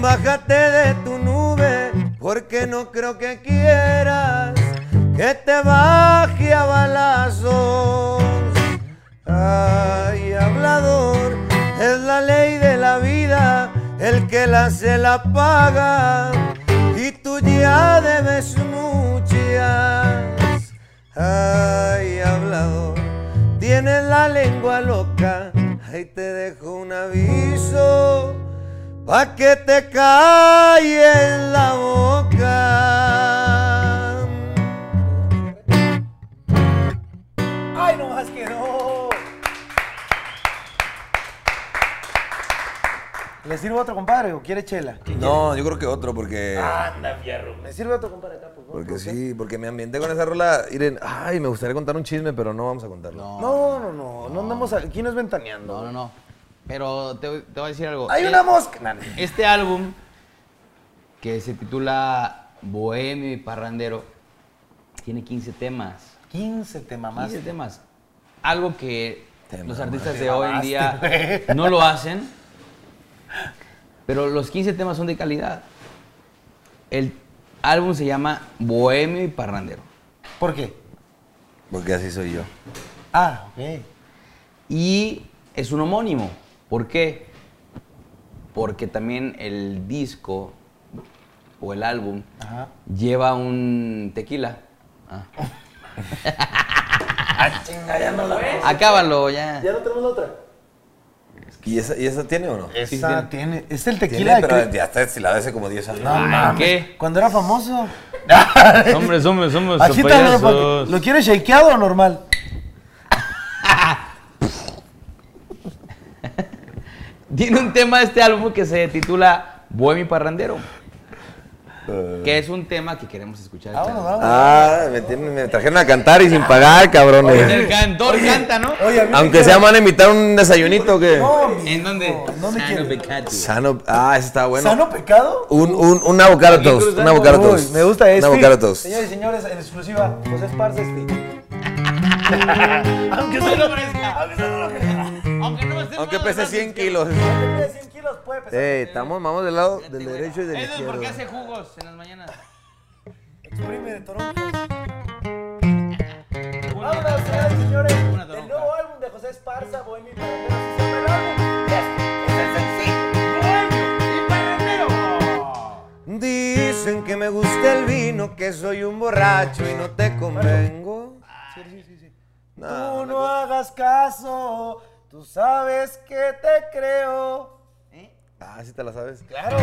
Speaker 6: bájate de tu nube, porque no creo que quieras que te baje a balazos. Ay, hablador, es la ley de la vida, el que la se la paga, y tú ya debes muchas. Ay, hablador, tienes la lengua loca. Ahí te dejo un aviso pa' que te calles la boca.
Speaker 1: ¡Ay, no más que no! ¿Le sirve otro compadre o quiere chela?
Speaker 6: No, yo creo que otro, porque.
Speaker 1: ¿Le sirve otro compadre acá? Pues, no?
Speaker 6: Porque sí, porque me ambienté con esa rola. Miren, ay, me gustaría contar un chisme, pero no vamos a contarlo.
Speaker 1: No, no, no, no andamos aquí no es ventaneando.
Speaker 2: No, no, no. Pero te, te voy a decir algo.
Speaker 1: Hay
Speaker 2: Eh,
Speaker 1: una mosca. Nah, nah.
Speaker 2: Este álbum, que se titula Bohemio y Parrandero, tiene 15 temas.
Speaker 1: 15 te mamaste.
Speaker 2: 15 temas. Algo que
Speaker 6: Te
Speaker 2: los
Speaker 6: mamaste.
Speaker 2: artistas de hoy en día
Speaker 6: [laughs]
Speaker 2: no lo hacen. Pero los 15 temas son de calidad. El álbum se llama Bohemio y Parrandero.
Speaker 1: ¿Por qué?
Speaker 6: Porque así soy yo.
Speaker 1: Ah, ok.
Speaker 2: Y es un homónimo. ¿Por qué? Porque también el disco o el álbum
Speaker 1: Ajá.
Speaker 2: lleva un tequila.
Speaker 1: [laughs]
Speaker 2: Ah.
Speaker 1: Ah, Chinga, ya no la
Speaker 2: Acábalo ya.
Speaker 1: no tenemos otra.
Speaker 6: ¿Y esa, y esa tiene o no?
Speaker 1: Esa
Speaker 2: Sí,
Speaker 1: tiene. Es el
Speaker 6: Tiene,
Speaker 1: tequila de
Speaker 6: pero
Speaker 1: Cri-
Speaker 6: ya está destilada hace como 10 años.
Speaker 1: No mames.
Speaker 2: ¿qué?
Speaker 1: Cuando era famoso.
Speaker 2: Hombre, somos, somos
Speaker 1: Agítalo, porque- ¿Lo quieres shakeado o normal?
Speaker 2: Tiene un tema este álbum que se titula Bohemio y Parrandero.
Speaker 1: Eh.
Speaker 2: Que es un tema que queremos escuchar. este
Speaker 1: Vámonos,
Speaker 2: año.
Speaker 1: vámonos.
Speaker 6: Ah, me, tienen- me trajeron a cantar y sin pagar,
Speaker 2: El
Speaker 6: cabrones.
Speaker 2: cantor canta, ¿no?
Speaker 1: Oye, a mí me
Speaker 6: Aunque
Speaker 1: dijeron-
Speaker 6: sea, van a invitar un desayunito que.
Speaker 1: No, mi-
Speaker 2: ¿En dónde?
Speaker 1: no me
Speaker 2: Son
Speaker 1: quiero.
Speaker 2: of a cat.
Speaker 6: Sano. Ah, ese está bueno.
Speaker 1: ¿Sano pecado?
Speaker 6: Un, un, un avocado
Speaker 2: Aquí
Speaker 6: toast. Un
Speaker 2: cruzando.
Speaker 6: avocado
Speaker 1: Uy,
Speaker 6: toast.
Speaker 1: me gusta
Speaker 6: Un
Speaker 1: esto.
Speaker 6: avocado toast.
Speaker 1: Señores y señores, en exclusiva, pues José Esparza Steve. este. Aunque
Speaker 3: No
Speaker 1: usted
Speaker 3: lo
Speaker 1: no
Speaker 3: parezca.
Speaker 1: aunque usted no lo crea.
Speaker 3: Aunque no estés
Speaker 6: Aunque
Speaker 3: mal,
Speaker 6: pese
Speaker 3: ¿verdad?
Speaker 6: 100 kilos.
Speaker 1: Aunque pese 100 kilos, puede pesar.
Speaker 6: Ey, estamos mamados del lado del derecho y del
Speaker 3: Eso es
Speaker 6: izquierdo.
Speaker 3: porque hace jugos en las mañanas.
Speaker 1: Exprime de toronjas. Vámonos, señoras y señores. El nuevo álbum de José Esparza, Bohemia y Parrandero. Si se me lo abren, este,
Speaker 6: Dicen que me gusta el vino, que soy un borracho y no te convengo.
Speaker 1: Tú no hagas caso, tú sabes que te creo.
Speaker 6: Ah, sí te la sabes.
Speaker 1: Claro.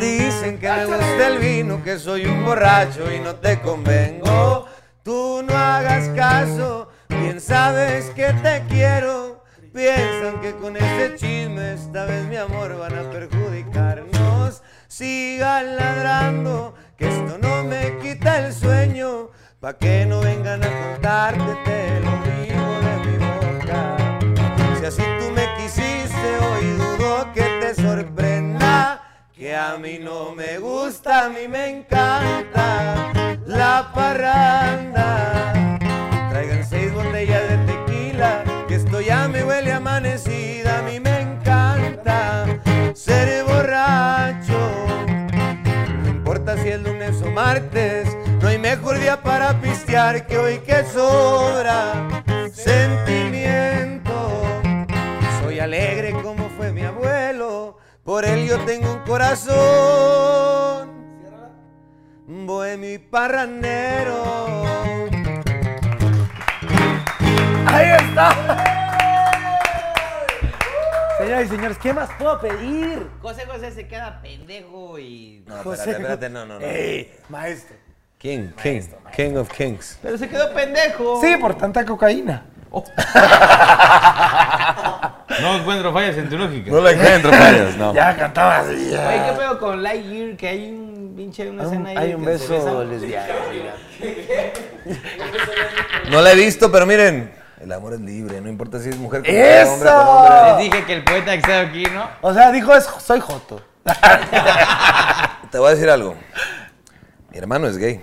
Speaker 6: Dicen que me gusta el vino, que soy un borracho y no te convengo. Tú no hagas caso, bien sabes que te quiero. Piensan que con este chisme esta vez mi amor van a perjudicarnos. Sigan ladrando, que esto no me quita el sueño. Pa' que no vengan a contarte, te lo digo de mi boca. Si así tú me quisiste, hoy dudo que te sorprenda. que a mí no me gusta, a mí me encanta la parranda. Traigan seis botellas de tequila, que esto ya me huele a amanecida, a mí me encanta ser borracho. No importa si es lunes o martes, no hay mejor día para pistear que hoy que sobra sentimiento. Soy alegre como fue mi abuelo, por él yo tengo un corazón. Bohemio y parrandero.
Speaker 1: Señoras y señores, ¿qué más puedo pedir?
Speaker 4: José José se queda pendejo y.
Speaker 3: No, espérate, espérate, no, no, no.
Speaker 6: Eh.
Speaker 1: Ey, maestro.
Speaker 3: King, King, King of Kings.
Speaker 4: Pero se quedó pendejo.
Speaker 1: Sí, por tanta cocaína.
Speaker 2: No encuentro fallas en tu lógica.
Speaker 3: No lo encuentro, [laughs] fallas, no.
Speaker 1: Ya cantaba así. ya.
Speaker 4: Oye, ¿qué pedo con Lightyear? Que hay un pinche una
Speaker 1: Hay un,
Speaker 4: escena ahí.
Speaker 1: hay un
Speaker 4: que se
Speaker 1: beso
Speaker 4: besan.
Speaker 1: lesbiano. mira.
Speaker 3: No la he visto, pero miren, el amor es libre, no importa si es mujer con
Speaker 1: ¡Eso!
Speaker 3: mujer, hombre con hombre.
Speaker 2: Ah.
Speaker 4: Les dije que el poeta que está aquí, ¿no?
Speaker 1: O sea, dijo, es, soy joto.
Speaker 3: Te voy a decir algo. Mi hermano es gay.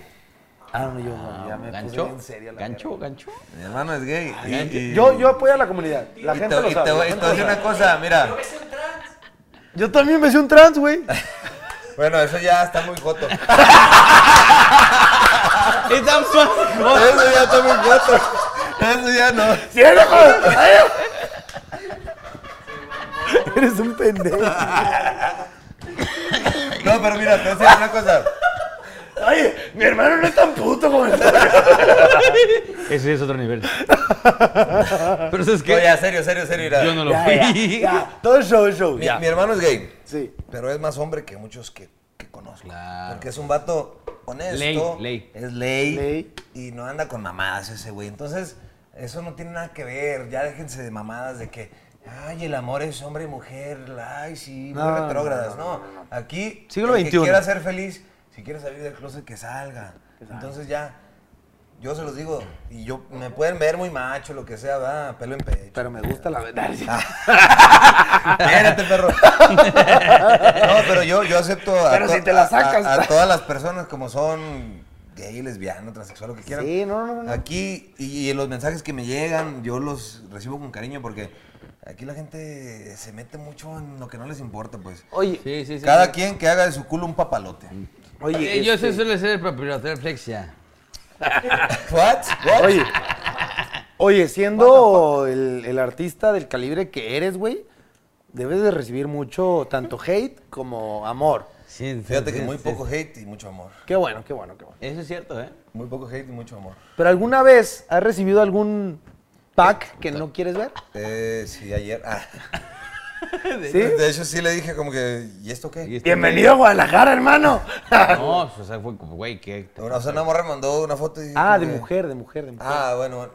Speaker 1: Ah, no, yo no, ya me
Speaker 2: ¿Gancho?
Speaker 1: puse en serio la
Speaker 2: ¿Gancho? ¿Gancho?
Speaker 3: Mi hermano es gay. Y-
Speaker 1: verga.
Speaker 3: y-
Speaker 1: Yo, yo apoyo a la comunidad. La
Speaker 3: y
Speaker 1: gente
Speaker 3: te,
Speaker 1: lo
Speaker 3: y
Speaker 1: sabe.
Speaker 3: te
Speaker 1: la
Speaker 3: voy- y te
Speaker 1: gente
Speaker 3: voy a decir
Speaker 1: lo
Speaker 3: una
Speaker 1: sabe.
Speaker 3: cosa, mira.
Speaker 1: Yo también me hice un trans, güey.
Speaker 3: Bueno, eso ya está muy joto.
Speaker 4: Y tampoco-
Speaker 3: Eso ya está muy joto. Eso ya no.
Speaker 1: Eres un pendejo.
Speaker 3: No, pero mira, te voy a decir una cosa.
Speaker 1: Oye, mi hermano no es tan puto como el
Speaker 2: Ese es otro nivel. [laughs] Pero eso es
Speaker 3: No,
Speaker 2: que
Speaker 3: ya, serio, serio, serio. mira.
Speaker 2: yo no lo
Speaker 1: Ya,
Speaker 2: fui.
Speaker 1: ya, ya. Todo es show, es show.
Speaker 3: Mi,
Speaker 1: Ya.
Speaker 3: mi hermano es gay,
Speaker 1: Sí.
Speaker 3: pero es más hombre que muchos que, que conozco.
Speaker 2: Claro.
Speaker 3: Porque es un vato honesto.
Speaker 2: Ley, ley.
Speaker 3: Es ley,
Speaker 1: Ley.
Speaker 3: Y no anda con mamadas ese güey. Entonces, eso no tiene nada que ver. Ya déjense de mamadas de que, ay, el amor es hombre y mujer. Ay, sí, muy
Speaker 1: No,
Speaker 3: retrógradas. No, Aquí,
Speaker 1: Siglo
Speaker 3: el que
Speaker 1: XXI.
Speaker 3: quiera ser feliz, si quiere salir del closet, que salga. Entonces ya, yo se los digo. Y yo, me pueden ver muy macho, lo que sea, va, pelo en pecho.
Speaker 1: Pero me gusta la verdad. [laughs]
Speaker 3: Espérate, perro. No, pero yo, yo acepto a,
Speaker 1: Pero
Speaker 3: to-
Speaker 1: si te la
Speaker 3: a- a-
Speaker 1: sacas.
Speaker 3: a, todas las personas como son gay, lesbiano, transexual, lo que quieran.
Speaker 1: Sí, no, no, no.
Speaker 3: Aquí, y, y los mensajes que me llegan, yo los recibo con cariño porque aquí la gente se mete mucho en lo que no les importa, pues.
Speaker 1: Oye,
Speaker 2: Sí, sí, sí.
Speaker 3: Cada quien que haga de su culo un papalote.
Speaker 1: Mm. oye.
Speaker 2: Eh, Yo
Speaker 1: este,
Speaker 2: sé suele ser para pilotar flex ya.
Speaker 3: What?
Speaker 1: [laughs]
Speaker 3: What?
Speaker 1: Oye. Oye, siendo el, el artista del calibre que eres, güey, debes de recibir mucho tanto hate como amor.
Speaker 2: Sí, sí,
Speaker 3: Fíjate
Speaker 2: sí,
Speaker 3: que muy
Speaker 2: sí.
Speaker 3: poco hate y mucho amor.
Speaker 1: Qué bueno, qué bueno, qué bueno.
Speaker 2: Eso es cierto,
Speaker 3: [laughs]
Speaker 2: ¿eh?
Speaker 3: Muy poco hate y mucho amor.
Speaker 1: ¿Pero alguna vez has recibido algún pack que no quieres ver?
Speaker 3: Eh, sí, ayer. ah.
Speaker 1: ¿Sí?
Speaker 3: De hecho, sí le dije como que, ¿y esto qué?
Speaker 2: Y este-
Speaker 1: Bienvenido a Guadalajara, hermano.
Speaker 2: No, o sea, fue como, güey, ¿qué?
Speaker 3: Una, o sea, una morra me mandó una foto y... dije
Speaker 1: Ah, de
Speaker 3: como que-
Speaker 1: mujer, de mujer, de mujer.
Speaker 3: Ah, bueno.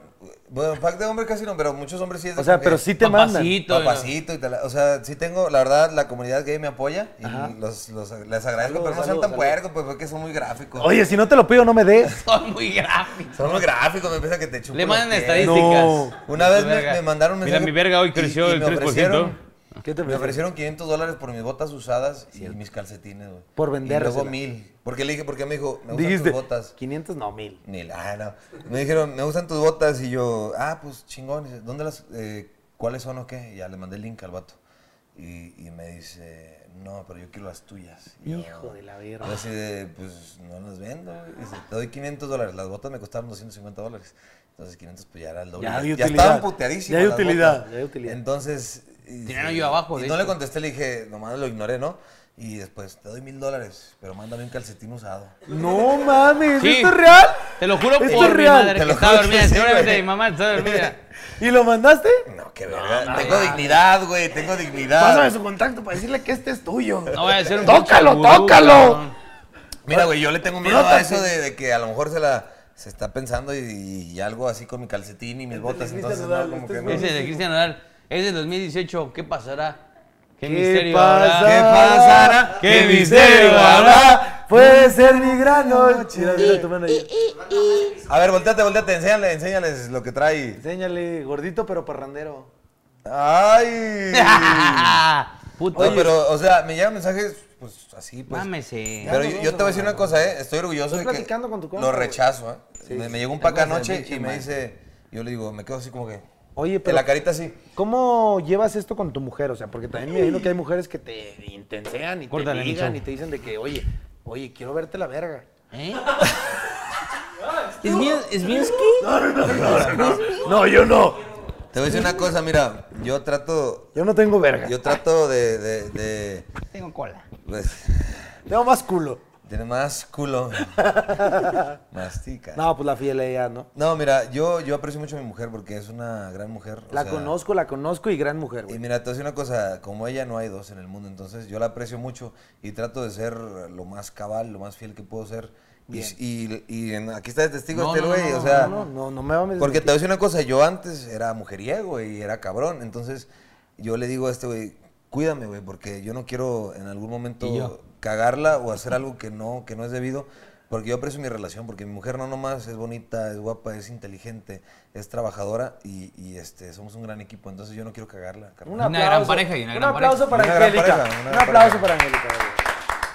Speaker 3: Bueno, pack de hombre casi no, pero muchos hombres sí es de
Speaker 1: o sea,
Speaker 3: como
Speaker 1: pero
Speaker 3: que
Speaker 1: sí te mandan.
Speaker 2: Papacito, [laughs]
Speaker 3: Papacito y tal. O sea, sí tengo, la verdad, la comunidad gay me apoya y los, los- les agradezco,
Speaker 1: Saludos,
Speaker 3: pero no sean
Speaker 1: saludos,
Speaker 3: tan
Speaker 1: saludos.
Speaker 3: puercos, pues porque son muy gráficos.
Speaker 1: Oye, si no te lo pido, no me
Speaker 3: [laughs]
Speaker 1: des.
Speaker 4: Son muy gráficos.
Speaker 3: Son muy gráficos, me empieza que te chupan
Speaker 2: Le mandan
Speaker 3: los pies.
Speaker 2: estadísticas.
Speaker 1: No.
Speaker 3: Una
Speaker 2: Tu
Speaker 3: vez me,
Speaker 2: verga.
Speaker 3: me mandaron un
Speaker 2: Mira,
Speaker 3: mensaje.
Speaker 2: mi verga hoy creció
Speaker 3: y- y
Speaker 2: el
Speaker 3: me
Speaker 2: 3%.
Speaker 3: ofrecieron-
Speaker 1: ¿Qué te
Speaker 3: Me
Speaker 1: ofrecen?
Speaker 3: ofrecieron 500 dólares por mis botas usadas y mis calcetines, güey.
Speaker 1: Por
Speaker 3: Y luego
Speaker 1: vendérselas.
Speaker 3: mil. Porque le dije, porque me dijo, me gustan
Speaker 1: Dijiste,
Speaker 3: tus botas.
Speaker 1: 500, no, 1000.
Speaker 3: Ni la- ah, no. Me dijeron, me gustan tus botas. Y yo, ah, pues chingón. Y dice, ¿Dónde las, eh, cuáles son o qué? Y ya le mandé el link al vato. Y, y me dice, no, pero yo quiero las tuyas. Y yo-
Speaker 1: Hijo de la verga.
Speaker 3: Yo así de, pues no las vendo. Y dice, te doy 500 dólares. Las botas me costaron 250 dólares. Entonces 500 pues ya era el doble.
Speaker 1: Ya hay
Speaker 3: estaban
Speaker 1: utilidad.
Speaker 3: puteadísimas.
Speaker 1: Ya hay
Speaker 3: las
Speaker 1: utilidad,
Speaker 3: botas.
Speaker 1: ya hay utilidad.
Speaker 3: Entonces. y-
Speaker 2: Tenían yo abajo,
Speaker 3: Y
Speaker 2: de
Speaker 3: no
Speaker 2: hecho.
Speaker 3: le contesté, le dije, nomás lo ignoré, ¿no? Y después, te doy mil dólares, pero mándame un calcetín usado.
Speaker 1: [laughs] No mames,
Speaker 2: Sí.
Speaker 1: ¿esto es real?
Speaker 2: Te lo juro
Speaker 1: Esto
Speaker 2: por
Speaker 1: es
Speaker 2: mi
Speaker 1: real.
Speaker 2: madre
Speaker 3: Te
Speaker 2: que
Speaker 3: lo
Speaker 2: estaba
Speaker 3: juro que
Speaker 2: dormida.
Speaker 3: sí,
Speaker 2: Seguramente
Speaker 3: güey.
Speaker 2: mi mamá está dormida.
Speaker 1: ¿Y lo mandaste?
Speaker 3: No, qué verga. tengo dignidad, güey.
Speaker 1: Eh,
Speaker 3: Tengo dignidad.
Speaker 1: Pásame su contacto para decirle que este es tuyo.
Speaker 2: No voy a hacer
Speaker 1: [laughs]
Speaker 2: un
Speaker 1: ¡Tócalo,
Speaker 2: pinche gurú,
Speaker 1: tócalo!
Speaker 2: cabrón.
Speaker 3: Mira, güey, yo le tengo miedo
Speaker 1: Nótate.
Speaker 3: a eso de, de que a lo mejor se la se está pensando y, y algo así con mi calcetín y mis botas. Entonces, no, como
Speaker 1: este
Speaker 3: que no.
Speaker 2: Ese de Cristian Nodal. Es del 2018. ¿Qué pasará? ¿Qué,
Speaker 1: ¿Qué
Speaker 2: misterio
Speaker 1: pasa?
Speaker 2: habrá?
Speaker 3: ¿Qué pasará?
Speaker 2: ¿Qué misterio
Speaker 1: habrá? Puede ser mi gran noche. Mira, mira tu mano ahí.
Speaker 3: A ver, volteate, volteate. Enséñale, enséñales lo que trae.
Speaker 1: [laughs] Enséñale, gordito pero parrandero. [laughs]
Speaker 3: ¡Ay!
Speaker 2: Puta.
Speaker 3: No, pero, o sea, me llegan mensajes, pues, así, pues.
Speaker 4: Mámese.
Speaker 3: Pero yo, yo te voy a decir una cosa, ¿eh? Estoy orgulloso
Speaker 1: Estoy
Speaker 3: de que
Speaker 1: platicando con tu compa,
Speaker 3: lo
Speaker 1: güey.
Speaker 3: rechazo, ¿eh? me, me llegó un paca
Speaker 2: Algo de
Speaker 3: anoche
Speaker 2: pinche
Speaker 3: y me
Speaker 2: madre.
Speaker 3: dice, yo le digo, me quedo así como que...
Speaker 1: Oye,
Speaker 3: en
Speaker 1: pero-
Speaker 3: la carita así.
Speaker 1: ¿Cómo llevas esto con tu mujer? O sea, porque también me imagino que hay mujeres que te intensean y
Speaker 2: Córtale,
Speaker 1: te ligan
Speaker 2: Micho.
Speaker 1: y te dicen de que, oye, oye, quiero verte la verga. [laughs]
Speaker 4: ¿Eh? ¿Es bien, es bien ski?
Speaker 1: No, yo no.
Speaker 3: Te voy a
Speaker 1: [laughs]
Speaker 3: decir una cosa, mira, yo trato...
Speaker 1: Yo no tengo verga.
Speaker 3: Yo trato de... de, de-
Speaker 4: Tengo cola.
Speaker 3: pues,
Speaker 1: Tengo más culo.
Speaker 3: tiene más
Speaker 1: [laughs]
Speaker 3: culo. Mastica. No.
Speaker 1: No, pues la fidelidad, ¿no?
Speaker 3: mira, yo, yo aprecio mucho a mi mujer porque es una gran mujer. o
Speaker 1: La
Speaker 3: sea,
Speaker 1: conozco, la conozco y gran mujer,
Speaker 3: Y
Speaker 1: güey.
Speaker 3: mira, te voy a decir una cosa, como ella no hay dos en el mundo, entonces yo la aprecio mucho y trato de ser lo más cabal, lo más fiel que puedo ser. Y, y- y en- aquí está de testigo
Speaker 2: No,
Speaker 3: este
Speaker 2: no, no,
Speaker 3: güey,
Speaker 2: no,
Speaker 3: o sea,
Speaker 1: No, no, no, no me va a meter.
Speaker 3: porque te voy a decir una cosa, yo antes era mujeriego y era cabrón, entonces yo le digo a este güey, cuídame, güey, porque yo no quiero en algún
Speaker 2: ¿Y yo?
Speaker 3: momento cagarla o hacer algo que no, que no es debido, porque yo aprecio mi relación, porque mi mujer no nomás es bonita, es guapa, es inteligente, es trabajadora y, y, este, somos un gran equipo, entonces yo no quiero cagarla.
Speaker 1: Un
Speaker 3: carnal.
Speaker 2: Una gran
Speaker 1: aplauso.
Speaker 2: pareja y una gran
Speaker 1: Un aplauso
Speaker 2: pareja.
Speaker 1: para
Speaker 3: Una gran
Speaker 1: Angélica.
Speaker 3: pareja, una
Speaker 1: Un
Speaker 3: gran
Speaker 1: aplauso
Speaker 3: pareja.
Speaker 1: para Angélica. güey.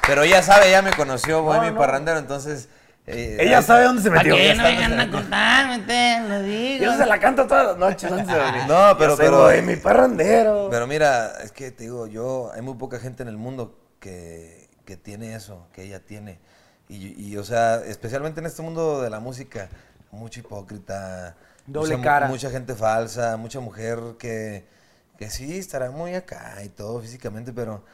Speaker 3: Pero ella sabe, ella me conoció, voy
Speaker 1: No,
Speaker 3: mi
Speaker 1: no.
Speaker 3: parrandero, entonces... eh,
Speaker 1: Ella
Speaker 3: ahí-
Speaker 1: sabe dónde se
Speaker 4: ¿Para
Speaker 1: metió.
Speaker 4: qué no
Speaker 3: está, ya
Speaker 4: vengan
Speaker 3: está.
Speaker 4: a contarme? Te lo digo.
Speaker 1: Yo se la canto todas las noches antes de venir.
Speaker 3: No, pero-
Speaker 1: Yo soy
Speaker 3: pero-
Speaker 1: bohemio y parrandero.
Speaker 3: Pero mira, es que te digo, yo, hay muy poca gente en el mundo que, que tiene eso, que ella tiene. Y, y, o sea, especialmente en este mundo de la música, mucho hipócrita.
Speaker 1: Doble
Speaker 3: mucha mu-
Speaker 1: cara.
Speaker 3: Mucha gente falsa, mucha mujer que, que sí estará muy acá y todo físicamente, pero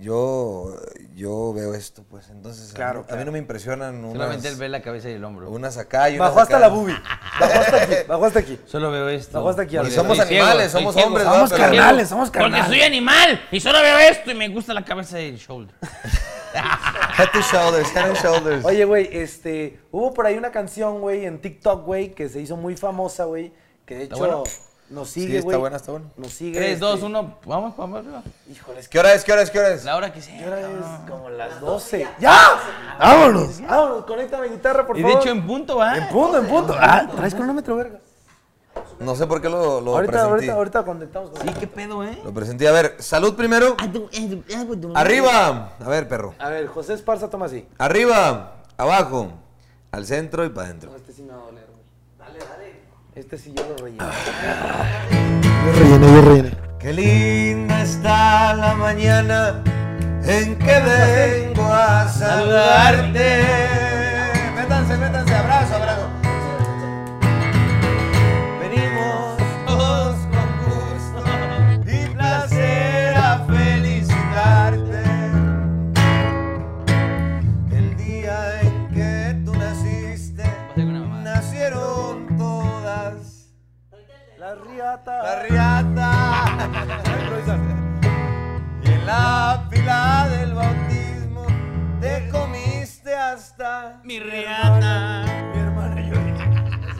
Speaker 3: yo, yo veo esto, pues. Entonces, a mí-
Speaker 1: Claro,
Speaker 3: a, mí,
Speaker 1: claro.
Speaker 3: no me impresionan unas,
Speaker 2: Solamente él ve la cabeza y el hombro.
Speaker 3: unas acá y unas
Speaker 1: Bajó hasta
Speaker 3: acá.
Speaker 1: la bubi. Bajó hasta aquí. Bajó hasta aquí.
Speaker 2: Solo veo esto.
Speaker 1: Bajó hasta aquí.
Speaker 3: Y
Speaker 1: arriba.
Speaker 3: somos
Speaker 2: Estoy ciego,
Speaker 3: animales,
Speaker 2: estoy
Speaker 3: somos
Speaker 2: ciego.
Speaker 3: hombres,
Speaker 1: Somos
Speaker 3: ¿verdad? Pero-
Speaker 1: carnales, somos
Speaker 4: Porque soy
Speaker 1: carnales.
Speaker 4: animal y solo veo esto y me gusta la cabeza del shoulder.
Speaker 3: Head to shoulders, head and shoulders.
Speaker 1: Oye, güey, este, hubo por ahí una canción, güey, en TikTok, güey, que se hizo muy famosa, güey, que de hecho
Speaker 2: bueno?
Speaker 1: nos
Speaker 3: Sí,
Speaker 1: sigue, güey.
Speaker 3: está buena, está buena.
Speaker 1: Nos sigue.
Speaker 2: 3, 2,
Speaker 1: este,
Speaker 2: 1. Vamos, vamos arriba.
Speaker 1: Híjole, es que
Speaker 3: ¿Qué hora es? ¿Qué hora es? ¿Qué hora es?
Speaker 2: La hora que sea.
Speaker 1: ahora es como las 12. ¡Ya! ¡Vámonos! ¡Vámonos! Conecta mi guitarra, por
Speaker 2: Y de
Speaker 1: favor.
Speaker 2: hecho, en punto, va.
Speaker 1: En punto, en punto. Ah, traes cronómetro, verga.
Speaker 3: No sé por qué lo, lo
Speaker 1: Ahorita,
Speaker 3: presentí.
Speaker 1: ahorita, ahorita conectamos con
Speaker 4: Sí, qué pedo, ¿eh?
Speaker 3: Lo presenté. A ver, salud primero. Arriba. A ver, perro.
Speaker 1: A ver, José Esparza toma así.
Speaker 3: Arriba, abajo, al centro y para adentro.
Speaker 1: Este sí me va a doler, güey. Dale, dale. Este sí yo lo relleno.
Speaker 9: Yo rellené, yo rellené.
Speaker 3: Qué linda está la mañana en que vengo a saludarte. Métanse, métanse, abrazo, abrazo. Venimos todos con gusto y placer a felicitarte. El día en que tú naciste, nacieron todas.
Speaker 1: La riata.
Speaker 3: La riata. y en la fila del bautismo te comiste hasta.
Speaker 4: Mi riata.
Speaker 1: Mi hermana, yo.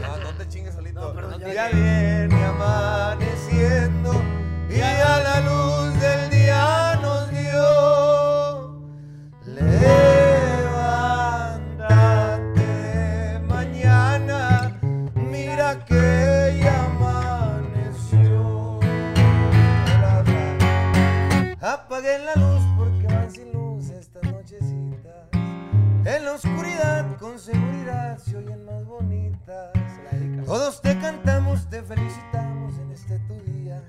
Speaker 3: No, no te chingues solito.
Speaker 1: perdón, ya
Speaker 3: ya viene amaneciendo y a la luz del día nos dio. Levántate mañana, mira que ya amaneció. La, la. Apaguen la luz porque van sin luz estas nochecitas. En la oscuridad con seguridad se oyen más bonitas. Todos te cantamos, te felicitamos en este tu día.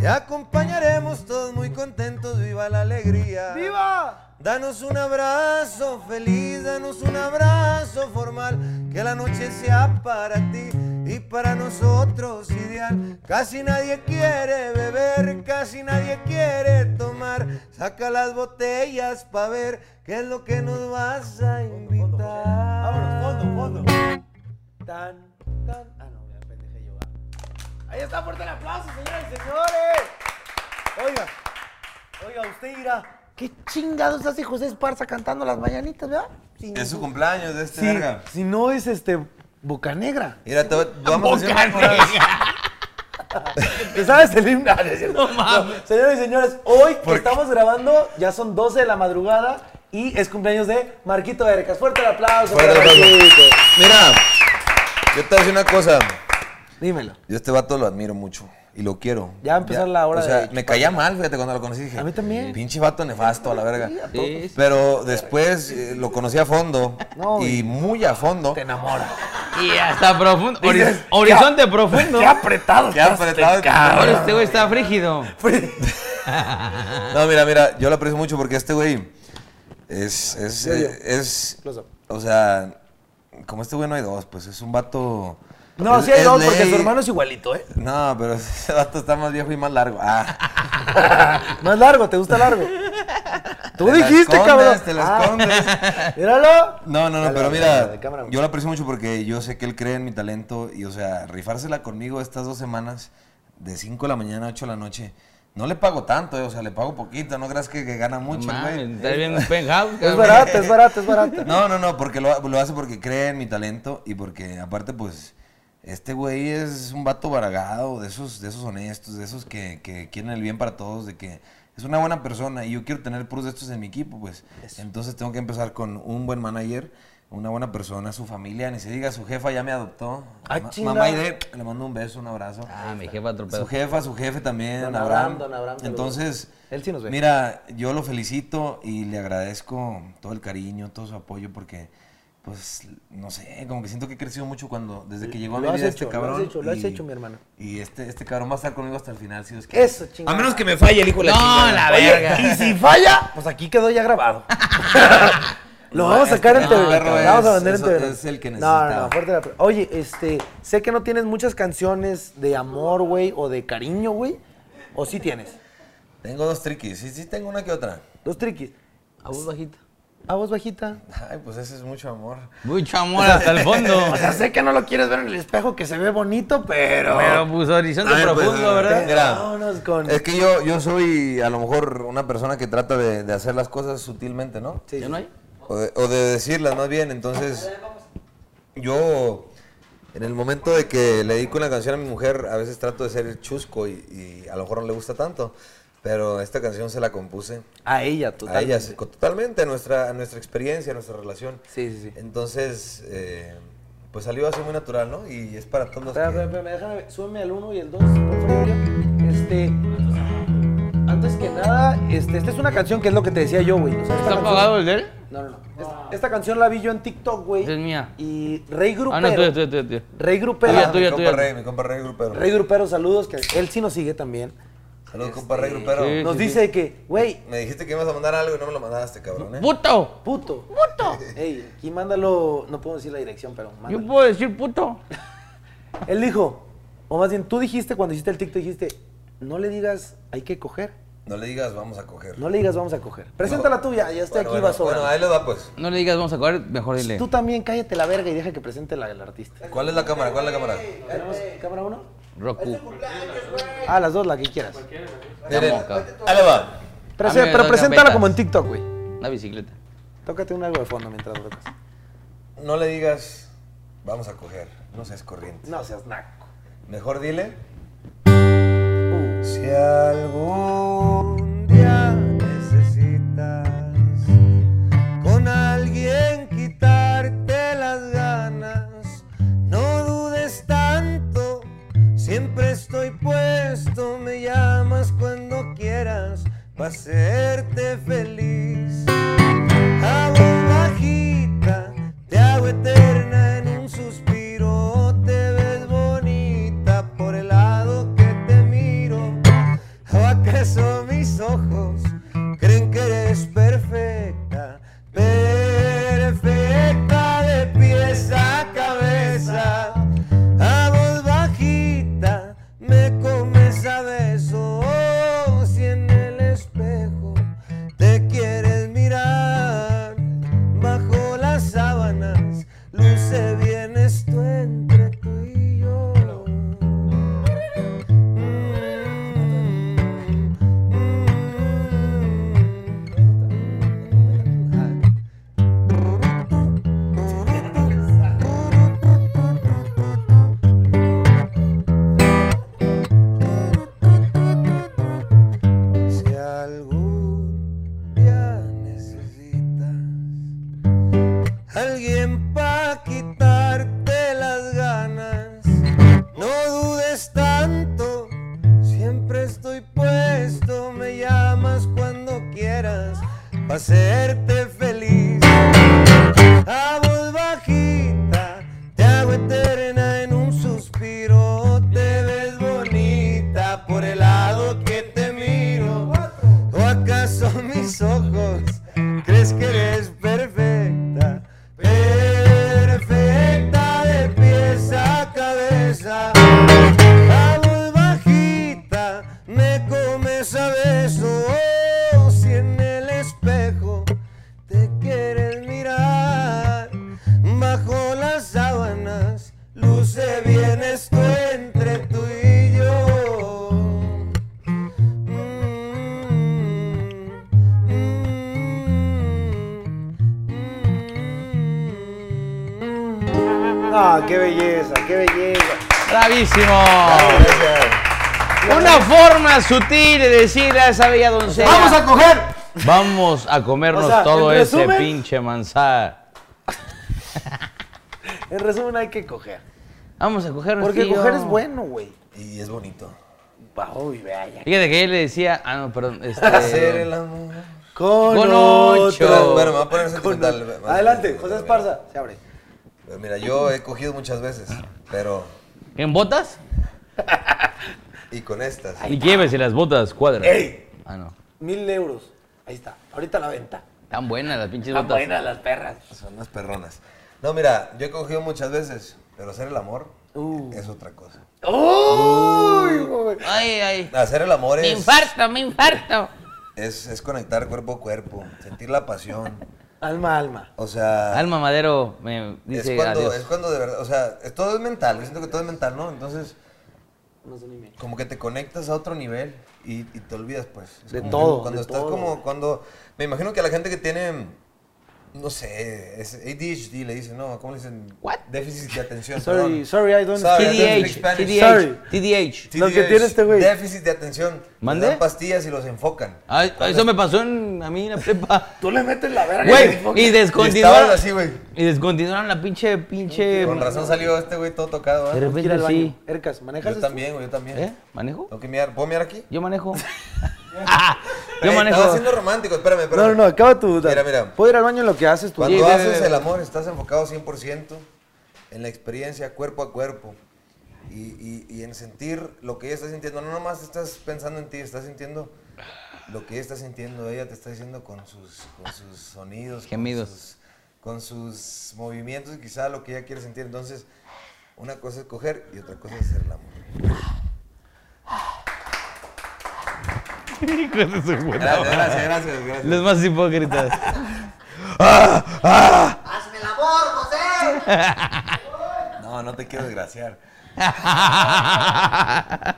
Speaker 3: Te acompañaremos todos muy contentos, viva la alegría.
Speaker 1: ¡Viva!
Speaker 3: Danos un abrazo feliz, danos un abrazo formal, que la noche sea para ti y para nosotros ideal. Casi nadie quiere beber, casi nadie quiere tomar. Saca las botellas para ver qué es lo que nos vas a invitar.
Speaker 1: Vámonos, fondo, fondo. Tan, tan. Ah, no, me pendejé yo. ah. Ahí está, fuerte el aplauso, señoras y señores. Oiga, oiga, usted dirá, ¿qué chingados hace José Esparza cantando las mañanitas, verdad? Si,
Speaker 3: cumpleaños de este
Speaker 1: si, si no es este Bocanegra.
Speaker 3: Mira, vamos
Speaker 4: Boca
Speaker 1: ¿Te sabes el [laughs] himno? Ah, no es cierto.
Speaker 4: No mames.
Speaker 1: No, Señoras y señores, hoy que estamos grabando, ya son 12 de la madrugada y es cumpleaños de Marquito Ercas. Fuerte el aplauso.
Speaker 3: Fuerte el
Speaker 1: para
Speaker 3: aplauso.
Speaker 1: Marquito.
Speaker 3: Mira, yo te voy a decir una cosa.
Speaker 1: Dímelo.
Speaker 3: Yo a este vato lo admiro mucho. y lo quiero.
Speaker 1: Ya va a empezar la hora
Speaker 3: O sea,
Speaker 1: de
Speaker 3: me
Speaker 1: chupar.
Speaker 3: caía mal, fíjate, cuando lo conocí dije.
Speaker 1: A mí también.
Speaker 3: Pinche vato nefasto a la verga.
Speaker 2: Sí, sí.
Speaker 3: Pero después eh, lo conocí a fondo
Speaker 1: No,
Speaker 3: y
Speaker 1: y-
Speaker 3: muy a fondo.
Speaker 1: Te enamora.
Speaker 2: Y hasta profundo. hori- horizonte profundo.
Speaker 3: Qué apretado.
Speaker 2: Ahora este güey está
Speaker 1: [laughs]
Speaker 2: frígido.
Speaker 3: No, mira, mira, yo lo aprecio mucho porque este güey es, es, es, es-
Speaker 1: Close up.
Speaker 3: o sea, como este güey no hay dos, pues es un vato.
Speaker 1: No,
Speaker 3: es-
Speaker 1: sí hay
Speaker 3: es
Speaker 1: dos, porque
Speaker 3: ley.
Speaker 1: su hermano es igualito, ¿eh? [laughs]
Speaker 3: No, pero [laughs] ese vato está más viejo y más largo. Ah,
Speaker 1: Más largo, ¿te gusta largo? Tú
Speaker 3: Te la
Speaker 1: dijiste,
Speaker 3: escondes,
Speaker 1: cabrón. Ah,
Speaker 3: te la
Speaker 1: [laughs]
Speaker 3: escondes.
Speaker 1: Míralo.
Speaker 3: no, no, no,
Speaker 1: Dale,
Speaker 3: pero
Speaker 1: dale, dale,
Speaker 3: mira,
Speaker 1: de cámara,
Speaker 3: yo lo aprecio mucho porque yo sé que él cree en mi talento y, o sea, rifársela conmigo estas dos semanas, de 5 de la mañana a 8 de la noche, no le pago tanto, eh, o sea, le pago poquito, no creas que, que gana mucho, güey.
Speaker 2: Mames, Está bien un penthouse.
Speaker 1: Es
Speaker 2: cabrón.
Speaker 1: barato, es barato, es barato.
Speaker 3: No, no, no, porque lo, lo hace porque cree en mi talento y porque aparte pues este güey es un vato varagado, de esos, de esos honestos, de esos que, que quieren el bien para todos, de que es una buena persona y yo quiero tener puros de estos en mi equipo, pues. Entonces tengo que empezar con un buen manager, una buena persona, su familia, ni se diga, su jefa ya me adoptó.
Speaker 1: Ah,
Speaker 3: Ma-
Speaker 1: chinga.
Speaker 3: mamá Aide, le mando un beso, un abrazo.
Speaker 2: Ah, mi jefa
Speaker 3: Su
Speaker 2: atropelló.
Speaker 3: jefa, su jefe también,
Speaker 1: Don
Speaker 3: Abraham.
Speaker 1: Abraham, don Abraham, saludos.
Speaker 3: Entonces,
Speaker 1: Él sí nos ve.
Speaker 3: mira, yo lo felicito y le agradezco todo el cariño, todo su apoyo, porque, pues, no sé, como que siento que he crecido mucho cuando, desde que llegó a
Speaker 1: Lo
Speaker 3: mi
Speaker 1: has
Speaker 3: vida
Speaker 1: hecho,
Speaker 3: este
Speaker 1: lo has
Speaker 3: cabrón.
Speaker 1: hecho, lo has hecho, mi hermano.
Speaker 3: Y este, este cabrón va a estar conmigo hasta el final, si Dios quiere.
Speaker 1: Eso, chingada.
Speaker 3: A menos que me falle el hijo de la
Speaker 2: No,
Speaker 3: chingada.
Speaker 2: la
Speaker 1: Oye,
Speaker 2: verga.
Speaker 1: Y si falla, pues aquí quedó ya
Speaker 3: [laughs]
Speaker 1: grabado. Lo vamos a
Speaker 3: Este
Speaker 1: sacar en
Speaker 3: perro
Speaker 1: TV.
Speaker 3: es-
Speaker 1: vamos a vender en
Speaker 3: eso
Speaker 1: TV.
Speaker 3: es el que
Speaker 1: No, no,
Speaker 3: necesitaba.
Speaker 1: no, fuerte la pre- Oye, este, sé que no tienes muchas canciones de amor, güey, o de cariño, güey. O sí tienes.
Speaker 3: Tengo dos triquis, sí, sí, tengo una que otra.
Speaker 1: Dos triquis.
Speaker 2: A voz bajita.
Speaker 1: A voz bajita.
Speaker 3: Ay, pues ese es mucho amor.
Speaker 2: Mucho amor hasta el fondo.
Speaker 1: [laughs] O sea, sé que no lo quieres ver en el espejo que se ve bonito, pero.
Speaker 2: Pero pues horizonte
Speaker 3: Ay, pues,
Speaker 2: profundo,
Speaker 1: ah.
Speaker 2: ¿verdad?
Speaker 3: mira,
Speaker 1: Vámonos con-
Speaker 3: Es que yo, yo soy a lo mejor una persona que trata de, de hacer las cosas sutilmente, ¿no?
Speaker 1: Sí,
Speaker 2: ¿Ya no hay?
Speaker 3: O de, o de decirlas más bien. Entonces, yo en el momento de que le dedico una canción a mi mujer, a veces trato de ser chusco y, y a lo mejor no le gusta tanto. Pero esta canción se la compuse
Speaker 1: A ella, total.
Speaker 3: a ella, sí, co- totalmente, a nuestra, a nuestra experiencia, a nuestra relación.
Speaker 1: Sí, sí, sí.
Speaker 3: Entonces, eh, pues salió así muy natural, ¿no? Y es para todos los
Speaker 1: Espera,
Speaker 3: que-
Speaker 1: espera, espera, déjame ver. Súbeme al 1 y el 2, por favor. ya. Este. Antes que nada, este, esta es una canción que es lo que te decía yo, güey. O sea, esta
Speaker 2: ¿Está
Speaker 1: canción-
Speaker 2: apagado el de él?
Speaker 1: No, no, no. Esta, esta canción la vi yo en TikTok, güey.
Speaker 2: Esa es mía.
Speaker 1: Y Rey Grupero.
Speaker 2: Ah, no, tuya, tuya, tuya, tuya.
Speaker 1: Rey Grupero.
Speaker 2: Tuya,
Speaker 3: Ah,
Speaker 2: tuya.
Speaker 3: mi compa Rey, mi compa Rey Grupero.
Speaker 1: Rey Grupero, saludos, que él sí nos sigue también.
Speaker 3: Saludos, compa
Speaker 1: este,
Speaker 3: Rey Grupero.
Speaker 2: sí.
Speaker 1: Nos dice que, güey,
Speaker 3: Me dijiste que ibas a mandar algo y no me lo mandaste, cabrón, ¿eh?
Speaker 2: ¡Puto!
Speaker 1: puto. ¡Puto! Ey, aquí mándalo, no puedo decir la dirección, pero mándalo.
Speaker 2: Yo puedo decir puto.
Speaker 1: Él dijo, o más bien tú dijiste cuando hiciste el TikTok, dijiste, no le digas hay que coger,
Speaker 3: No le digas, vamos a coger.
Speaker 1: no le digas vamos a coger. Preséntala tú ya, ya estoy
Speaker 3: Bueno,
Speaker 1: aquí,
Speaker 3: bueno,
Speaker 1: vas sobrando.
Speaker 3: Bueno, ahí lo da, pues.
Speaker 2: No le digas vamos a coger, mejor dile.
Speaker 1: Tú también cállate la verga y deja que presente la del artista.
Speaker 3: ¿Cuál es la cámara? ¿Cuál es la cámara?
Speaker 1: ¿Tenemos cámara uno?
Speaker 2: Roku.
Speaker 1: Ah, las dos, la que quieras.
Speaker 3: Miren,
Speaker 2: Vamos, cabrón.
Speaker 3: ahí le va.
Speaker 1: Pero,
Speaker 2: Dame
Speaker 1: pero
Speaker 2: dos
Speaker 1: preséntala
Speaker 2: gambetas.
Speaker 1: como en TikTok, güey.
Speaker 2: La bicicleta.
Speaker 1: Tócate un algo de fondo mientras tocas.
Speaker 3: No le digas, vamos a coger. No seas corriente.
Speaker 1: No seas naco.
Speaker 3: Mejor dile.
Speaker 1: Uh.
Speaker 3: Si algún día necesitas con alguien quitarte las ganas, no dudes tanto, siempre estoy puesto, me llamas cuando quieras para hacerte feliz. A voz bajita, te hago eterna en un suspiro. Te ves bonita por el lado que te miro. ¿O acaso mis ojos creen que eres perfecta? Perfecta de pies a cabeza. A voz bajita, me comes a besos. Y en el espejo te quieres mirar bajo las sábanas. Luce bien esto entre tú y yo. Mm, mm, mm.
Speaker 6: para hacerte feliz. A voz bajita te hago eterna en un suspiro. Te ves bonita por el lado que te miro. ¿O acaso mis ojos crees que eres perfecta? Perfecta de pies a cabeza. A voz bajita me comes a besos y en el espejo te quieres mirar. Bajo las sábanas luce bien esto entre tú y yo. Mm, mm, mm.
Speaker 11: Ah, qué belleza, qué belleza.
Speaker 2: ¡Bravísimo! Una forma sutil de decirle a esa bella doncella.
Speaker 11: Vamos a coger.
Speaker 2: Vamos a comernos
Speaker 1: O sea,
Speaker 2: todo
Speaker 1: en
Speaker 2: ese
Speaker 1: resumen-
Speaker 2: pinche manzana.
Speaker 1: En resumen, hay que coger.
Speaker 2: Vamos a cogernos
Speaker 1: Porque
Speaker 2: tío.
Speaker 1: coger es bueno, güey.
Speaker 3: Y es bonito.
Speaker 1: Uy, vea ya.
Speaker 2: Fíjate que yo le decía. Ah, no,
Speaker 1: [laughs]
Speaker 2: perdón. este,
Speaker 3: Hacer el amor.
Speaker 1: Con,
Speaker 2: Con
Speaker 1: ocho.
Speaker 2: ocho.
Speaker 3: Bueno, me voy a poner sentimental.
Speaker 11: Adelante, José Esparza.
Speaker 1: Se abre.
Speaker 3: Mira, yo he cogido muchas veces, pero.
Speaker 2: ¿En botas?
Speaker 3: Y con estas.
Speaker 2: Y llévese las botas cuadras.
Speaker 1: ¡Ey!
Speaker 2: Ah, no.
Speaker 1: Mil euros. Ahí está. Ahorita a la venta.
Speaker 2: Tan buenas las pinches
Speaker 1: Están
Speaker 2: botas.
Speaker 1: buenas las perras.
Speaker 3: Son unas perronas. No, mira, yo he cogido muchas veces, pero hacer el amor es otra cosa.
Speaker 1: ¡Uy, güey!
Speaker 4: Ay, ay.
Speaker 3: Hacer el amor
Speaker 4: Me
Speaker 3: es,
Speaker 4: infarto, me infarto.
Speaker 3: es, es conectar cuerpo a cuerpo, sentir la pasión.
Speaker 1: Alma, alma.
Speaker 3: O sea,
Speaker 2: Alma Madero me
Speaker 3: es,
Speaker 2: dice
Speaker 3: cuando,
Speaker 2: adiós.
Speaker 3: es cuando de verdad, o sea, es- todo es mental, yo siento que todo es mental, ¿no? Entonces,
Speaker 1: No son ni mil.
Speaker 3: como que te conectas a otro nivel y, y te olvidas, pues. Es
Speaker 1: De
Speaker 3: como
Speaker 1: todo,
Speaker 3: Cuando
Speaker 1: de
Speaker 3: estás
Speaker 1: todo,
Speaker 3: como,
Speaker 1: güey.
Speaker 3: cuando, me imagino que a la gente que tiene, no sé, es ADHD le dicen, ¿no? ¿Cómo le dicen?
Speaker 2: What?
Speaker 3: Déficit de atención.
Speaker 1: Sorry,
Speaker 3: perdón.
Speaker 1: sorry, I don't
Speaker 3: Sorry, I
Speaker 1: speak
Speaker 3: don't speak
Speaker 2: TDH,
Speaker 3: Spanish.
Speaker 1: Sorry.
Speaker 2: TDH, TDH.
Speaker 1: Lo que tiene este güey.
Speaker 3: Déficit de atención.
Speaker 2: ¿Mande?
Speaker 3: Les dan pastillas y los enfocan.
Speaker 2: Ay, eso me pasó en, a mí en la prepa.
Speaker 1: Tú le metes la verga.
Speaker 2: Güey, y
Speaker 3: Y estaban
Speaker 2: descontinuaron.
Speaker 3: así, güey.
Speaker 2: Y descontinuaron la pinche, pinche.
Speaker 3: Con razón salió este güey todo tocado,
Speaker 2: De
Speaker 3: ¿eh?
Speaker 1: Ir
Speaker 2: repente
Speaker 1: al baño.
Speaker 2: sí.
Speaker 1: Ercas, ¿manejas
Speaker 3: Yo también, güey, yo también.
Speaker 2: ¿Eh? ¿Manejo?
Speaker 3: ¿Tengo que mirar? ¿Puedo mirar aquí?
Speaker 2: Yo
Speaker 3: [laughs]
Speaker 2: manejo. [laughs] Ah, yo
Speaker 3: Eh,
Speaker 2: manejo.
Speaker 3: Estaba siendo romántico, espérame,
Speaker 1: esto? No,
Speaker 3: espérame.
Speaker 1: no, no, acaba tu duda.
Speaker 3: Mira, mira.
Speaker 1: Puedo ir al baño en lo que haces tú.
Speaker 3: Cuando
Speaker 2: Pues Sí, ve,
Speaker 3: haces
Speaker 2: ve, ve.
Speaker 3: el amor, estás enfocado 100% en la experiencia cuerpo a cuerpo y, y- y en sentir lo que ella está sintiendo. No nomás estás pensando en ti, estás sintiendo lo que ella está sintiendo. Ella te está diciendo con sus, con sus sonidos,
Speaker 2: Gemidos.
Speaker 3: [laughs] Con, sus, con sus movimientos, quizá lo que ella quiere sentir. Entonces, una cosa es coger y otra cosa es hacer el amor. Gracias, gracias, gracias. gracias.
Speaker 2: Los más hipócritas.
Speaker 3: No, no te quiero desgraciar.
Speaker 2: [laughs]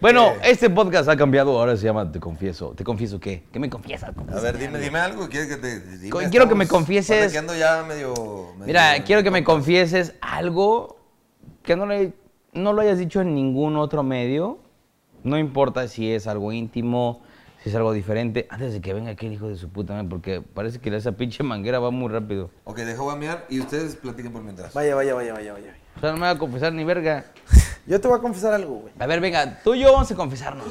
Speaker 2: Bueno, este podcast ha cambiado. Ahora se llama Te Confieso. ¿Te confieso qué? ¿Qué me confiesas?
Speaker 3: A ver, dime, dime algo. ¿Quieres que te.? dime,
Speaker 2: Co- quiero que me
Speaker 3: estamos-
Speaker 2: confieses-
Speaker 3: ahorita que ando ya medio. medio-
Speaker 2: Mira, quiero que me confieses algo que no, le- no lo hayas dicho en ningún otro medio. No importa si es algo íntimo, si es algo diferente. Antes de que venga aquel hijo de su puta madre, porque parece que esa pinche manguera va muy rápido.
Speaker 3: Ok, deja voy a mirar y ustedes platiquen por mientras.
Speaker 1: Vaya, vaya, vaya, vaya, vaya.
Speaker 2: O sea, no me va a confesar ni verga.
Speaker 1: Yo te voy a confesar algo, güey.
Speaker 2: A ver, venga, tú y yo vamos a confesarnos.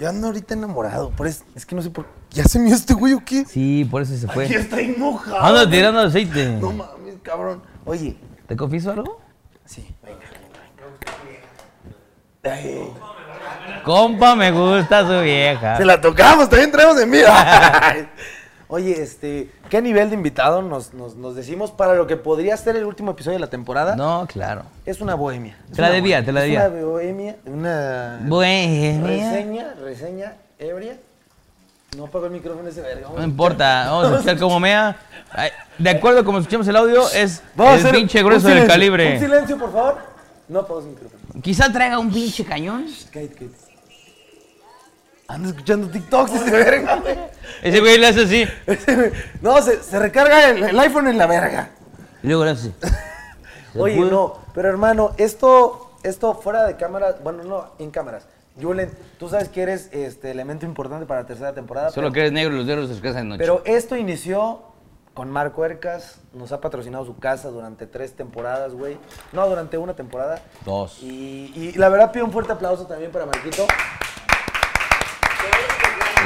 Speaker 1: Yo ando ahorita enamorado. Por eso, es que no sé por ¿Ya se mió este güey o qué?
Speaker 2: Sí, por eso se fue.
Speaker 1: Ya está enojado.
Speaker 2: Anda tirando aceite.
Speaker 1: No mames, cabrón. Oye,
Speaker 2: ¿Te confieso algo?
Speaker 1: sí, venga, venga, venga. Ay,
Speaker 2: Compa, me gusta su vieja.
Speaker 1: se la tocamos, también traemos en
Speaker 2: [laughs]
Speaker 1: vida. Oye, este, ¿qué nivel de invitado nos, nos- nos decimos para lo que podría ser el último episodio de la temporada?
Speaker 2: No, claro.
Speaker 1: Es una bohemia. Es
Speaker 2: Te la
Speaker 1: una
Speaker 2: debía,
Speaker 1: bohemia.
Speaker 2: te la
Speaker 1: Es
Speaker 2: debía.
Speaker 1: Una bohemia, una
Speaker 2: Bueno,
Speaker 1: reseña, reseña ebria. No apagó el micrófono ese verga.
Speaker 2: no importa, vamos a escuchar como mea. Ay, De acuerdo a como escuchamos el audio, es
Speaker 1: Vamos a
Speaker 2: el
Speaker 1: hacer
Speaker 2: pinche
Speaker 1: un
Speaker 2: grueso del
Speaker 1: silencio, Un
Speaker 2: calibre.
Speaker 1: silencio, por favor. No apagues el micrófono.
Speaker 2: Quizá traiga un pinche cañón.
Speaker 1: Cállate, cállate. Anda escuchando TikToks ese verga, güey. [laughs]
Speaker 2: Ese güey le hace así.
Speaker 1: Ese güey. No, se, se recarga el, el iPhone en la verga.
Speaker 2: Y luego le hace. así.
Speaker 1: Oye,
Speaker 2: pudo.
Speaker 1: no, pero hermano, esto, esto fuera de cámaras, bueno, no, en cámaras. Julen, tú sabes que eres este elemento importante para la tercera temporada.
Speaker 2: Solo
Speaker 1: pero-
Speaker 2: que eres negro y los dedos se casan de noche.
Speaker 1: Pero esto inició con Marco Ercas, nos ha patrocinado su casa durante tres temporadas, güey. No, durante una temporada.
Speaker 2: Dos.
Speaker 1: Y, y la verdad pido un fuerte aplauso también para Marquito.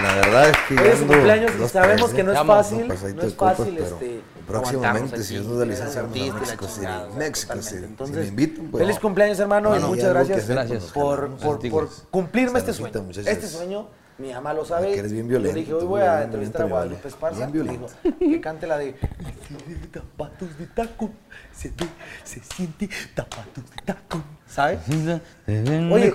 Speaker 3: La verdad es que.
Speaker 1: Hoy es su cumpleaños y sabemos que no
Speaker 3: ¿eh?
Speaker 1: es
Speaker 2: Estamos,
Speaker 1: fácil,
Speaker 3: pues
Speaker 1: no es fácil este,
Speaker 3: Próximamente,
Speaker 1: aguantarnos aquí.
Speaker 3: si Dios nos da
Speaker 1: Gracias
Speaker 3: licencia,
Speaker 1: a
Speaker 3: vamos
Speaker 1: ti,
Speaker 3: a
Speaker 1: la
Speaker 3: México City.
Speaker 1: chingada,
Speaker 3: México
Speaker 1: totalmente.
Speaker 3: City. Si
Speaker 1: Entonces,
Speaker 3: me invitan, pues.
Speaker 1: Feliz cumpleaños, hermano,
Speaker 3: Bueno,
Speaker 1: y
Speaker 3: y
Speaker 1: muchas
Speaker 3: algo que
Speaker 1: gracias,
Speaker 3: hacer, pues,
Speaker 1: por,
Speaker 3: nos
Speaker 1: por,
Speaker 3: tigres.
Speaker 1: por cumplirme este
Speaker 3: Saludita,
Speaker 1: sueño.
Speaker 3: muchachos.
Speaker 1: Este sueño, mi mamá lo sabe.
Speaker 3: que eres bien
Speaker 1: Yo dije,
Speaker 3: violento,
Speaker 1: hoy
Speaker 3: tú,
Speaker 1: voy
Speaker 3: bien
Speaker 1: a
Speaker 3: violento,
Speaker 1: entrevistar a
Speaker 3: mi vale.
Speaker 1: Guadalupe Esparza.
Speaker 3: Bien violento.
Speaker 1: Digo, que cante la de zapatos de taco, se, ve, se siente zapatos de taco. ¿Sabes? Oye,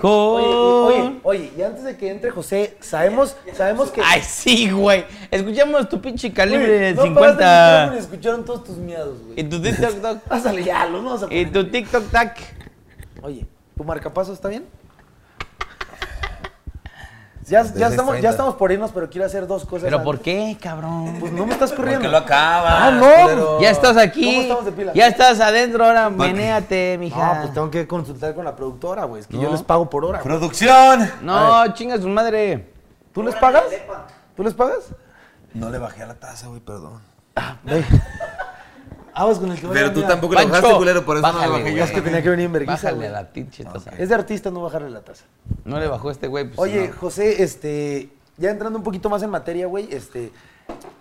Speaker 1: oye, oye, oye, y antes de que entre José, sabemos, sabemos que...
Speaker 4: Ay, sí, güey. Escuchamos tu pinche calibre
Speaker 1: Güey, no paraste el micrófono y
Speaker 4: 50.
Speaker 1: escucharon todos tus miados,
Speaker 4: Y
Speaker 1: güey.
Speaker 4: tu TikTok Tac.
Speaker 1: Pásale ya, los vamos a
Speaker 4: Y
Speaker 1: poner.
Speaker 4: tu TikTok Tac.
Speaker 1: Oye, ¿tu marcapaso está
Speaker 3: [laughs]
Speaker 1: bien? Ya, ya,
Speaker 3: Desde
Speaker 1: estamos,
Speaker 3: 30.
Speaker 1: ya estamos por irnos, pero quiero hacer dos cosas.
Speaker 2: ¿Pero
Speaker 1: antes.
Speaker 2: por qué, cabrón?
Speaker 1: Pues no me estás corriendo.
Speaker 3: Que lo acaba.
Speaker 1: Ah, no.
Speaker 4: Ya estás
Speaker 1: ¿Cómo
Speaker 4: aquí.
Speaker 1: estamos de pila?
Speaker 4: Ya estás adentro, ahora menéate,
Speaker 1: No,
Speaker 4: mija.
Speaker 1: pues tengo que consultar con la productora, güey. Es que yo les pago por hora. güey.
Speaker 3: ¡Producción!
Speaker 4: No, chinga su madre.
Speaker 1: ¿Tú les pagas? ¿Tú les pagas? Ah,
Speaker 3: No le bajé a la taza, güey, perdón.
Speaker 1: Aguas Ah, con el que vaya,
Speaker 3: Pero tú
Speaker 1: mira.
Speaker 3: tampoco le bajaste,
Speaker 2: Pancho,
Speaker 3: culero, por eso no
Speaker 2: bájale,
Speaker 3: le bajé
Speaker 1: Es que
Speaker 3: yo.
Speaker 1: tenía que venir en vergüenza,
Speaker 2: Bájale
Speaker 1: güey.
Speaker 2: a la pinche taza.
Speaker 1: Es de artista no bajarle la taza.
Speaker 2: No le bajó este güey. pues,
Speaker 1: Oye,
Speaker 2: no.
Speaker 1: José, este, ya entrando un poquito más en materia, güey, este,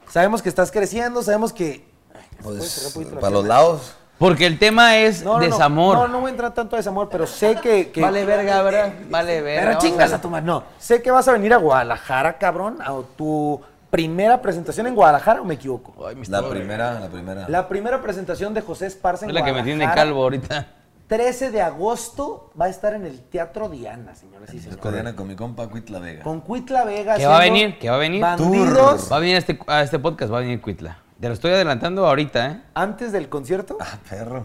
Speaker 1: sabemos que estás creciendo, sabemos que... Ay, ¿puedes cerrar un
Speaker 3: Pues,
Speaker 1: poquito la
Speaker 3: para los
Speaker 1: pierna?
Speaker 3: lados.
Speaker 2: Porque el tema es
Speaker 1: No, no, no.
Speaker 2: desamor.
Speaker 1: No, no voy a entrar tanto a desamor, pero sé que... que-
Speaker 2: Vale verga, ¿verdad? Vale verga.
Speaker 1: Pero
Speaker 2: vamos
Speaker 1: chingas
Speaker 2: ver.
Speaker 1: a tu madre. No, sé que vas a venir a Guadalajara, cabrón, a tu primera presentación en Guadalajara, ¿o me equivoco?
Speaker 2: Ay, me
Speaker 3: La
Speaker 2: estaba-
Speaker 3: primera, la primera.
Speaker 1: La primera presentación de José Esparza en
Speaker 2: Es la que me tiene
Speaker 1: Guadalajara,
Speaker 2: calvo ahorita.
Speaker 1: 13 de agosto va a estar en el Teatro Diana, señoras y
Speaker 3: Es
Speaker 1: señores.
Speaker 3: coreana con mi compa Cuit La Vega.
Speaker 1: Con Cuitla Vega.
Speaker 2: Que va a
Speaker 1: haciendo
Speaker 2: venir, que va a venir.
Speaker 1: Bandidos.
Speaker 2: Va a venir a este, a este podcast, va a venir Cuitla. Te lo estoy adelantando ahorita, ¿eh?
Speaker 1: Antes del concierto,
Speaker 3: Ah, perro.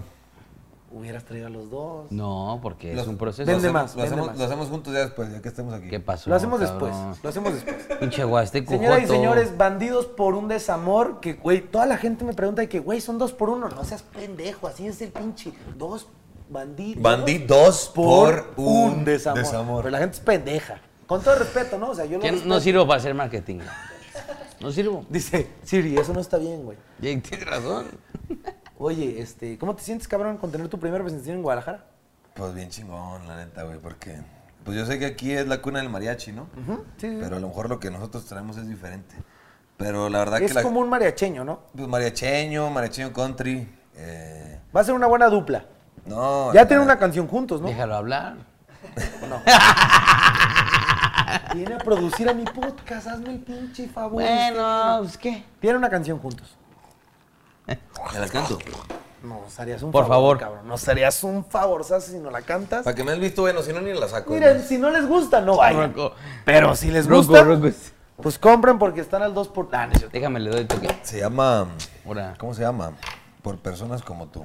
Speaker 1: hubieras traído a los dos.
Speaker 2: No, porque es
Speaker 3: Los-
Speaker 2: un proceso.
Speaker 1: Vende
Speaker 3: lo hacemos-
Speaker 1: más,
Speaker 3: Lo
Speaker 1: vende
Speaker 3: hacemos,
Speaker 1: más.
Speaker 3: lo hacemos juntos ya después, ya que estemos aquí.
Speaker 2: ¿Qué pasó?
Speaker 1: Lo hacemos
Speaker 2: cabrón?
Speaker 1: después. Lo hacemos después.
Speaker 2: Pinche guasteco.
Speaker 1: [laughs] Señoras y
Speaker 2: joto.
Speaker 1: señores, bandidos por un desamor que, güey, toda la gente me pregunta de que, güey, son dos por uno. No seas pendejo, así es el pinche. Dos bandidos.
Speaker 3: Bandidos por un
Speaker 1: desamor.
Speaker 3: desamor.
Speaker 1: Pero la gente es pendeja. Con todo respeto, ¿no? O sea, yo lo
Speaker 2: Ya no-
Speaker 1: respeto.
Speaker 2: no sirvo para hacer marketing.
Speaker 1: [laughs]
Speaker 2: No sirvo.
Speaker 1: Dice, Siri, eso no está bien, güey.
Speaker 2: Jake, tienes razón.
Speaker 1: Oye, este, ¿cómo te sientes, cabrón, con tener tu primera presentación en Guadalajara?
Speaker 3: Pues bien chingón, la neta, güey, porque... Pues yo sé que aquí es la cuna del mariachi, ¿no?
Speaker 1: sí, sí.
Speaker 3: Pero a lo mejor lo que nosotros traemos es diferente. Pero la verdad
Speaker 1: Es
Speaker 3: que la...
Speaker 1: como un mariacheño, ¿no?
Speaker 3: Pues mariacheño, mariacheño country. eh,
Speaker 1: Va a ser una buena dupla.
Speaker 3: no.
Speaker 1: Ya
Speaker 3: la-
Speaker 1: tienen una canción juntos, ¿no?
Speaker 2: Déjalo hablar.
Speaker 1: [laughs] Viene a producir a mi podcast, hazme el pinche favor.
Speaker 2: Bueno, pues qué.
Speaker 1: Tienen una canción juntos.
Speaker 3: Te la canto.
Speaker 1: Nos harías un
Speaker 2: Por
Speaker 1: favor,
Speaker 2: favor.
Speaker 1: cabrón. Nos harías un favorzazo si no la cantas.
Speaker 3: Para que me has visto, bueno, si no ni la saco.
Speaker 1: Miren, si no les gusta, no vayan.
Speaker 2: Rocco.
Speaker 1: Pero si les
Speaker 2: Rocco,
Speaker 1: gusta,
Speaker 2: Rocco, sí.
Speaker 1: pues compren porque están al 2 por... Ah, no es cierto.
Speaker 2: Déjame, le doy toque.
Speaker 3: Se llama...
Speaker 2: Ahora.
Speaker 3: ¿Cómo se llama? Por personas como tú.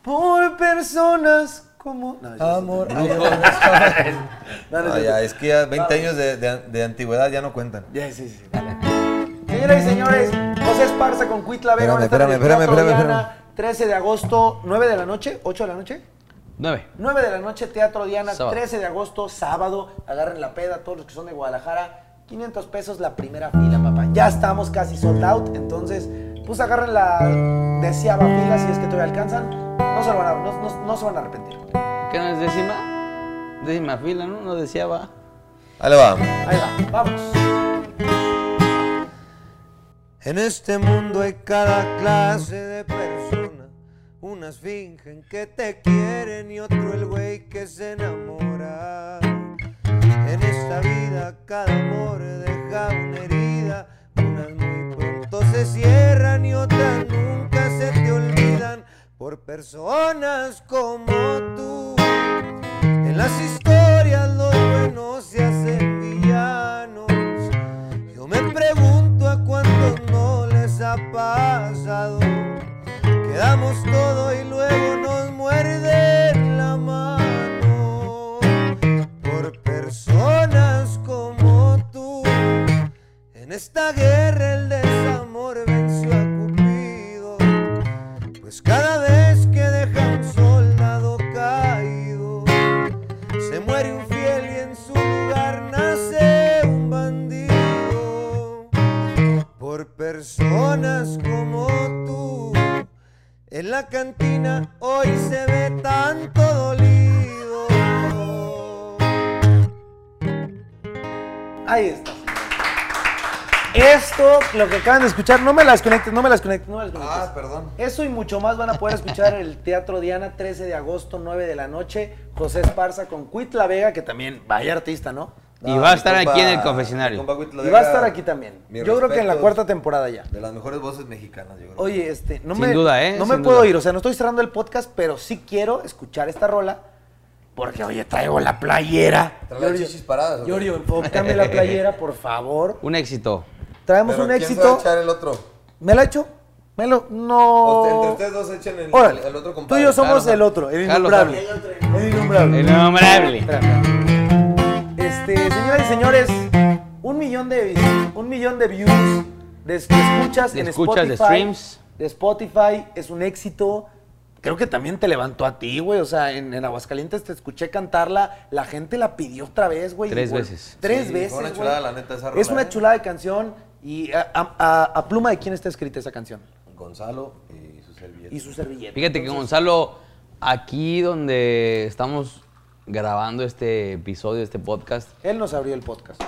Speaker 1: Por personas como... No, es cierto.
Speaker 3: Amor. Ay, [laughs]
Speaker 1: No, no es cierto.
Speaker 3: ya, es que ya 20 años de, de- de antigüedad ya no cuentan.
Speaker 1: Ya, sí, sí. vale. Señoras y señores, José Esparza con Cuitla Vega. van a estar en el
Speaker 3: Espérame, espérame,
Speaker 1: Teatro
Speaker 3: espérame,
Speaker 1: Diana, 13 de agosto, 9 de la noche, 8 de la noche.
Speaker 2: Nueve.
Speaker 1: 9 de la noche, Teatro Diana,
Speaker 2: Sábado.
Speaker 1: 13 de agosto, sábado. Agarren la peda, todos los que son de Guadalajara. 500 pesos la primera fila, papá. Ya estamos casi sold out, entonces, pues agarren la deseaba fila si es que todavía alcanzan. No se, lo van a, no, no- no se van a arrepentir.
Speaker 2: ¿Qué no es décima? Décima fila, ¿no? No deseaba.
Speaker 3: Ahí le va.
Speaker 1: Ahí va, vamos.
Speaker 6: En este mundo hay cada clase de personas. Unas fingen que te quieren y otro el güey que se enamora. En esta vida cada amor deja una herida. Unas muy pronto se cierran y otras nunca se te olvidan. Por personas como tú. En las historias los buenos se hacen villanos. Yo me pregunto a cuántos no les ha pasado. Quedamos todo y luego nos muerden la mano. Por personas como tú. En esta guerra el desamor venció a Cupido. Pues cada vez que deja un soldado caído. Se muere un fiel y en su lugar nace un bandido. Por personas como tú, en la cantina hoy se ve tanto dolido.
Speaker 1: Ahí está. señores. Esto, lo que acaban de escuchar, no me las conectes, no me las conectes, no me las conectes.
Speaker 3: Ah, perdón.
Speaker 1: Eso y mucho más van a poder escuchar el Teatro Diana, 13 de agosto, 9 de la noche. José Esparza con Cuitla Vega, que también, vaya artista, ¿no?
Speaker 3: No,
Speaker 4: y va a
Speaker 3: mi
Speaker 4: estar
Speaker 3: compa-
Speaker 4: aquí en el
Speaker 3: mi compa
Speaker 4: confesionario.
Speaker 3: Huitla
Speaker 1: Y va a
Speaker 3: Vega,
Speaker 1: estar aquí también.
Speaker 3: mis
Speaker 1: Yo creo que en la
Speaker 3: respetos,
Speaker 1: cuarta temporada ya.
Speaker 3: De las mejores voces mexicanas, yo creo.
Speaker 1: Oye, este, no
Speaker 2: Sin
Speaker 1: me,
Speaker 2: duda, ¿eh?
Speaker 1: no me
Speaker 2: Sin
Speaker 1: puedo
Speaker 2: duda.
Speaker 1: ir, o sea, no estoy cerrando el podcast, pero sí quiero escuchar esta rola porque, oye, traigo la playera.
Speaker 3: Trae las
Speaker 1: Yorio,
Speaker 3: chichis paradas, ¿o qué?
Speaker 1: Yorio, enfócame la playera, por favor.
Speaker 2: Un éxito.
Speaker 1: Traemos
Speaker 3: Pero
Speaker 1: un
Speaker 3: ¿quién se va a
Speaker 1: éxito.
Speaker 3: echar el otro?
Speaker 1: ¿Me la echo? ¿Me lo?
Speaker 3: O sea, Entre
Speaker 1: No.
Speaker 3: ustedes dos echen el,
Speaker 1: Órale,
Speaker 3: el otro
Speaker 1: tú
Speaker 3: compadre.
Speaker 1: y yo somos
Speaker 2: Jalo,
Speaker 1: el otro, el
Speaker 2: jalo.
Speaker 1: innombrable. El innombrable.
Speaker 4: Innombrable.
Speaker 1: Este, señoras y señores, un millón de vis- un millón de views, de, de escuchas
Speaker 2: De
Speaker 1: en
Speaker 2: escuchas, de
Speaker 1: Spotify,
Speaker 2: streams.
Speaker 1: de Spotify es un éxito. Creo que también te levantó a ti, güey. O sea, en, en Aguascalientes te escuché cantarla, la gente la pidió otra vez, güey.
Speaker 2: Tres
Speaker 1: y, güey,
Speaker 2: veces.
Speaker 1: Tres
Speaker 3: Sí,
Speaker 1: veces.
Speaker 3: fue una
Speaker 1: güey.
Speaker 3: chulada, la neta, esa
Speaker 1: Es
Speaker 3: rola,
Speaker 1: una
Speaker 3: ¿eh?
Speaker 1: chulada de canción. ¿Y a, a- a- a pluma de quién está escrita esa canción?
Speaker 3: Gonzalo y su servilleta.
Speaker 1: Y su servilleta.
Speaker 2: Fíjate que Gonzalo, aquí donde estamos grabando este episodio, este podcast,
Speaker 1: Él nos abrió el podcast.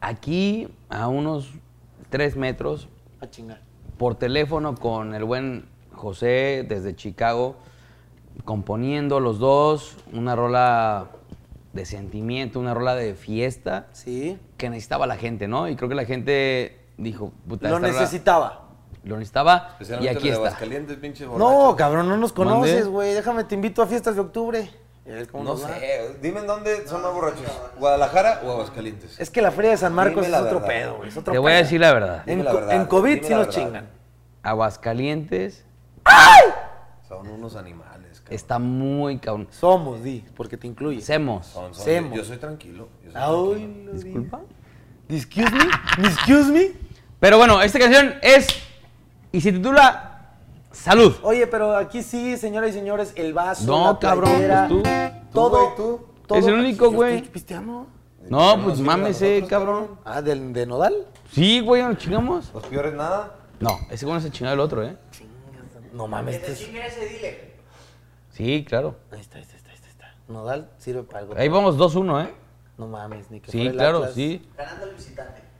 Speaker 2: aquí a unos tres metros,
Speaker 1: A chingar.
Speaker 2: por teléfono con el buen José desde Chicago, componiendo los dos una rola de sentimiento, una rola de fiesta
Speaker 1: Sí.
Speaker 2: que necesitaba la gente, ¿no? Y creo que la gente dijo, puta,
Speaker 1: Lo
Speaker 2: esta rola
Speaker 1: necesitaba.
Speaker 2: lo necesitaba y
Speaker 3: Especialmente
Speaker 2: aquí
Speaker 3: el de
Speaker 2: está.
Speaker 3: Aguascalientes, pinche
Speaker 1: No,
Speaker 3: borracho.
Speaker 1: cabrón, no nos conoces,
Speaker 2: ¿Mande?
Speaker 1: güey. Déjame, te invito a fiestas de octubre. Y a ver cómo
Speaker 3: No
Speaker 1: nos va.
Speaker 3: sé, dime en dónde son más borrachos. ¿Guadalajara o Aguascalientes?
Speaker 1: Es que la feria de San Marcos
Speaker 3: Dime
Speaker 1: es
Speaker 3: la
Speaker 1: otro
Speaker 3: verdad.
Speaker 1: pedo, güey. Es otro
Speaker 2: Te voy a
Speaker 1: pedo.
Speaker 2: decir la verdad.
Speaker 3: Dime
Speaker 1: En,
Speaker 3: la
Speaker 1: co-
Speaker 3: verdad,
Speaker 1: en COVID
Speaker 3: dime
Speaker 1: sí
Speaker 3: la
Speaker 1: nos
Speaker 3: verdad.
Speaker 1: chingan.
Speaker 2: Aguascalientes
Speaker 3: Son unos animales, cabrón.
Speaker 2: está muy cabrón.
Speaker 1: Somos, di, porque te incluye.
Speaker 2: Semos.
Speaker 3: Son- son-
Speaker 1: Semos.
Speaker 3: Yo soy tranquilo. yo soy
Speaker 1: Ah,
Speaker 3: tranquilo.
Speaker 1: hoy lo di. Excuse me. Excuse me.
Speaker 2: Pero bueno, esta canción es y se titula Salud.
Speaker 1: Oye, pero aquí sí, señoras y señores, el vaso.
Speaker 2: No,
Speaker 1: la
Speaker 2: cabrón, pues
Speaker 1: playera,
Speaker 2: tú. Tú,
Speaker 1: Todo.
Speaker 3: güey, tú.
Speaker 1: todo.
Speaker 2: Es el
Speaker 1: Yo
Speaker 2: único,
Speaker 1: estoy
Speaker 2: güey.
Speaker 1: pisteando.
Speaker 2: No,
Speaker 3: no
Speaker 2: pues
Speaker 3: sirve a
Speaker 2: mámese,
Speaker 3: nosotros,
Speaker 2: cabrón.
Speaker 1: Ah, ¿del, ¿de Nodal?
Speaker 2: Sí, güey, nos chingamos.
Speaker 3: Los peores nada.
Speaker 2: No, ese güey no se chingó el otro, ¿eh?
Speaker 1: No mames, este es-
Speaker 2: Sí, claro.
Speaker 1: Ahí está, ahí está, ahí está, ahí está. Nodal sirve para algo.
Speaker 2: Ahí vamos 2-1, ¿eh?
Speaker 1: No mames, ni que
Speaker 2: Sí,
Speaker 1: fuera el
Speaker 2: claro,
Speaker 1: Atlas.
Speaker 2: sí.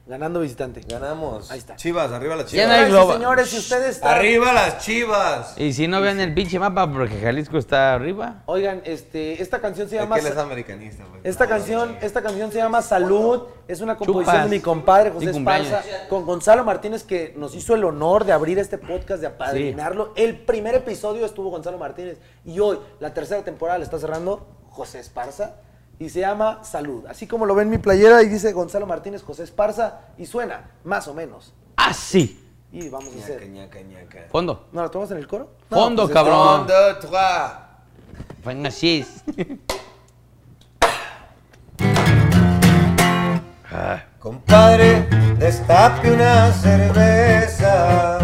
Speaker 1: Ganando visitante.
Speaker 3: Ganamos.
Speaker 1: Ahí está.
Speaker 3: Chivas, arriba las
Speaker 2: ¿Quién
Speaker 3: chivas.
Speaker 2: hay
Speaker 1: Señoras y
Speaker 2: globo?
Speaker 1: señores, si ustedes están...
Speaker 3: ¡Arriba las chivas!
Speaker 2: Y si no vean el pinche mapa porque Jalisco está arriba.
Speaker 1: Oigan, este, esta canción se
Speaker 3: Es
Speaker 1: llama...
Speaker 3: que él es americanista, pues. güey.
Speaker 1: Esta canción, esta canción se llama Salud, es una composición
Speaker 2: Chupas.
Speaker 1: de mi compadre José
Speaker 2: Mi cumpleaños.
Speaker 1: Esparza, con Gonzalo Martínez que nos hizo el honor de abrir este podcast, de apadrinarlo. El primer episodio estuvo Gonzalo Martínez y hoy la tercera temporada la está cerrando José Esparza y se llama Salud. Así como lo ven en mi playera y dice Gonzalo Martínez José Esparza y suena más o menos.
Speaker 2: Así.
Speaker 1: Y vamos a
Speaker 3: Ñaca,
Speaker 1: hacer...
Speaker 3: ñaca, ñaca.
Speaker 2: Ah, Fondo.
Speaker 1: ¿No la tomamos en el coro? No,
Speaker 2: Fondo,
Speaker 1: pues,
Speaker 2: cabrón.
Speaker 3: Un, dos, tres.
Speaker 2: Bueno, así es.
Speaker 3: Compadre, destape una cerveza.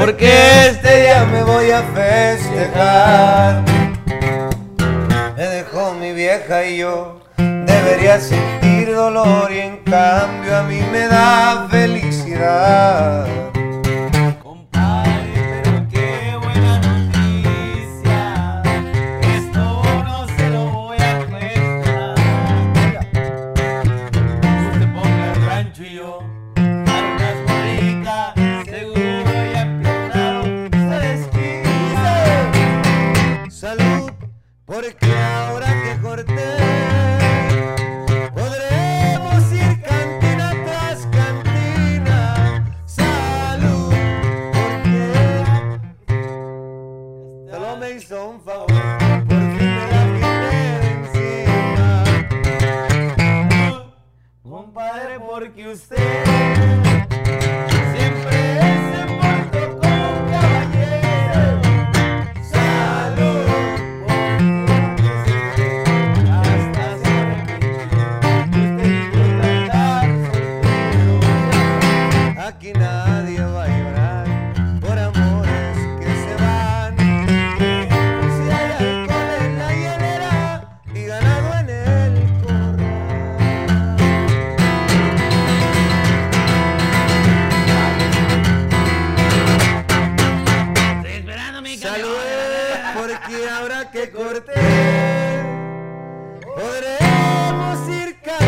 Speaker 3: Porque este día me voy a festejar. Me dejó mi vieja y yo debería sentir dolor y en cambio a mí me da felicidad. Compadre, pero qué buena noticia. Esto no se lo voy a cuestionar. Usted ponga el rancho y yo para unas bolitas, seguro ya empezaron se desquice. Salud, porque ahora que corté, podremos ir cantina tras cantina. Salud, porque solo me hizo un favor, por fin me la quité de encima. Compadre, porque usted siempre se portó como un caballero. Salud. porque Hasta se arrepintió de usted y yo cantar soltero. Aquí nadie va a llorar por amores que se van. Si hay alcohol en la hielera y ganado en el corral.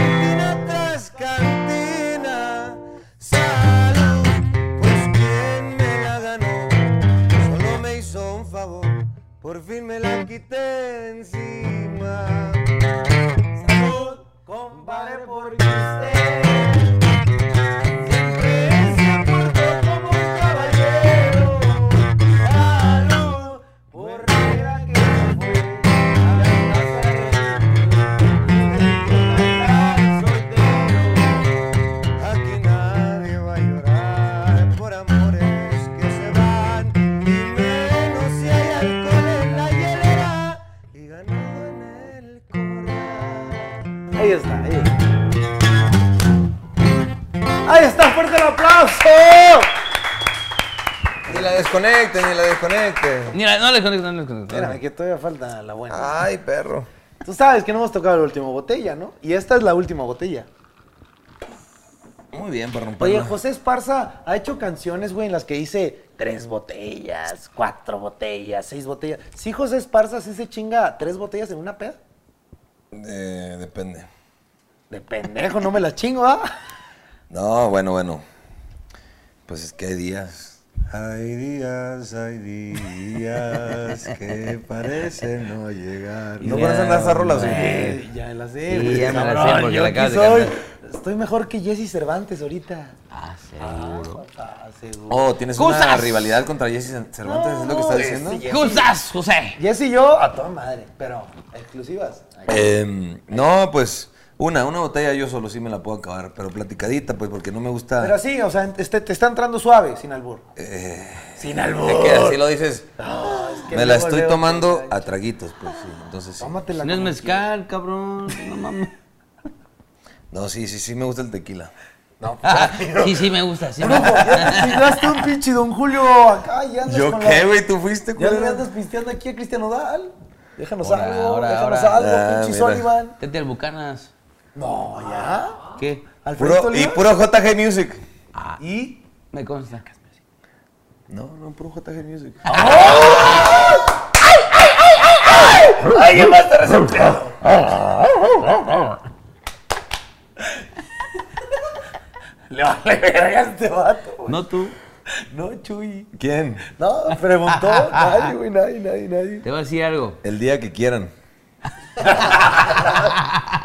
Speaker 6: pues compadre, porque usted siempre se portó como un caballero. Ah, Salud, borrera que se fue a la casa de soltero. Aquí nadie va a llorar por amores que se van, y menos si hay alcohol en la hielera y ganado en el corral.
Speaker 1: Ahí está, ahí está. Ahí está, fuerte el aplauso.
Speaker 3: Ni la desconecten, ni la desconecten.
Speaker 2: Mira, no les contesto, no les contesto.
Speaker 1: Espérame, que todavía falta la buena.
Speaker 3: Ay, perro.
Speaker 1: Tú sabes que no hemos tocado la última botella, ¿no? Y esta es la última botella.
Speaker 3: Muy bien, para romperla.
Speaker 1: Oye, José Esparza ha hecho canciones, güey, en las que dice tres botellas, cuatro botellas, seis botellas. Sí, José Esparza sí se chinga tres botellas en una peda.
Speaker 3: Eh, depende.
Speaker 1: De pendejo, no me las chingo, ¿ah?
Speaker 3: No, bueno, bueno. Pues es que hay días. Hay días, hay días que parecen no llegar. ¿No
Speaker 2: Ya,
Speaker 3: conocen esas rolas?
Speaker 1: Güey, ya la sé,
Speaker 2: Sí,
Speaker 1: güey,
Speaker 2: ya me la sé,
Speaker 1: cabrón,
Speaker 2: porque
Speaker 1: yo
Speaker 2: la acabas
Speaker 1: aquí
Speaker 2: de
Speaker 1: soy-
Speaker 2: cantar.
Speaker 1: Estoy mejor que Jesse Cervantes ahorita.
Speaker 2: Ah, seguro.
Speaker 1: Ah, seguro.
Speaker 3: Oh, ¿tienes una
Speaker 2: Cosas.
Speaker 3: rivalidad contra Jesse Cervantes? ¿Es lo que está diciendo?
Speaker 1: este,
Speaker 2: ¡Justas, José!
Speaker 1: Jesse y yo a toda madre, pero exclusivas.
Speaker 3: Em, no, pues una, una botella yo solo sí me la puedo acabar, pero platicadita, pues porque no me gusta.
Speaker 1: Pero así, o sea, este- te está entrando suave, sin albur. sin albur.
Speaker 3: Es que así lo dices.
Speaker 1: que
Speaker 3: Eh, me la
Speaker 1: luego
Speaker 3: estoy
Speaker 1: leo
Speaker 3: tomando
Speaker 1: que-
Speaker 3: a traguitos, pues sí. Entonces sí.
Speaker 1: Tómatela
Speaker 2: No es
Speaker 1: como
Speaker 2: mezcal, cabrón. No mames.
Speaker 3: No, sí, sí, sí me gusta el tequila.
Speaker 2: Sí, sí, me gusta. Sí, me
Speaker 1: Brujo,
Speaker 2: gusta.
Speaker 1: ya te chingaste un pinche Don Julio acá y andas
Speaker 3: ¿Yo
Speaker 1: con
Speaker 3: qué,
Speaker 1: la-
Speaker 3: güey? ¿Tú fuiste,
Speaker 1: Ya
Speaker 3: cuál
Speaker 1: le
Speaker 3: era?
Speaker 1: andas pisteando aquí a Cristian Odal. Déjanos
Speaker 2: Ahora,
Speaker 1: algo,
Speaker 2: ahora,
Speaker 1: déjanos
Speaker 2: ahora.
Speaker 1: algo,
Speaker 3: Ah,
Speaker 1: pinche
Speaker 3: mira.
Speaker 1: Sullivan.
Speaker 2: Tete al Bucanas.
Speaker 1: No, ya.
Speaker 2: ¿Qué?
Speaker 1: Alfredo
Speaker 3: Puro, y puro JG Music.
Speaker 1: ¿Y?
Speaker 2: Me consta.
Speaker 3: No, no, puro JG Music.
Speaker 1: Le vale verga a este vato, güey.
Speaker 2: No tú.
Speaker 1: No, Chuy.
Speaker 3: ¿Quién?
Speaker 1: No,
Speaker 2: [laughs]
Speaker 1: preguntó. nadie, güey, nadie, nadie, nadie.
Speaker 2: Te voy a decir algo.
Speaker 3: El día que [laughs] quieran.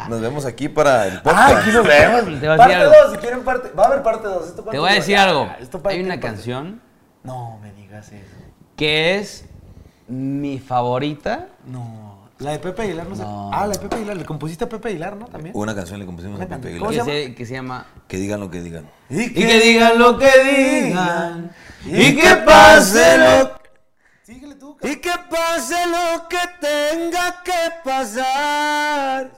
Speaker 3: Nos vemos aquí para el podcast.
Speaker 1: Ah, aquí nos vemos.
Speaker 2: Te voy a
Speaker 1: parte
Speaker 2: decir algo.
Speaker 1: 2, si quieren parte. Va a haber parte 2.
Speaker 2: Te voy a decir algo. Hay una canción
Speaker 1: No me digas eso.
Speaker 2: que es mi favorita.
Speaker 1: No. La de Pepe Aguilar no, sé.
Speaker 2: No.
Speaker 1: Ah, la de Pepe Aguilar. Le compusiste a Pepe Aguilar, ¿no? También.
Speaker 3: Una canción le compusimos a Pepe Aguilar.
Speaker 1: ¿Cómo
Speaker 2: Que se, que se llama.
Speaker 3: Que digan lo que digan.
Speaker 1: ¿Y Ah,
Speaker 2: Y que digan lo que digan.
Speaker 3: Y que pase lo
Speaker 1: Síguele tú, cabrón.
Speaker 3: Y que pase lo que tenga que pasar.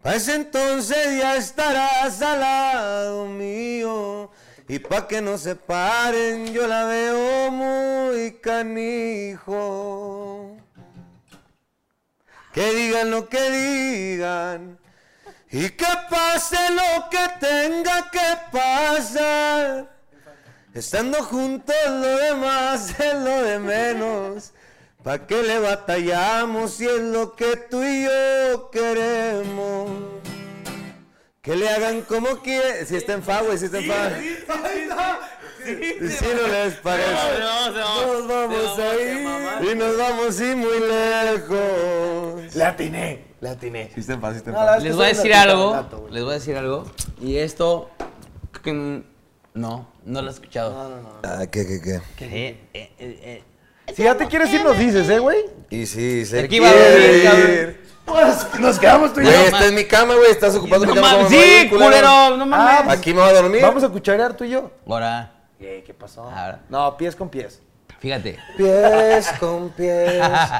Speaker 3: Pa' ese entonces ya estarás al lado mío. Y pa' que no se paren, yo la veo muy canijo. Que digan lo que digan. Y que pase lo que tenga que pasar. Estando juntos lo demás es lo de menos. ¿Pa' qué le batallamos si es lo que tú y yo queremos? Que le hagan como quieren. Si está en fa, güey, si está en fa. Y si no les parece, nos vamos a ir y nos vamos a ir muy lejos.
Speaker 1: La atiné, la atiné.
Speaker 3: Si está en fa, si está en
Speaker 1: No, la verdad es que
Speaker 2: Les voy a
Speaker 1: soy
Speaker 2: decir
Speaker 1: ratito
Speaker 2: algo.
Speaker 1: barato, güey.
Speaker 2: Les voy a decir algo. Y esto. que n- No, no lo he escuchado.
Speaker 3: Ah, ¿qué, qué, qué?
Speaker 2: Eh, eh, eh,
Speaker 1: Si ya te quieres ir, nos dices, ¿eh, güey?
Speaker 3: Y si se
Speaker 2: Aquí va a venir,
Speaker 3: quiere ir.
Speaker 1: Pues nos quedamos tú y yo.
Speaker 3: Güey, esta es mi cama, güey. Estás ocupando
Speaker 2: eh.
Speaker 3: mi
Speaker 2: No
Speaker 3: cama.
Speaker 2: mames,
Speaker 3: como mamá,
Speaker 2: sí, culero, no
Speaker 1: Ah,
Speaker 2: mames.
Speaker 1: pues,
Speaker 3: Aquí me voy a dormir.
Speaker 1: Vamos a cucharear tú y yo.
Speaker 2: Ahora,
Speaker 1: ¿Qué pasó?
Speaker 2: Ahora.
Speaker 1: No, pies con pies.
Speaker 2: fíjate.
Speaker 3: Pies con pies.
Speaker 1: [laughs]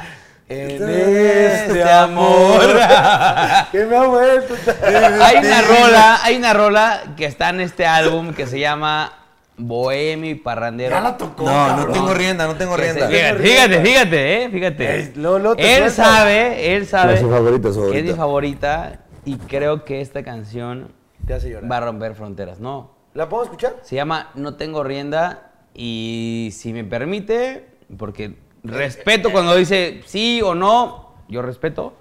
Speaker 1: En este amor. [laughs]
Speaker 2: [laughs]
Speaker 1: que me ha vuelto.
Speaker 2: Hay una rola, hay una rola que está en este álbum que se llama Bohemio y Parrandero.
Speaker 1: tocó.
Speaker 3: No, no tengo rienda, no tengo
Speaker 2: Fíjate,
Speaker 3: rienda.
Speaker 2: Fíjate, fíjate, fíjate, eh, fíjate.
Speaker 1: Ey, luego, luego te
Speaker 2: él
Speaker 1: sueltas.
Speaker 2: sabe, él sabe.
Speaker 3: es su favorita, su
Speaker 2: que Es mi
Speaker 3: favorita.
Speaker 2: favorita y creo que esta canción
Speaker 1: Te hace
Speaker 2: va
Speaker 1: llorar.
Speaker 2: a romper fronteras. No,
Speaker 1: ¿La puedo escuchar?
Speaker 2: se llama No tengo rienda y si me permite, porque respeto cuando dice sí o no, yo [laughs] respeto.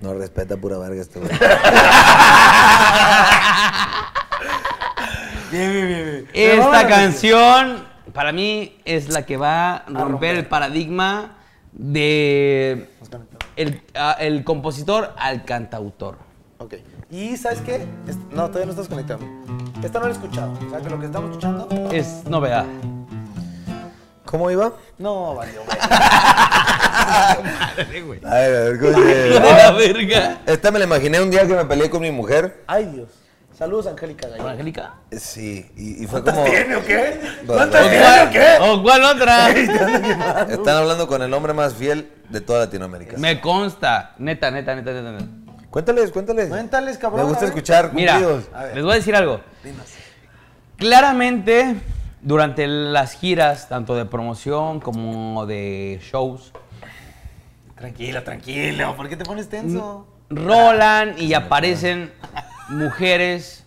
Speaker 3: No respeta pura verga este [laughs] güey.
Speaker 2: Esta canción para mí es la que va a romper el paradigma de el, a- el compositor al cantautor.
Speaker 1: Ok. Y ¿sabes qué? Es- No, todavía no estás conectado. Esta no la he escuchado. O sea, que lo que estamos escuchando...
Speaker 2: Es novedad.
Speaker 1: ¿Cómo iba? No, valió, güey.
Speaker 6: A ver, a ver, ¿cómo se-
Speaker 2: Hijo de [laughs] la verga.
Speaker 6: Esta me la imaginé un día que me peleé con mi mujer.
Speaker 1: Ay, Dios. Saludos, Angélica Gallo.
Speaker 2: ¿Angélica?
Speaker 6: Sí, y, y fue como...
Speaker 3: o qué?
Speaker 6: ¿Cuántas
Speaker 2: ¿Cuál- ¿O cuál [laughs] otra?
Speaker 6: Están hablando con el hombre más fiel de toda Latinoamérica.
Speaker 2: Me consta. Neta, neta, neta, neta. neta.
Speaker 6: Cuéntales, cuéntales.
Speaker 1: Cuéntales,
Speaker 6: Me
Speaker 1: cabrón.
Speaker 6: gusta
Speaker 1: a ver.
Speaker 6: escuchar
Speaker 2: Mira,
Speaker 6: cumplidos.
Speaker 2: les voy a decir algo. Claramente, durante las giras, tanto de promoción como de shows,
Speaker 1: Tranquilo, tranquilo. ¿Por qué te pones tenso?
Speaker 2: Mm. rolan y aparecen mujeres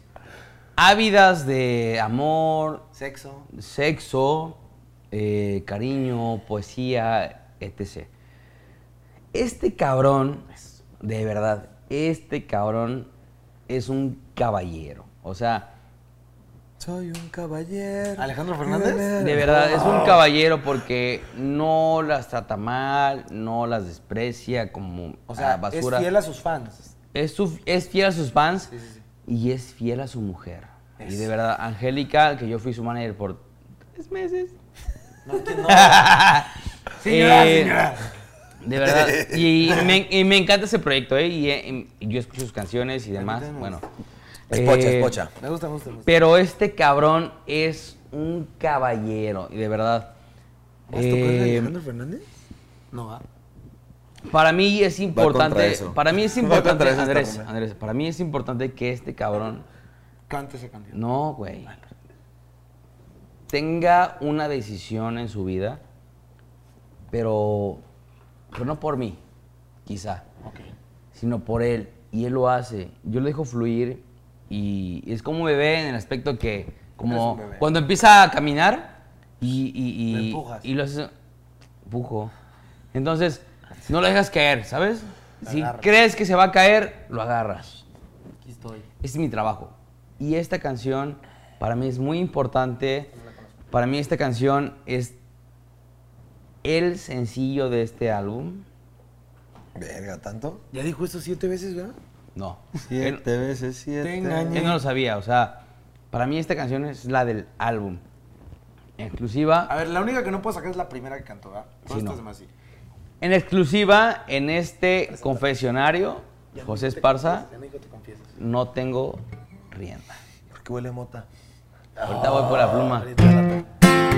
Speaker 2: ávidas de amor,
Speaker 1: Sexo.
Speaker 2: sexo, eh, cariño, poesía, etc. Este cabrón, de verdad, este cabrón es un caballero. O sea,
Speaker 6: Soy un caballero.
Speaker 1: Alejandro Fernández.
Speaker 2: de verdad, es un caballero porque no las trata mal, no las desprecia como
Speaker 1: O sea,
Speaker 2: ah, basura.
Speaker 1: es fiel a sus fans.
Speaker 2: Es, su- es fiel a sus fans y es fiel a su mujer. Y de verdad, Angélica, que yo fui su manager por tres
Speaker 1: [laughs]
Speaker 2: meses. [laughs] señora, señora. Eh,
Speaker 1: [laughs]
Speaker 2: De verdad. Y me, y me encanta ese proyecto, ¿eh? Y, eh, y yo escucho sus canciones y demás. Bueno.
Speaker 6: Es pocha,
Speaker 2: Eh,
Speaker 6: es pocha.
Speaker 1: Me gusta, me gusta, me gusta.
Speaker 2: Pero este cabrón es un caballero, y de verdad. Eh,
Speaker 1: Fernández? No va.
Speaker 2: para mí es
Speaker 6: contra
Speaker 2: importante.
Speaker 6: eso.
Speaker 2: Para mí es
Speaker 6: [laughs] Va
Speaker 2: importante,
Speaker 6: contra eso esta
Speaker 2: Andrés,
Speaker 6: mujer.
Speaker 2: Andrés, para mí es importante que este cabrón
Speaker 1: Canta esa canción.
Speaker 2: No, güey. Tenga una decisión en su vida, pero, pero no por mí, quizá, sino por él. Y él lo hace. Yo lo dejo fluir y es como un bebé en el aspecto que, como cuando empieza a caminar y, y, y,
Speaker 1: empujas.
Speaker 2: y lo haces, empujo. Entonces, no lo dejas caer, ¿sabes? Si crees que se va a caer, lo agarras.
Speaker 1: Aquí estoy.
Speaker 2: Este es mi trabajo. Y esta canción para mí es muy importante. Para mí esta canción es el sencillo de este álbum.
Speaker 6: Verga, ¿tanto?
Speaker 1: Ya dijo esto siete veces, ¿verdad?
Speaker 2: No. Él,
Speaker 6: Siete veces siete.
Speaker 2: él no lo sabía, o sea, para mí esta canción es la del álbum.
Speaker 1: A
Speaker 2: Exclusiva.
Speaker 1: ver, la única que no puedo sacar es la primera que cantó, ¿ah? ¿verdad? Todas
Speaker 2: Sí, no.
Speaker 1: estas demás sí.
Speaker 2: En exclusiva, en este confesionario, José Esparza, no tengo rienda.
Speaker 6: ¿Por qué huele a mota?
Speaker 2: Ahorita voy por la pluma.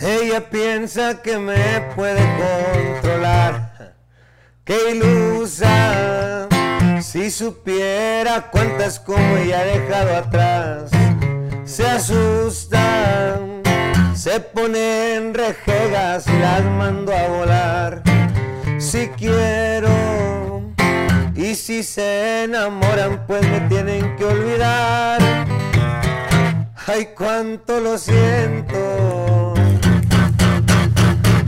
Speaker 6: Ella piensa que me puede controlar. Qué ilusa. Si supiera cuántas como ella ha dejado atrás. Se asustan, se ponen rejegas y las mando a volar. Si quiero y si se enamoran, pues me tienen que olvidar. Ay, cuánto lo siento.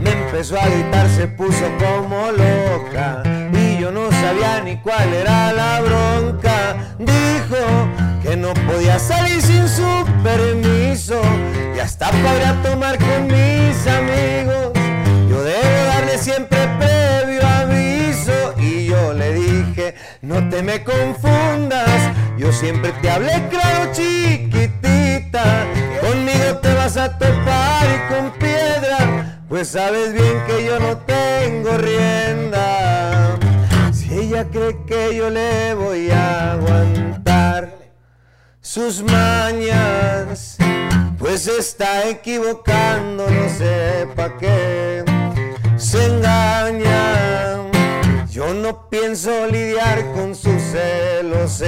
Speaker 6: Me empezó a gritar, se puso como loca. Y yo no sabía ni cuál era la bronca. Dijo que no podía salir sin su permiso. Y hasta para tomar con mis amigos. Yo debo darle siempre previo aviso. Y yo le dije, no te me confundas. Yo siempre te hablé claro, chiquitita. Conmigo te vas a topar y con piedra. Pues sabes bien que yo no tengo rienda. Si ella cree que yo le voy a aguantar sus mañas, pues se está equivocando, no sé pa' qué se engañan. Yo no pienso lidiar con sus celos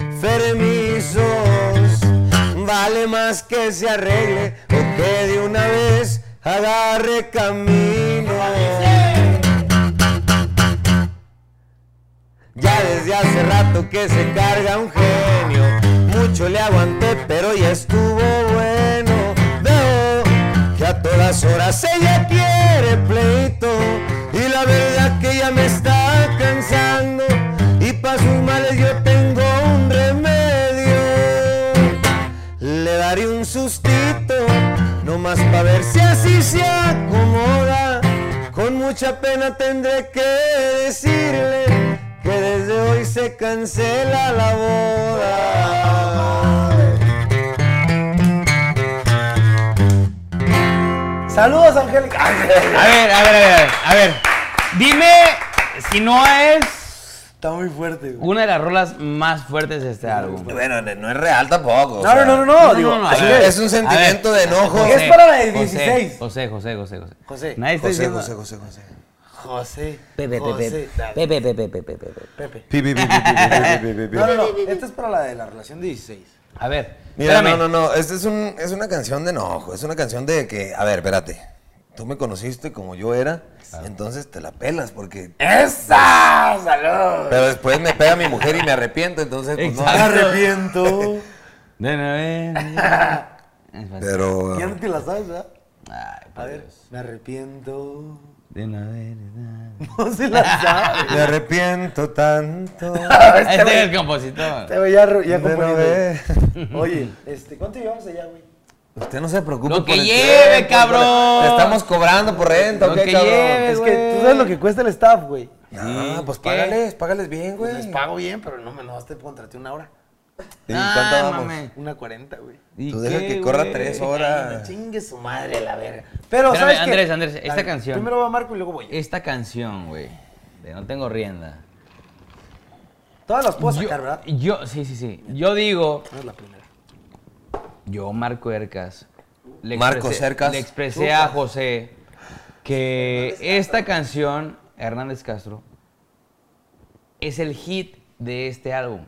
Speaker 6: enfermizos. Vale más que se arregle o que de una vez agarre camino. Ya desde hace rato que se carga un genio. Mucho le aguanté, pero ya estuvo bueno. Veo que a todas horas ella quiere pleito. Y la verdad que ya me está cansando. Y para sus males yo tengo un remedio. Le daré un sustito, nomás para ver si así se acomoda. Con mucha pena tendré que decirle que desde hoy se cancela la boda.
Speaker 1: Saludos, Angélica. Ay,
Speaker 2: A ver, a ver, a ver, a ver. Dime si no es
Speaker 1: Está muy fuerte, güey.
Speaker 2: una de las rolas más fuertes de este álbum.
Speaker 3: Bueno, no es real tampoco. o
Speaker 1: No, no,
Speaker 3: sea,
Speaker 1: no, no, no, digo,
Speaker 2: a
Speaker 1: así
Speaker 2: ver.
Speaker 3: es un sentimiento
Speaker 2: A ver,
Speaker 3: de enojo.
Speaker 1: Es para la de 16.
Speaker 2: José, José, José, José.
Speaker 1: José.
Speaker 2: Nadie está
Speaker 3: José,
Speaker 2: diciendo.
Speaker 3: José, José, José.
Speaker 1: José.
Speaker 2: Pepe, Pepe,
Speaker 1: José.
Speaker 2: Pepe, Pepe, Pepe, Pepe, Pepe.
Speaker 1: Pepe.
Speaker 3: Pi, pi, pi, pi, pi, pi, pi, pi, pi.
Speaker 1: No, no, no. Esta es para la de la relación 16.
Speaker 2: A ver,
Speaker 3: Mira,
Speaker 2: espérame.
Speaker 3: no, no, no. Esta es, un, es una canción de enojo. Es una canción de que, a ver, espérate. Tú me conociste como yo era,
Speaker 2: Ah.
Speaker 3: entonces te la pelas porque. ¡Esa! ¡Salud! Pero después me pega mi mujer y me arrepiento, entonces pues no.
Speaker 2: Exacto.
Speaker 1: Arrepiento.
Speaker 2: De nuevo. [laughs] Es fácil.
Speaker 3: Pero.
Speaker 1: Ya no te la sabes, ¿verdad?
Speaker 2: Ay,
Speaker 1: A
Speaker 2: por
Speaker 1: ver.
Speaker 2: Dios.
Speaker 1: Me arrepiento.
Speaker 2: De una
Speaker 1: [laughs]
Speaker 2: vez, de
Speaker 1: No se la sabe.
Speaker 3: Me arrepiento tanto.
Speaker 2: una vez. Este es el compositor.
Speaker 1: Te voy [laughs] ya, ru- ya
Speaker 3: de una
Speaker 1: componiendo.
Speaker 3: vez.
Speaker 1: Oye, este, ¿cuánto llevamos allá, güey?
Speaker 3: Usted no se preocupe.
Speaker 2: Lo
Speaker 3: por
Speaker 2: que
Speaker 3: el
Speaker 2: lleve,
Speaker 3: tiempo,
Speaker 2: cabrón.
Speaker 3: Le estamos cobrando por renta,
Speaker 2: Lo
Speaker 3: ¿ok,
Speaker 2: que
Speaker 3: cabrón?
Speaker 2: lleve.
Speaker 1: Es que tú sabes lo que cuesta el staff, güey.
Speaker 3: Ah, pues
Speaker 2: ¿qué?
Speaker 3: págales, págales bien, güey.
Speaker 1: Pues Les pago bien, pero no me no te contraté una hora.
Speaker 3: ¿Y
Speaker 2: Ah,
Speaker 3: cuánto vamos?
Speaker 2: mame.
Speaker 1: Una cuarenta, güey.
Speaker 2: ¿Y
Speaker 3: Tú deja
Speaker 2: qué,
Speaker 3: que corra
Speaker 2: güey?
Speaker 3: tres
Speaker 1: Ay, no
Speaker 3: horas.
Speaker 1: Chingue su madre la verga. Pero,
Speaker 2: Espérame,
Speaker 1: ¿sabes qué?
Speaker 2: Andrés, Andrés, esta
Speaker 1: A ver,
Speaker 2: canción. Eh,
Speaker 1: Primero va Marco y luego voy. yo.
Speaker 2: Esta canción, güey, de No Tengo Rienda.
Speaker 1: Todas las puedo
Speaker 2: yo,
Speaker 1: sacar, ¿verdad?
Speaker 2: yo- sí, sí, sí. Yo digo,
Speaker 1: No es la primera.
Speaker 2: yo, Marco Ercas, le
Speaker 3: Marco
Speaker 2: expresé,
Speaker 3: Cercas.
Speaker 2: le expresé a José que esta canción, Hernández Castro, es el hit de este álbum.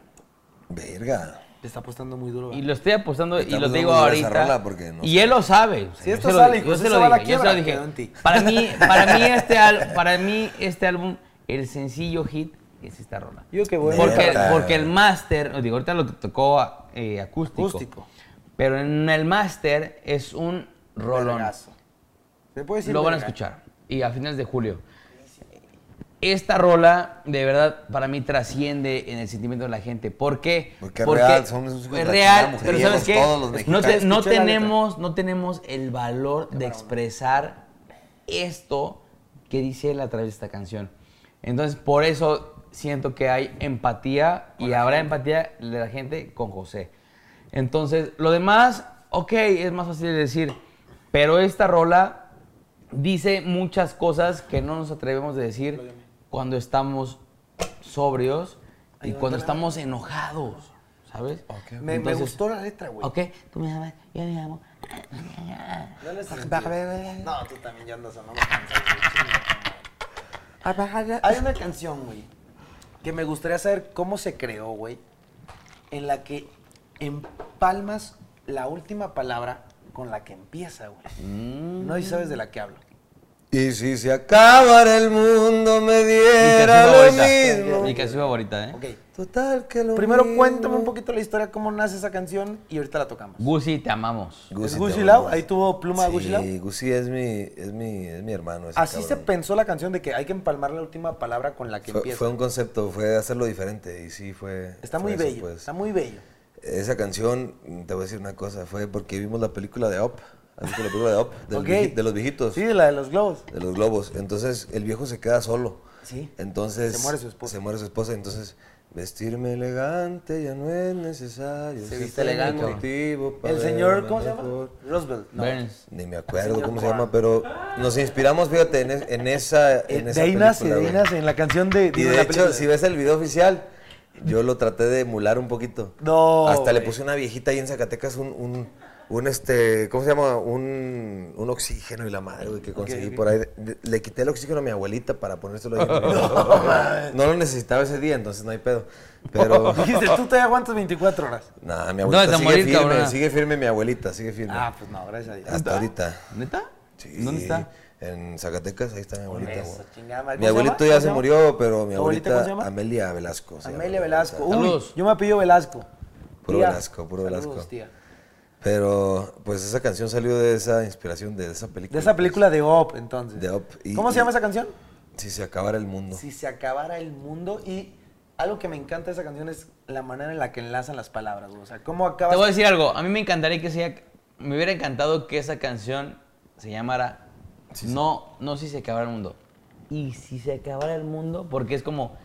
Speaker 3: Verga.
Speaker 1: Te está apostando muy duro.
Speaker 2: Y
Speaker 1: ¿verdad?
Speaker 2: lo estoy apostando y
Speaker 3: Estamos
Speaker 2: lo
Speaker 3: dando
Speaker 2: digo
Speaker 3: muy dura esa
Speaker 2: ahorita.
Speaker 3: rola porque no
Speaker 2: y
Speaker 3: sé.
Speaker 2: él lo sabe. o sea,
Speaker 1: Si
Speaker 2: yo
Speaker 1: esto
Speaker 2: se lo
Speaker 1: sale,
Speaker 2: dije, yo
Speaker 1: José
Speaker 2: se
Speaker 1: se
Speaker 2: lo
Speaker 1: va a la
Speaker 2: dije, yo se lo
Speaker 1: quiebra,
Speaker 2: dije.
Speaker 1: quedó en ti.
Speaker 2: Para mí,
Speaker 1: [laughs]
Speaker 2: para mí este al- para mí este álbum, el sencillo hit es esta rola.
Speaker 1: Yo qué bueno.
Speaker 2: Porque,
Speaker 3: Neta.
Speaker 2: porque el máster, digo, ahorita lo que tocó eh, acústico.
Speaker 1: Acústico.
Speaker 2: Pero en el máster es un rolón.
Speaker 1: Vergazo. ¿Se puede decir
Speaker 2: Lo van a
Speaker 1: verga?
Speaker 2: escuchar. Y a finales de julio. Esta rola, de verdad, para mí trasciende en el sentimiento de la gente. ¿Por qué?
Speaker 3: Porque es real, son esos hijos de
Speaker 2: es
Speaker 3: la
Speaker 2: real,
Speaker 3: chingada
Speaker 2: pero
Speaker 3: mujeriegos,
Speaker 2: ¿sabes qué?
Speaker 3: todos los
Speaker 2: no,
Speaker 3: mexicanos.
Speaker 2: te- no
Speaker 1: Escuché la letra.
Speaker 2: tenemos, no tenemos el valor de expresar esto que dice él a través de esta canción. Entonces, por eso siento que hay empatía y habrá empatía de la gente con José. Entonces, lo demás, ok, es más fácil de decir, pero esta rola dice muchas cosas que no nos atrevemos a decir cuando estamos sobrios y cuando estamos enojados, ¿sabes?
Speaker 1: Me, me
Speaker 2: Entonces,
Speaker 1: gustó la letra, güey.
Speaker 2: Ok, tú me amas, yo te amo.
Speaker 1: Dale sentido. No, tú también ya andas a mamá. Hay una canción, güey, que me gustaría saber cómo se creó, güey, en la que empalmas la última palabra con la que empieza, güey. No y sabes de la que hablo.
Speaker 3: Y si se acabara el mundo, me
Speaker 2: Mi
Speaker 3: diera
Speaker 2: canción
Speaker 3: lo
Speaker 2: favorita. Mi
Speaker 3: mismo.
Speaker 2: canción favorita, ¿eh?
Speaker 1: Ok.
Speaker 3: Total, que lo
Speaker 1: Primero
Speaker 3: mismo.
Speaker 1: cuéntame un poquito la historia, cómo nace esa canción y ahorita la tocamos.
Speaker 2: Gucci, te amamos.
Speaker 1: ¿Es
Speaker 3: te
Speaker 1: Gucci
Speaker 3: amo,
Speaker 1: Lau?
Speaker 3: Gucci.
Speaker 1: Ahí tuvo pluma de Gucci Lau.
Speaker 3: Sí, Gucci es mi, es mi, es mi hermano. ese
Speaker 1: Así se
Speaker 3: cabrón.
Speaker 1: pensó la canción de que hay que empalmar la última palabra con la que
Speaker 3: Fue,
Speaker 1: empieza.
Speaker 3: fue un concepto, fue hacerlo diferente y sí fue.
Speaker 1: Está
Speaker 3: fue
Speaker 1: muy
Speaker 3: eso,
Speaker 1: bello,
Speaker 3: pues.
Speaker 1: está muy bello.
Speaker 3: Esa canción, mm, te voy a decir una cosa, fue porque vimos la película de Up, así que la película de Up, del
Speaker 1: Ok.
Speaker 3: vieji- de los viejitos,
Speaker 1: Sí, de la de los globos.
Speaker 3: de los globos. Entonces el viejo se queda solo.
Speaker 1: Sí.
Speaker 3: Entonces
Speaker 1: Se muere su esposa.
Speaker 3: Se muere su esposa, entonces vestirme elegante ya no es necesario.
Speaker 1: Se
Speaker 3: si
Speaker 1: viste
Speaker 3: tengo
Speaker 1: elegante.
Speaker 3: motivo para
Speaker 1: El señor,
Speaker 3: verme
Speaker 1: ¿cómo se llama?
Speaker 3: mejor.
Speaker 1: Roosevelt. No. Eh,
Speaker 2: Burns.
Speaker 3: Ni me acuerdo cómo se llama, pero nos inspiramos, fíjate, en, es- en esa,
Speaker 1: Eh,
Speaker 3: en
Speaker 1: de
Speaker 3: esa
Speaker 1: ahí nace,
Speaker 3: película,
Speaker 1: de ahí
Speaker 3: güey.
Speaker 1: nace, en la canción de.
Speaker 3: Y
Speaker 1: digo, en
Speaker 3: de
Speaker 1: la
Speaker 3: hecho,
Speaker 1: película.
Speaker 3: si ves el video oficial, yo lo traté de emular un poquito.
Speaker 1: No,
Speaker 3: Hasta le
Speaker 1: güey.
Speaker 3: puse una viejita ahí en Zacatecas un, un, un, este, ¿cómo se llama? Un, un oxígeno y la madre, güey, que conseguí por ahí. De- Le quité el oxígeno a mi abuelita para ponérselo
Speaker 1: [laughs]
Speaker 3: ahí. no, no lo necesitaba ese día, entonces no hay pedo. Pero,
Speaker 1: [laughs] Dijiste, tú te aguantas 24 horas.
Speaker 3: nada, mi
Speaker 2: No, es
Speaker 3: abuelita
Speaker 2: a
Speaker 3: sigue
Speaker 2: morir,
Speaker 3: firme,
Speaker 2: cabrona.
Speaker 3: sigue firme mi abuelita, sigue firme.
Speaker 1: Ah, pues no, gracias a Dios.
Speaker 3: Hasta ahorita.
Speaker 2: ¿Neta?
Speaker 3: Sí,
Speaker 2: ¿Dónde está?
Speaker 3: En Zacatecas, ahí está mi abuelita.
Speaker 1: Eso,
Speaker 3: güey.
Speaker 1: chingada madre.
Speaker 3: Mi
Speaker 1: ¿Cómo se
Speaker 3: abuelito
Speaker 1: llama?
Speaker 3: ya
Speaker 1: ¿Cómo
Speaker 3: se
Speaker 1: se
Speaker 3: murió, pero mi
Speaker 1: ¿Tu abuelita cómo se
Speaker 3: abuelita,
Speaker 1: llama?
Speaker 3: Amelia Velasco. se llama
Speaker 1: Amelia
Speaker 3: mi
Speaker 1: Velasco.
Speaker 3: abuelita.
Speaker 1: Uy,
Speaker 2: Saludos.
Speaker 1: yo me apellido Velasco.
Speaker 3: Puro
Speaker 1: Tía.
Speaker 3: Velasco, puro
Speaker 1: Saludos,
Speaker 3: Velasco.
Speaker 1: tía.
Speaker 3: Pero pues esa canción salió de esa inspiración, de esa película.
Speaker 1: De esa película de Op, entonces.
Speaker 3: De Up, y-
Speaker 1: ¿Cómo
Speaker 3: y-
Speaker 1: se llama esa canción?
Speaker 3: Si se acabara el mundo.
Speaker 1: Si se acabara el mundo y algo que me encanta de esa canción es la manera en la que enlazan las palabras, güey. O sea, cómo acabas
Speaker 2: Te voy a decir algo. A mí me encantaría que sea. Me hubiera encantado que esa canción se llamara No, no si se acabara el mundo. Y si se acabara el mundo, porque es como.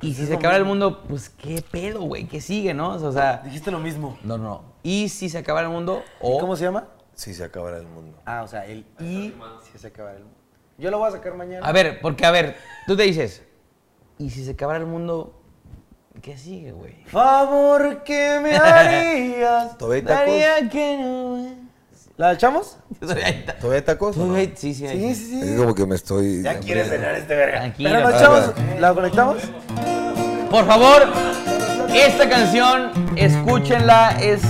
Speaker 2: Y si se acaba el mundo, pues qué pedo, güey, ¿qué sigue, no? O sea,
Speaker 1: Dijiste lo mismo.
Speaker 2: no, no, no. Y si se acaba el mundo, o.
Speaker 1: ¿Cómo se llama?
Speaker 6: Si se acabara el mundo.
Speaker 1: Ah, o sea, el I. Si se acaba el mundo. Yo lo voy a sacar mañana.
Speaker 2: A ver, porque a ver, tú te dices, ¿y si se acabara el mundo, qué sigue, güey?
Speaker 1: Favor que
Speaker 2: [laughs]
Speaker 1: me harías.
Speaker 6: ¿Todavía hay tacos?
Speaker 2: que no. eh. [laughs]
Speaker 1: ¿La echamos?
Speaker 6: ¿Todavía hay tacos? o no?
Speaker 2: Sí, sí, sí.
Speaker 1: Sí, sí,
Speaker 6: Es
Speaker 1: sí.
Speaker 6: como que me estoy...
Speaker 3: Ya quiere cenar este verga.
Speaker 2: Tranquilo. Ah,
Speaker 1: Pero la echamos. ¿La conectamos?
Speaker 2: Por favor, esta canción, escúchenla, es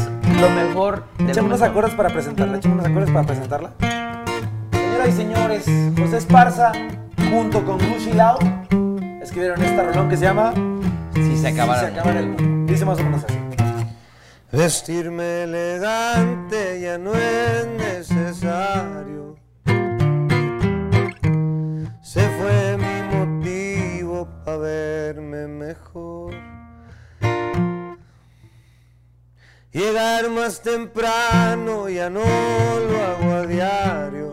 Speaker 2: lo mejor del
Speaker 1: Echame unos
Speaker 2: mundo.
Speaker 1: acordes para presentarla. Echame unos acordes para presentarla. Señoras y señores, José Esparza junto con Gucci Lau escribieron esta rolón que se llama
Speaker 2: Si se
Speaker 1: Si
Speaker 2: acabara
Speaker 1: se
Speaker 2: el mundo.
Speaker 1: acabara el mundo. Dice más o menos así.
Speaker 6: Vestirme elegante ya no es necesario. Se fue mi motivo para verme mejor. Llegar más temprano ya no lo hago a diario.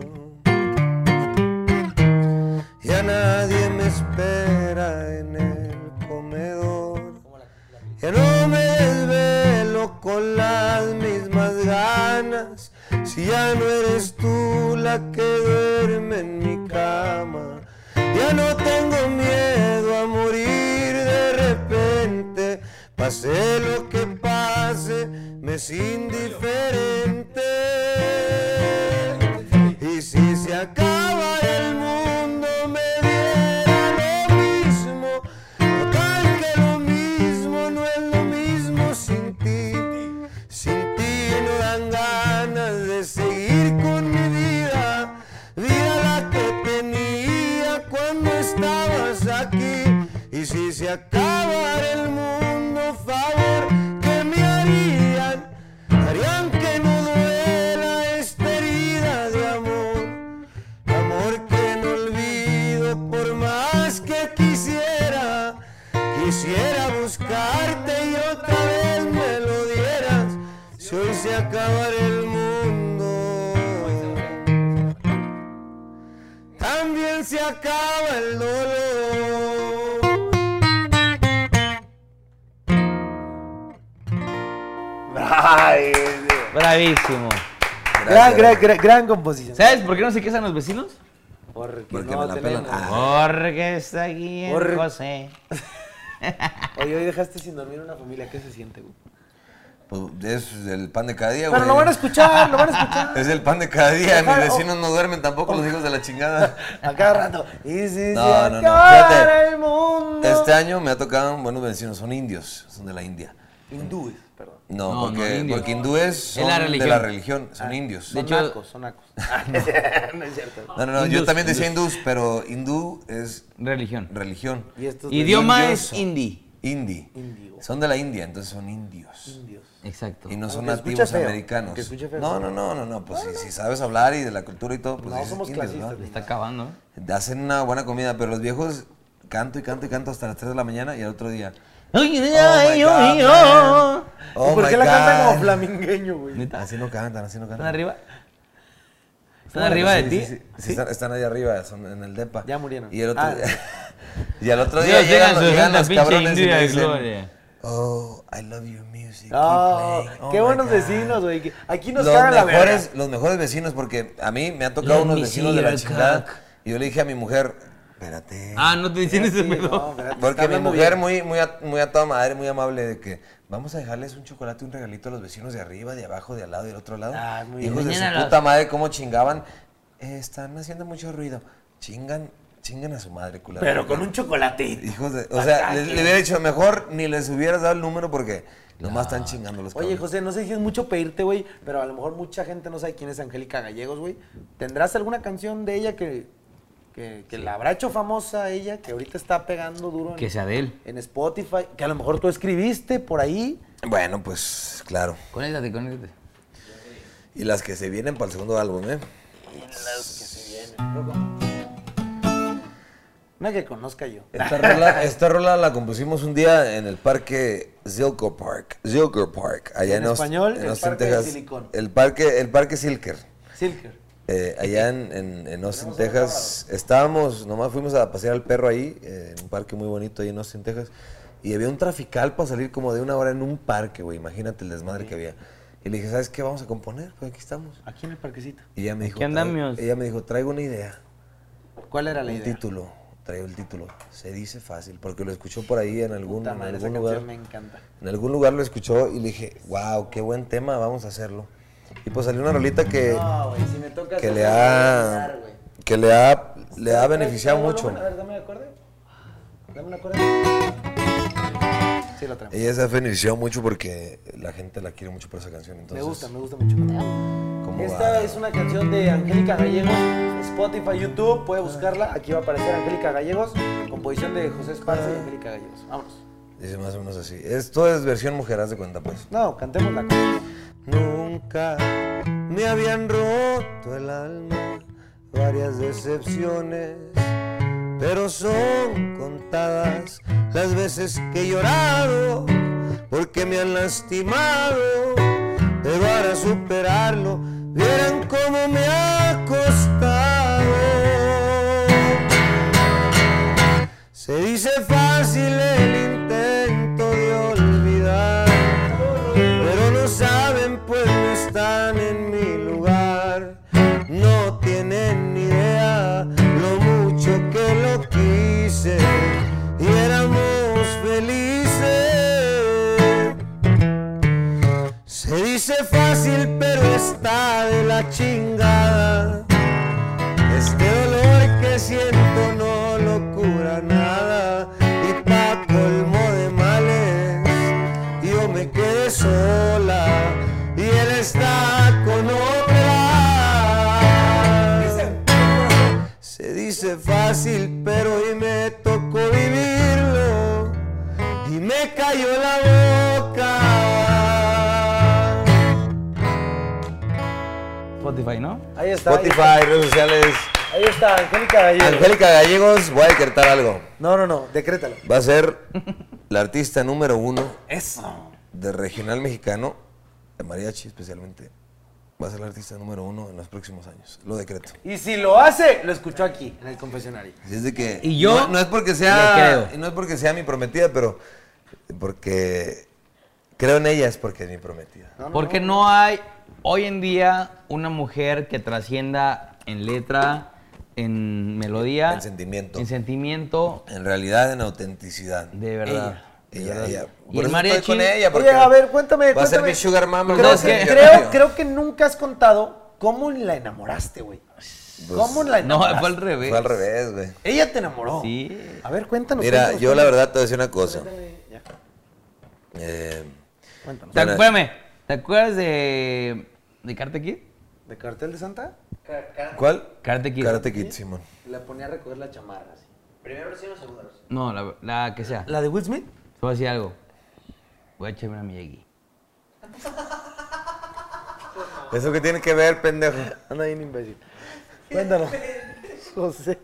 Speaker 6: Ya nadie me espera en el comedor. Ya no me desvelo con las mismas ganas. Si ya no eres tú la que duerme en mi cama. Ya no tengo miedo a morir de repente. Pase lo que pase, me es indiferente. Y si se acaba el mundo, me diera lo mismo. Total que lo mismo no es lo mismo sin ti. Sin ti no dan ganas de seguir con mi vida. Vida la que tenía cuando estabas aquí. Y si se acabara el mundo, favor, que me harían? Harían que no duela esta herida de amor. Amor que no olvido por más que quisiera, quisiera buscarte y otra vez me lo dieras. Si hoy se acabara el mundo, también se acaba el dolor.
Speaker 3: Ay, sí.
Speaker 2: Bravísimo.
Speaker 1: Gran, gran, gran, gran composición.
Speaker 2: ¿Sabes por qué no se casan los vecinos?
Speaker 1: Porque,
Speaker 6: Porque
Speaker 1: no
Speaker 6: me la pelan.
Speaker 1: tenemos.
Speaker 6: Ah.
Speaker 2: Porque está aquí el
Speaker 1: Por-
Speaker 2: José.
Speaker 1: Oye, hoy dejaste sin dormir una familia. ¿Qué se siente, güey?
Speaker 6: Pues es el pan de cada día,
Speaker 1: Pero
Speaker 6: güey.
Speaker 1: lo van a escuchar, lo van a escuchar.
Speaker 6: Es el pan de cada día. Mis
Speaker 1: Ojalá-
Speaker 6: vecinos no duermen tampoco, los hijos de la
Speaker 1: [laughs]
Speaker 6: chingada.
Speaker 1: [laughs] A cada rato. Y si se
Speaker 6: No, no, no.
Speaker 1: acabara
Speaker 6: Fíjate.
Speaker 1: el mundo.
Speaker 6: Este año me ha tocado buenos vecinos, son indios, son de la India.
Speaker 1: Hindúes, perdón.
Speaker 6: No,
Speaker 2: No,
Speaker 6: porque,
Speaker 2: no, indios.
Speaker 6: porque hindúes son
Speaker 2: Es la
Speaker 6: de
Speaker 2: religión.
Speaker 6: la religión, son indios.
Speaker 2: De
Speaker 1: Son
Speaker 2: hecho-
Speaker 1: nacos, son nacos. no es cierto.
Speaker 6: No, no, no, yo
Speaker 2: Hindús,
Speaker 6: también decía hindús, pero hindú es
Speaker 2: Religión.
Speaker 6: religión.
Speaker 1: Y estos
Speaker 2: Y Idioma
Speaker 6: Indios
Speaker 2: es
Speaker 6: son-
Speaker 2: hindi.
Speaker 6: Hindi. Son de la India, entonces son indios.
Speaker 2: Exacto.
Speaker 6: Y no son
Speaker 1: Aunque escucha
Speaker 6: nativos
Speaker 1: feo,
Speaker 6: americanos.
Speaker 1: aunque escuche feo.
Speaker 6: No, no, no, no, no. Pues si- si, sabes hablar y de la cultura y todo, pues
Speaker 1: No,
Speaker 6: dices
Speaker 1: somos
Speaker 6: indios,
Speaker 1: clasistas,
Speaker 6: ¿no?
Speaker 2: Está acabando. ¿eh?
Speaker 6: Hacen una buena comida, pero los viejos canto y canto y canto hasta las 3 de la mañana y al otro día.
Speaker 2: Ay,
Speaker 6: Oh my
Speaker 2: ay,
Speaker 6: God,
Speaker 2: ay,
Speaker 6: man.
Speaker 2: ay.
Speaker 6: Oh
Speaker 1: ¿Y por
Speaker 6: my
Speaker 1: qué la cantan
Speaker 6: God.
Speaker 1: como flamingueño, güey?
Speaker 6: Así no cantan, así no
Speaker 2: ¿Están
Speaker 6: cantan.
Speaker 2: arriba? ¿Están arriba de
Speaker 6: Sí,
Speaker 2: ti?
Speaker 6: sí, sí. Sí, Están, están ahí arriba, son en el depa.
Speaker 1: Ya murieron.
Speaker 6: Y el otro
Speaker 1: Ah.
Speaker 6: día, [laughs] y al otro día
Speaker 2: Dios,
Speaker 6: llegan,
Speaker 2: llegan sus
Speaker 6: llegan
Speaker 2: santa
Speaker 6: los
Speaker 2: pinche
Speaker 6: cabrones y
Speaker 2: India
Speaker 6: me
Speaker 2: de
Speaker 6: dicen,
Speaker 2: gloria.
Speaker 6: oh, I love your music. keep
Speaker 1: Ah,
Speaker 6: playing. Oh
Speaker 1: qué
Speaker 6: my
Speaker 1: buenos
Speaker 6: God".
Speaker 1: vecinos, güey. que Aquí nos
Speaker 6: Los
Speaker 1: cagan la verga.
Speaker 6: mejores, los mejores vecinos, porque a mí me han tocado
Speaker 2: Let
Speaker 6: unos
Speaker 2: me
Speaker 6: vecinos
Speaker 2: see
Speaker 6: de la
Speaker 2: your
Speaker 6: chingada.
Speaker 2: cock.
Speaker 6: Y yo le dije a mi mujer, espérate.
Speaker 2: Ah, no te dicen ese
Speaker 1: No,
Speaker 2: pedo.
Speaker 1: espérate, está
Speaker 6: Porque mi
Speaker 1: hablando
Speaker 6: mujer
Speaker 1: bien.
Speaker 6: muy, muy, a, muy a toda madre, muy amable, de que vamos a dejarles un chocolate, un regalito a los vecinos de arriba, de abajo, de al lado, del otro lado.
Speaker 1: Ah, muy
Speaker 6: Hijos de su
Speaker 2: Mañana los-
Speaker 6: puta madre, cómo chingaban. Eh, están haciendo mucho ruido. Chingan, chingan a su madre, culero.
Speaker 3: Pero con un chocolatito.
Speaker 6: Hijos de... O sea, le, le hubiera dicho, mejor ni les hubieras dado el número porque nomás están chingando los
Speaker 1: Oye,
Speaker 6: cabrones.
Speaker 1: José, no sé si es mucho pedirte, güey, pero a lo mejor mucha gente no sabe quién es Angélica Gallegos, güey. ¿Tendrás alguna canción de ella que, que, que la habrá hecho famosa ella, que ahorita está pegando duro en,
Speaker 2: Que sea de él.
Speaker 1: en Spotify, que a lo mejor tú escribiste por ahí?
Speaker 6: Bueno, pues, claro.
Speaker 2: Conéctate, conéctate.
Speaker 6: Y las que se vienen para el segundo álbum, ¿eh?
Speaker 1: Una que conozca yo.
Speaker 6: Esta rola, esta rola la compusimos un día en el parque Zilker Park. Zilker Park, allá
Speaker 1: En
Speaker 6: Aust-
Speaker 1: español, el
Speaker 6: Austin,
Speaker 1: parque de
Speaker 6: Texas.
Speaker 1: Silicon.
Speaker 6: El parque, el parque Silker.
Speaker 1: Silker.
Speaker 3: eh, allá en, en- en Austin, Texas, estábamos, nomás fuimos a pasear al perro ahí, eh, en un parque muy bonito ahí en Austin, Texas, y había un trafical para salir como de una hora en un parque, güey, imagínate el desmadre que había. Y le dije, ¿sabes qué vamos a componer? Pues aquí estamos.
Speaker 1: Aquí en el parquecito.
Speaker 3: Y ella me dijo,
Speaker 12: Aquí andamos.
Speaker 3: "Traigo- ella me dijo, traigo una idea.
Speaker 1: ¿Cuál era la
Speaker 3: Un
Speaker 1: idea?
Speaker 3: título, traigo el título. Se dice fácil, porque lo escuchó por ahí en algún,
Speaker 1: Puta
Speaker 3: en
Speaker 1: madre, esa
Speaker 3: algún
Speaker 1: canción
Speaker 3: lugar.
Speaker 1: me encanta.
Speaker 3: En algún lugar lo escuchó y le dije, wow, qué buen tema, vamos a hacerlo. Y pues salió una rolita que,
Speaker 1: No, güey, si me tocas
Speaker 3: que
Speaker 1: esa,
Speaker 3: le
Speaker 1: me voy a
Speaker 3: ha
Speaker 1: llorar, güey.
Speaker 3: que le ha le ha beneficiado mucho.
Speaker 1: A ver, dame un acorde. Dame un acorde. Sí, la traemos.
Speaker 3: Ella se ha beneficiado mucho porque la gente la quiere mucho por esa canción. Entonces,
Speaker 1: Me gusta, me gusta mucho.
Speaker 3: ¿cómo va?
Speaker 1: Esta es una canción de Angélica Gallegos, Spotify, YouTube, puede buscarla, aquí va a aparecer Angélica Gallegos, composición de José Esparza y Angélica Gallegos. Vámonos.
Speaker 3: Dice más o menos así. Esto es versión mujer, haz de cuenta pues.
Speaker 1: No, cantemos la canción.
Speaker 3: Nunca me habían roto el alma varias decepciones, pero son contadas las veces que he llorado porque me han lastimado, pero para superarlo vieran cómo me ha costado. Se dice fácil el intento de olvidar, pero no saben pues no están en mi lugar. No tienen ni idea lo mucho que lo quise y éramos felices. Se dice fácil pero está de la chingada. Este dolor que siento no lo cura nada y pa' colmo de males yo me quedé sola y él está con otra. Se dice fácil pero hoy me tocó vivirlo y me cayó la boca.
Speaker 2: Spotify, ¿no?
Speaker 1: Ahí está.
Speaker 3: Spotify, redes sociales.
Speaker 1: Ahí está, Angélica Gallegos.
Speaker 3: Angélica Gallegos, voy a decretar algo.
Speaker 1: No, no, no, decrétalo.
Speaker 3: Va a ser la artista número uno
Speaker 1: Eso.
Speaker 3: de regional mexicano, de mariachi especialmente. Va a ser la artista número uno en los próximos años. Lo decreto.
Speaker 1: Y si lo hace, lo escuchó aquí, en el confesionario.
Speaker 3: Así es de que.
Speaker 2: Y yo
Speaker 3: No, no es porque sea.
Speaker 2: le creo.
Speaker 3: y No es porque sea mi prometida, pero. Porque. Creo en ella es porque es mi prometida.
Speaker 2: Porque no hay hoy en día una mujer que trascienda en letra, en melodía.
Speaker 3: En sentimiento.
Speaker 2: En sentimiento,
Speaker 3: En realidad, en autenticidad.
Speaker 2: de verdad.
Speaker 3: Ella, ella.
Speaker 2: Y
Speaker 3: Por
Speaker 2: el
Speaker 3: eso
Speaker 2: mariachi-
Speaker 3: estoy con ella. Porque
Speaker 1: Oye, a ver, cuéntame,
Speaker 3: Va a ser
Speaker 1: cuéntame.
Speaker 3: mi sugar mama.
Speaker 1: Creo,
Speaker 3: va a ser
Speaker 2: que-
Speaker 3: mi
Speaker 1: creo,
Speaker 3: novio.
Speaker 1: creo que nunca has contado cómo la enamoraste, güey.
Speaker 3: Pues,
Speaker 1: ¿Cómo la
Speaker 2: No,
Speaker 1: enamoraste?
Speaker 2: fue al revés.
Speaker 1: Pues,
Speaker 3: Fue Pues al revés, güey.
Speaker 1: Ella te enamoró.
Speaker 2: Sí.
Speaker 1: A ver, cuéntanos.
Speaker 3: Mira,
Speaker 1: cuéntanos,
Speaker 3: yo la verdad te voy a decir una cosa. Eh,
Speaker 2: ¿Te,
Speaker 3: bueno,
Speaker 2: acuérdame, ¿te acuerdas de, de Karate Kid?
Speaker 1: ¿De cartel de Santa?
Speaker 3: ¿Cuál?
Speaker 2: Karate Kid.
Speaker 3: Karate Kid, Simón.
Speaker 1: La ponía a recoger la chamarra, así. ¿Primero versión o segunda versión?
Speaker 2: No, la, la que sea.
Speaker 1: ¿La de Will Smith?
Speaker 2: Te voy a decir algo. Voy a echarme una Miyagi.
Speaker 3: ¿Eso que tiene que ver, pendejo?
Speaker 1: Anda bien imbécil. [laughs] Cuéntanos, José.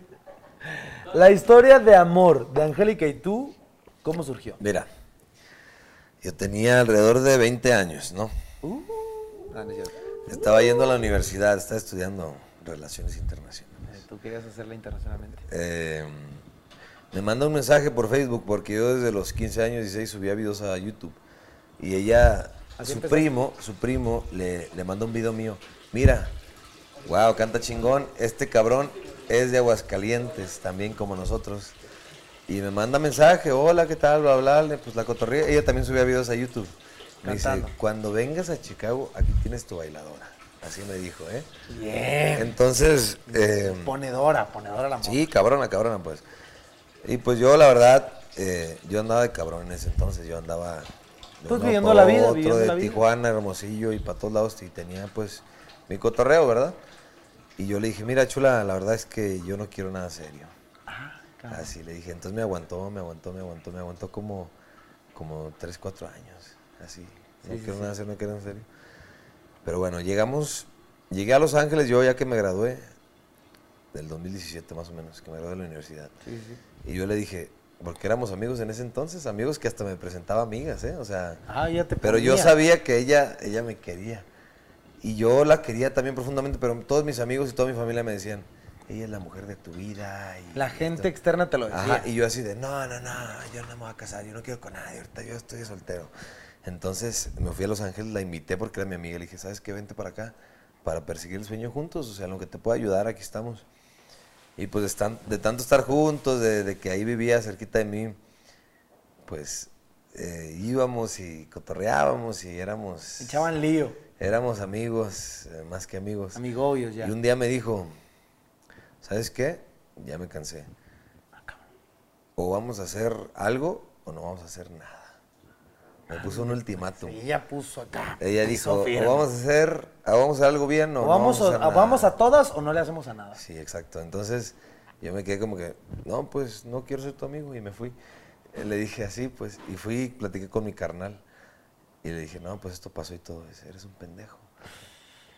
Speaker 1: La historia de amor de Angélica y tú, ¿cómo surgió?
Speaker 3: Mira, yo tenía alrededor de 20 años, ¿no?
Speaker 1: Ah, no es cierto.
Speaker 3: Estaba yendo a la universidad, estaba estudiando Relaciones Internacionales.
Speaker 1: Eh, Tú querías hacerla internacionalmente.
Speaker 3: Eh, me manda un mensaje por Facebook porque yo desde los 15 años 16 subía videos a YouTube. Y ella, su primo, su primo le, le manda un video mío. Mira, wow, canta chingón. Este cabrón es de Aguascalientes, también como nosotros. Y me manda mensaje, hola, ¿qué tal? Bla, bla, bla. Pues la cotorría. Ella también subía videos a YouTube. Me dice,
Speaker 1: Cantando.
Speaker 3: cuando vengas a Chicago, aquí tienes tu bailadora. Así me dijo, ¿eh? Entonces... eh,
Speaker 1: Ponedora, ponedora la amor.
Speaker 3: Sí, cabrona, cabrona, pues. Y pues yo, la verdad, eh, yo andaba de cabrón en ese entonces. Yo andaba. de
Speaker 1: Pues
Speaker 3: un lado
Speaker 1: viviendo
Speaker 3: pa'
Speaker 1: la vida,
Speaker 3: Otro
Speaker 1: viviendo
Speaker 3: de
Speaker 1: la vida.
Speaker 3: Tijuana, Hermosillo y para todos lados. Y tenía, pues, mi cotorreo, ¿verdad? Y yo le dije, mira, chula, la verdad es que yo no quiero nada serio.
Speaker 1: Ah,
Speaker 3: Así le dije. Entonces me aguantó, me aguantó, me aguantó, me aguantó como, como 3, 4 años. Así. No quiero nada serio, no quiero nada serio. Pero bueno, llegamos, llegué a Los Ángeles yo ya que me gradué, del 2017 más o menos, que me gradué de la universidad. Y yo le dije, porque éramos amigos en ese entonces, amigos que hasta me presentaba amigas, ¿eh? O sea,
Speaker 1: Ah, ya te
Speaker 3: pero yo
Speaker 1: ponía.
Speaker 3: sabía que ella, ella me quería. Y yo la quería también profundamente, pero todos mis amigos y toda mi familia me decían, ella es la mujer de tu vida. y
Speaker 1: La
Speaker 3: esto".
Speaker 1: gente externa te lo decía.
Speaker 3: Ajá, y yo así de, no, no, no, yo no me voy a casar, yo no quiero con nadie, ahorita yo estoy soltero. Entonces me fui a Los Ángeles, la invité porque era mi amiga, le dije, ¿sabes qué? Vente para acá para perseguir el sueño juntos, o sea, en lo que te pueda ayudar, aquí estamos. Y pues de, tan- de tanto estar juntos, de, de que ahí vivía cerquita de mí, pues eh, íbamos y cotorreábamos y éramos...
Speaker 1: Echaban lío.
Speaker 3: Éramos amigos, eh, más que amigos.
Speaker 1: Amigobios ya.
Speaker 3: Y un día me dijo, ¿sabes qué? Ya me cansé.
Speaker 1: Ah,
Speaker 3: O vamos a hacer algo o no vamos a hacer nada. Me puso un ultimátum.
Speaker 1: Ella puso acá.
Speaker 3: Ella
Speaker 1: puso
Speaker 3: dijo,
Speaker 1: firme.
Speaker 3: o vamos a hacer, o vamos a hacer algo bien o,
Speaker 1: O
Speaker 3: no
Speaker 1: vamos,
Speaker 3: vamos a
Speaker 1: a,
Speaker 3: hacer nada".
Speaker 1: vamos a todas o no le hacemos a nada.
Speaker 3: Sí, exacto. Entonces yo me quedé como que, no, pues no quiero ser tu amigo y me fui. Eh, Le dije así, pues, y fui, platiqué con mi carnal y le dije, no, pues esto pasó y todo, dice, eres un pendejo.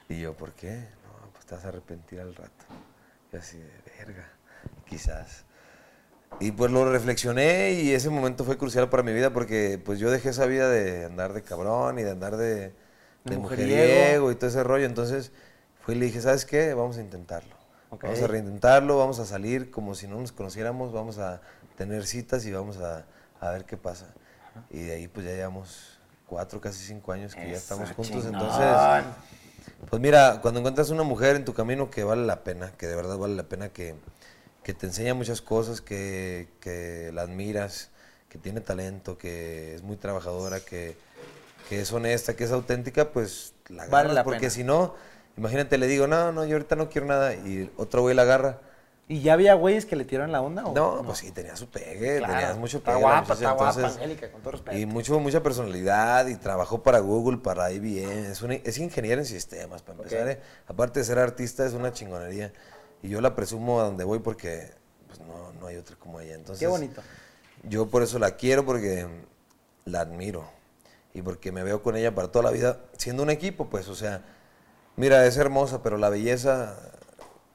Speaker 3: Y yo, ¿por qué? No, pues te vas a arrepentir al rato. Y así, de verga, quizás. Y pues lo reflexioné y ese momento fue crucial para mi vida porque pues yo dejé esa vida de andar de cabrón y de andar de, de
Speaker 1: mujeriego.
Speaker 3: mujeriego y todo ese rollo. Entonces fui y le dije, ¿sabes qué? Vamos a intentarlo. Vamos a reintentarlo, vamos a salir como si no nos conociéramos, vamos a tener citas y vamos a, a ver qué pasa. Y de ahí pues ya llevamos cuatro, casi cinco años que ya estamos juntos. Entonces, pues mira, cuando encuentras una mujer en tu camino que vale la pena, que de verdad vale la pena, que, que te enseña muchas cosas, que, que la admiras, que tiene talento, que es muy trabajadora, que, que es honesta, que es auténtica, pues la
Speaker 1: Vale
Speaker 3: agarras.
Speaker 1: la
Speaker 3: porque
Speaker 1: pena.
Speaker 3: si no, imagínate, le digo, no, no, yo ahorita no quiero nada, y otro güey la agarra.
Speaker 1: ¿Y ya había güeyes que le tiraron la onda? O
Speaker 3: No, pues sí, tenía su pegue,
Speaker 1: Claro.
Speaker 3: tenía mucho
Speaker 1: Está
Speaker 3: pegue. la
Speaker 1: guapa,
Speaker 3: muchacha,
Speaker 1: está guapa,
Speaker 3: entonces-
Speaker 1: Angélica, con todo respeto.
Speaker 3: Y mucho, mucha personalidad, y trabajó para Google, para IBM. Es, una- es ingeniera en sistemas, para empezar. ¿eh? Aparte de ser artista, es una chingonería. Y yo la presumo a donde voy porque pues, no, no hay otra como ella. Entonces,
Speaker 1: Qué bonito.
Speaker 3: Yo por eso la quiero, porque la admiro. Y porque me veo con ella para toda la vida, siendo un equipo, pues, o sea, mira, es hermosa, pero la belleza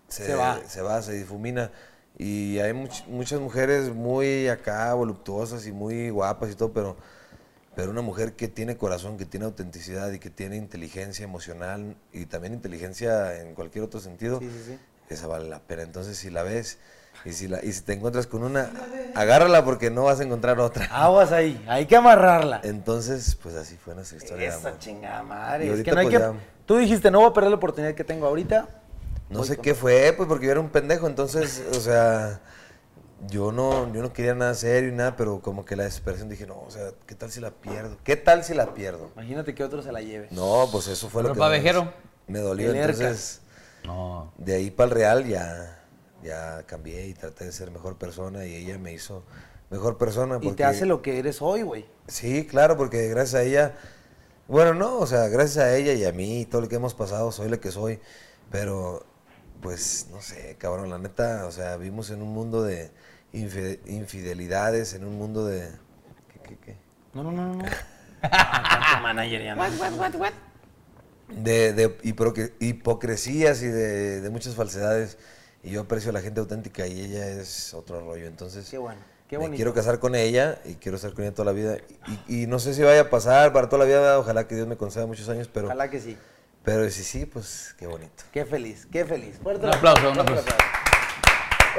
Speaker 3: se,
Speaker 1: Se
Speaker 3: se
Speaker 1: va.
Speaker 3: va. Se difumina. Y hay much- muchas mujeres muy acá, voluptuosas y muy guapas y todo, pero, pero una mujer que tiene corazón, que tiene autenticidad y que tiene inteligencia emocional y también inteligencia en cualquier otro sentido, esa vale la pena. Entonces, si la ves y si, la, y si te encuentras con una, agárrala porque no vas a encontrar otra.
Speaker 1: Aguas ahí, hay que amarrarla.
Speaker 3: Entonces, pues así fue nuestra historia. de
Speaker 1: Esa
Speaker 3: amor.
Speaker 1: chingada
Speaker 3: Y
Speaker 1: madre. Es
Speaker 3: ahorita,
Speaker 1: que no hay que...
Speaker 3: pues, ya.
Speaker 1: Tú dijiste, no voy a perder la oportunidad que tengo ahorita.
Speaker 3: No sé qué fue, pues porque yo era un pendejo, entonces, o sea, yo no, yo no quería nada serio y nada, pero como que la desesperación dije, no, o sea, ¿qué tal si la pierdo? ¿Qué tal si la pierdo?
Speaker 1: Imagínate que otro se la lleve.
Speaker 3: No, pues eso fue lo
Speaker 2: Pero
Speaker 3: que
Speaker 2: pa'
Speaker 3: me-
Speaker 2: vejero.
Speaker 3: me dolió.
Speaker 1: El Erca.
Speaker 3: Entonces,
Speaker 2: No.
Speaker 3: de ahí para el Real ya, ya cambié y traté de ser mejor persona y ella me hizo mejor persona.
Speaker 1: y te
Speaker 3: porque-
Speaker 1: hace lo que eres hoy, güey.
Speaker 3: Sí, claro, porque gracias a ella, bueno, no, o sea, gracias a ella y a mí, y todo lo que hemos pasado, soy lo que soy, pero pues no sé, cabrón, la neta, o sea, vivimos en un mundo de infi- infidelidades, en un mundo de... ¿Qué, qué, qué?
Speaker 1: No, no,
Speaker 3: [laughs]
Speaker 1: no, no. manager ya
Speaker 4: What, what, what, what?
Speaker 3: de, de hiproque- hipocresías y de, de muchas falsedades. Y yo aprecio a la gente auténtica y ella es otro rollo. Entonces,
Speaker 1: Qué bueno, qué
Speaker 3: me
Speaker 1: bonito.
Speaker 3: quiero casar con ella y quiero estar con ella toda la vida. Y, y no sé si vaya a pasar para toda la vida. Ojalá que Dios me conceda muchos años, pero,
Speaker 1: Ojalá que sí.
Speaker 3: pero si sí, pues qué bonito.
Speaker 1: Qué feliz, qué feliz. Fuerte
Speaker 2: Un aplauso, un aplauso.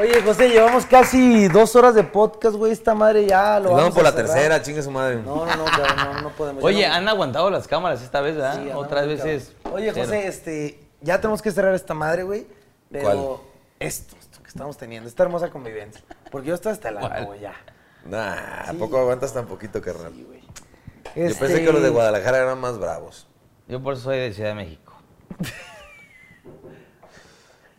Speaker 1: Oye, José, llevamos casi dos horas de podcast, güey. Esta madre ya lo
Speaker 3: Nos vamos por
Speaker 1: a
Speaker 3: la
Speaker 1: cerrar.
Speaker 3: tercera, chingue su madre.
Speaker 1: No, no, no, cabrón, no, no podemos.
Speaker 2: Oye,
Speaker 1: Ya no-
Speaker 2: han aguantado las cámaras esta vez, ¿verdad?
Speaker 1: Sí,
Speaker 2: Otras
Speaker 1: andamos,
Speaker 2: veces.
Speaker 1: cabrón. Oye,
Speaker 2: cero.
Speaker 1: José, este, ya tenemos que cerrar esta madre, güey. Pero
Speaker 3: ¿Cuál?
Speaker 1: esto, esto que estamos teniendo, esta hermosa convivencia. Porque yo estoy hasta el ano, güey, ya.
Speaker 3: Nah, ¿a poco aguantas tan poquito, carnal? Yo
Speaker 1: Este,
Speaker 3: pensé que los de Guadalajara eran más bravos.
Speaker 2: Yo por eso soy de Ciudad de México.
Speaker 1: Lo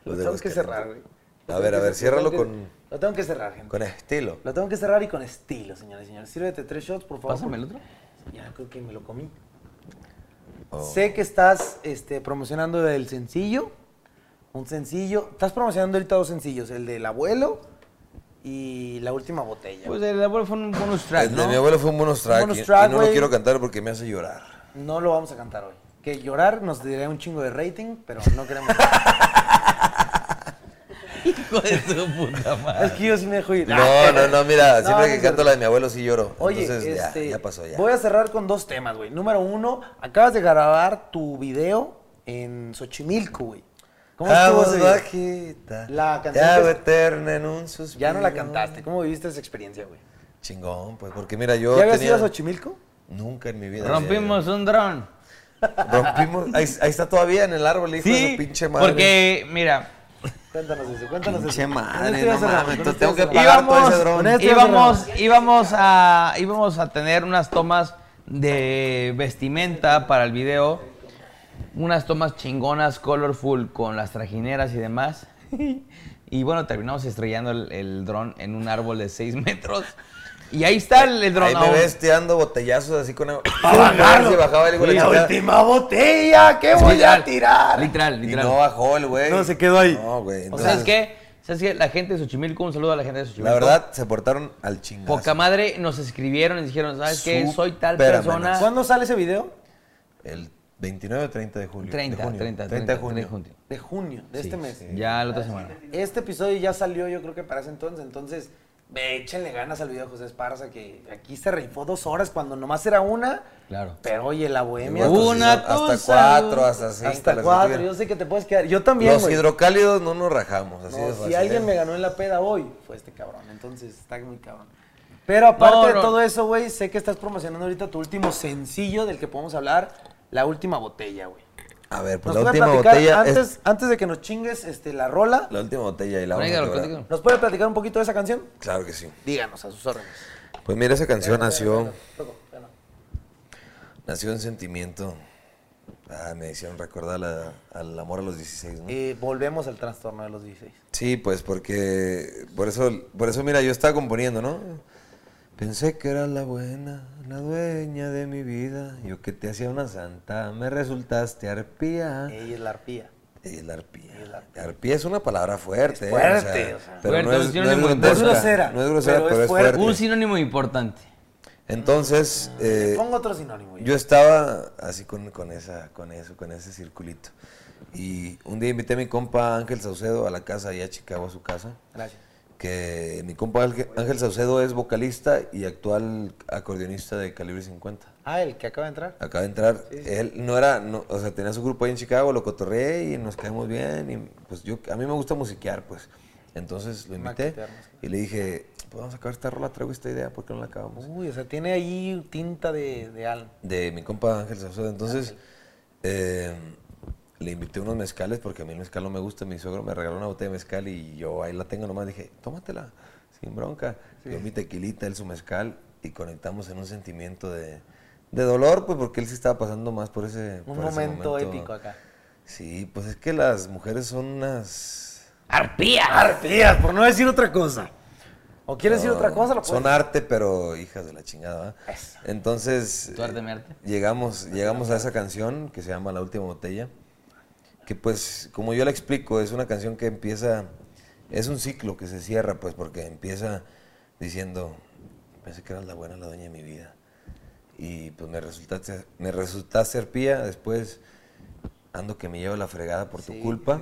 Speaker 3: los de
Speaker 1: tengo que
Speaker 3: Aguascalientes.
Speaker 1: cerrar, güey. Lo
Speaker 3: A
Speaker 1: tengo
Speaker 3: ver,
Speaker 1: que
Speaker 3: a ver,
Speaker 1: cerrar, lo
Speaker 3: ciérralo
Speaker 1: tengo que-
Speaker 3: con,
Speaker 1: Lo tengo que cerrar, gente.
Speaker 3: con estilo.
Speaker 1: Lo tengo que cerrar y con estilo, señores y señores. Sírvete tres shots, por favor.
Speaker 2: Pásame el otro.
Speaker 1: Ya creo que me lo comí.
Speaker 3: Oh.
Speaker 1: Sé que estás este, promocionando el sencillo. Un sencillo. Estás promocionando ahorita dos sencillos: el del abuelo y la última botella.
Speaker 2: Pues el abuelo fue un bonus track,
Speaker 3: El de
Speaker 2: ¿no?
Speaker 3: mi abuelo fue un bonus track,
Speaker 1: bonus
Speaker 3: y-
Speaker 1: track,
Speaker 3: y no
Speaker 1: güey.
Speaker 3: lo quiero cantar porque me hace llorar.
Speaker 1: No lo vamos a cantar hoy. Que llorar nos daría un chingo de rating, pero no
Speaker 3: [laughs]
Speaker 1: queremos.
Speaker 3: Ah,
Speaker 2: Hijo de su puta madre.
Speaker 1: es que yo sí me dejo ir.
Speaker 3: No, no, no, mira,
Speaker 1: [laughs] No,
Speaker 3: siempre
Speaker 1: no
Speaker 3: que
Speaker 1: es
Speaker 3: canto
Speaker 1: cierto.
Speaker 3: la de mi abuelo sí lloro.
Speaker 1: Oye,
Speaker 3: Entonces ya,
Speaker 1: este,
Speaker 3: ya pasó ya.
Speaker 1: voy a cerrar con dos temas, güey. Número uno, acabas de grabar tu video en Xochimilco, güey. ¿Cómo
Speaker 3: La
Speaker 1: estuvo
Speaker 3: voz
Speaker 1: ese-
Speaker 3: bajita.
Speaker 1: La
Speaker 3: te
Speaker 1: canción que
Speaker 3: hago
Speaker 1: es-
Speaker 3: eterna en un suspiro.
Speaker 1: Ya no la cantaste. ¿Cómo viviste esa experiencia, güey?
Speaker 3: Chingón, pues, porque mira, yo
Speaker 1: ¿Ya habías
Speaker 3: tenía-
Speaker 1: ido a Xochimilco?
Speaker 3: Nunca en mi vida. había
Speaker 2: Rompimos un dron.
Speaker 3: ido. Rompimos. Ahí, ahí está todavía en el árbol, hijo de
Speaker 2: Sí,
Speaker 3: su pinche madre.
Speaker 2: porque, mira,
Speaker 1: Cuéntanos eso, cuéntanos
Speaker 3: Pinche
Speaker 1: eso.
Speaker 3: madre,
Speaker 1: ibas
Speaker 3: no
Speaker 1: a cerrar,
Speaker 3: mames.
Speaker 1: con
Speaker 3: Entonces
Speaker 1: esto
Speaker 3: tengo
Speaker 1: ibas
Speaker 3: que
Speaker 1: a
Speaker 3: pagar todo ese
Speaker 2: íbamos,
Speaker 3: dron.
Speaker 2: íbamos, íbamos a, íbamos a tener unas tomas de vestimenta para el video, unas tomas chingonas, colorful, con las trajineras y demás. Y bueno, terminamos estrellando el, el dron en un árbol de 6 metros. Y ahí está el, el dron.
Speaker 3: Ahí me
Speaker 2: aún.
Speaker 3: ves tirando botellazos así con... ¡Para bajarlo! bajaba el hijo de la chingada.
Speaker 1: última botella que voy a
Speaker 2: Literal,
Speaker 1: tirar.
Speaker 2: Literal,
Speaker 3: Y
Speaker 2: literal.
Speaker 3: no bajó el güey.
Speaker 1: No, se quedó ahí.
Speaker 3: No, güey.
Speaker 2: o sea, es
Speaker 3: entonces,
Speaker 2: que, ¿sabes qué? La gente de Xochimilco, un saludo a la gente de Xochimilco.
Speaker 3: La verdad, se portaron al chingazo.
Speaker 2: Poca madre, nos escribieron y dijeron, ¿sabes qué? Soy tal
Speaker 3: Súper
Speaker 2: persona.
Speaker 3: amenaza.
Speaker 1: ¿Cuándo sale ese video?
Speaker 3: El 29 o 30 de julio.
Speaker 2: 30,
Speaker 3: de junio.
Speaker 2: 30,
Speaker 3: 30 de
Speaker 2: 30
Speaker 3: junio.
Speaker 2: de junio.
Speaker 1: De junio, de este mes.
Speaker 2: Ya la otra semana.
Speaker 1: Este episodio ya salió, yo creo que para ese entonces. Entonces, ve, échenle ganas al video de José Esparza, que aquí se rifó dos horas cuando nomás era una.
Speaker 2: Claro.
Speaker 1: Pero oye, la bohemia.
Speaker 3: Llegó
Speaker 1: Hasta,
Speaker 2: Una
Speaker 3: hasta
Speaker 2: cosa,
Speaker 3: cuatro, hasta cinco.
Speaker 1: hasta
Speaker 3: les
Speaker 1: cuatro.
Speaker 3: metieron.
Speaker 1: Yo sé que te puedes quedar. Yo también,
Speaker 3: Los
Speaker 1: güey.
Speaker 3: hidrocálidos no nos rajamos. Así
Speaker 1: No,
Speaker 3: de
Speaker 1: si
Speaker 3: fácil,
Speaker 1: alguien
Speaker 3: ¿eh?
Speaker 1: me ganó en la peda hoy, fue este cabrón. Entonces, está muy cabrón. Pero aparte
Speaker 2: No,
Speaker 1: de
Speaker 2: no.
Speaker 1: todo eso, güey, sé que estás promocionando ahorita tu último sencillo del que podemos hablar, La Última Botella, güey.
Speaker 3: A ver, pues
Speaker 1: Nos
Speaker 3: la
Speaker 1: puede
Speaker 3: última
Speaker 1: platicar,
Speaker 3: botella. es-
Speaker 1: antes, antes de que nos chingues este, la rola,
Speaker 3: La última botella y la vamos a
Speaker 2: Platícalo,
Speaker 3: quebrar.
Speaker 2: platícalo.
Speaker 1: ¿nos puede platicar un poquito de esa canción?
Speaker 3: Claro que sí.
Speaker 1: Díganos a sus órdenes.
Speaker 3: Pues mira, esa canción nació. Nació en sentimiento. Ah, me hicieron recordar la- al amor a los 16, ¿no?
Speaker 1: Eh, volvemos al trastorno de los 16.
Speaker 3: Sí, pues porque por eso, por eso mira, yo estaba componiendo, ¿no? Pensé que eras la buena, la dueña de mi vida. Yo que te hacía una santa, me resultaste arpía.
Speaker 1: Ella es la arpía.
Speaker 3: Eh, la arpía. Arpía es una palabra fuerte.
Speaker 1: Es
Speaker 3: ¿eh? O sea,
Speaker 1: fuerte, o sea.
Speaker 3: pero no
Speaker 2: Fuerte,
Speaker 3: es,
Speaker 2: es
Speaker 3: no es
Speaker 2: sinónimo de-
Speaker 3: grotesca,
Speaker 1: No es grosera,
Speaker 3: No es grosera,
Speaker 1: pero
Speaker 3: pero,
Speaker 1: es
Speaker 3: es
Speaker 1: fuerte.
Speaker 3: fuerte.
Speaker 2: Un sinónimo importante.
Speaker 3: Entonces, eh,
Speaker 1: Pongo otro sinónimo.
Speaker 3: yo estaba así con, con esa, con eso, con ese circulito. Y un día invité a mi compa Ángel Saucedo a la casa, allá a Chicago, a su casa
Speaker 1: Gracias.
Speaker 3: que mi compa Ángel Ángel Saucedo es vocalista y actual acordeonista de Calibre 50.
Speaker 1: Ah, el que acaba de entrar.
Speaker 3: Acaba de entrar, él no era, no, o sea, tenía su grupo ahí en Chicago, lo cotorreé y nos caemos bien y pues yo, a mí me gusta musiquear, pues. Entonces lo invité
Speaker 1: Maquetearnos.
Speaker 3: y le dije, pues vamos a acabar esta rola, traigo esta idea, ¿por qué no la acabamos?
Speaker 1: Uy, o sea, tiene ahí tinta de, de alma.
Speaker 3: de mi compa Ángel Saucedo. Entonces, eh, le invité unos mezcales porque a mí el mezcal no me gusta. Mi suegro me regaló una botella de mezcal y yo ahí la tengo nomás. Dije, tómatela, sin bronca. Yo mi tequilita, él su mezcal y conectamos en un sentimiento de, de dolor, pues porque él sí estaba pasando más por ese,
Speaker 1: Un
Speaker 3: por ese
Speaker 1: momento, épico acá.
Speaker 3: Sí, pues es que las mujeres son unas...
Speaker 2: ¡Arpía!
Speaker 1: Arpías, por no decir otra cosa. ¿O quieres decir
Speaker 3: No,
Speaker 1: otra cosa? Lo puedes
Speaker 3: Son arte, pero hijas de la chingada. ¿va? Entonces,
Speaker 2: Tu arte,
Speaker 3: eh,
Speaker 2: mi arte.
Speaker 3: llegamos, llegamos a esa canción que se llama La Última Botella, que pues, como yo la explico, es una canción que empieza, es un ciclo que se cierra, pues, porque empieza diciendo, pensé que eras la buena, la dueña de mi vida. Y pues me resultaste, me resultaste arpía, después ando que me llevo la fregada por tu culpa,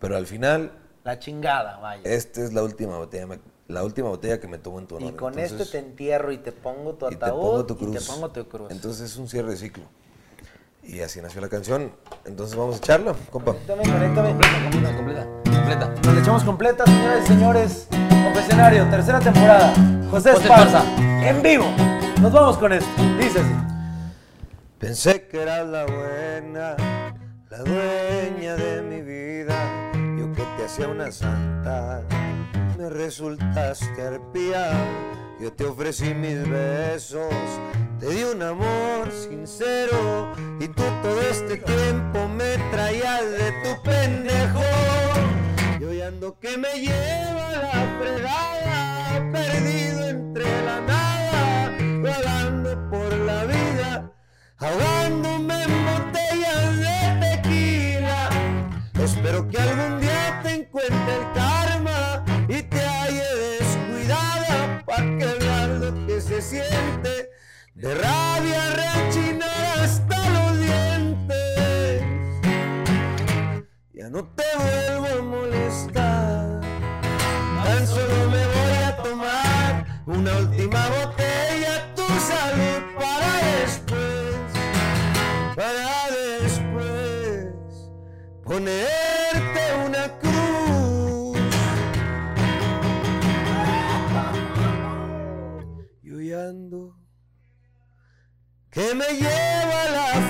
Speaker 3: pero al final,
Speaker 1: La chingada, vaya.
Speaker 3: esta es la última botella, me- la última botella que me tomo en tu honor.
Speaker 1: y con
Speaker 3: Entonces,
Speaker 1: este te entierro y te pongo tu
Speaker 3: y te pongo
Speaker 1: ataúd
Speaker 3: tu cruz.
Speaker 1: y te pongo tu cruz.
Speaker 3: Entonces es un cierre de ciclo. Y así nació la canción. Entonces vamos a echarla, compa.
Speaker 1: conéctame, conéctame.
Speaker 2: Completa, completa, completa.
Speaker 1: Nos la echamos completa, señoras y señores. Confesionario, tercera temporada. José
Speaker 2: José
Speaker 1: Esparza, en vivo. Nos vamos con esto. Dice así.
Speaker 3: Pensé que eras la buena, la dueña de mi vida. Yo que te hacía una santa, me resultaste arpía. Yo te ofrecí mis besos, te di un amor sincero. Y tú todo este tiempo me traías de tu pendejo. Yo hoy ando que me lleva la fregada, perdido entre la nada, vagando por la vida, ahogándome en botellas de tequila. Espero que algún día te encuentre el karma y te halle descuidada, pa' que veas lo que se siente, de rabia rechinar hasta los dientes. Ya no te vuelvo a molestar. Tan solo me voy a tomar una última botella a tu salud para después. Para después.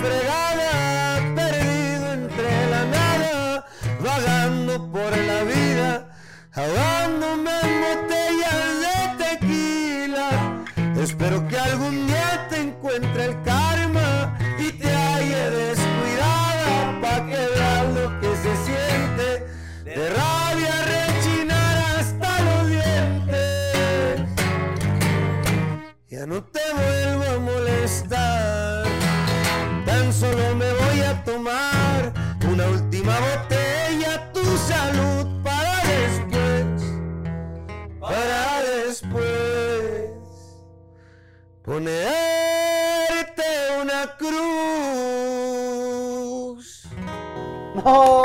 Speaker 3: fregada, perdido entre la nada, vagando por la vida, ahogándome en botellas de tequila. Espero que algún día te encuentre el karma y te halle descuidada pa' que veas lo que se siente de rabia rechinar hasta los dientes. Ya no te vuelvo a molestar. Tan solo me voy a tomar una última botella a tu salud para después. Para después. Ponerte una cruz.
Speaker 1: No.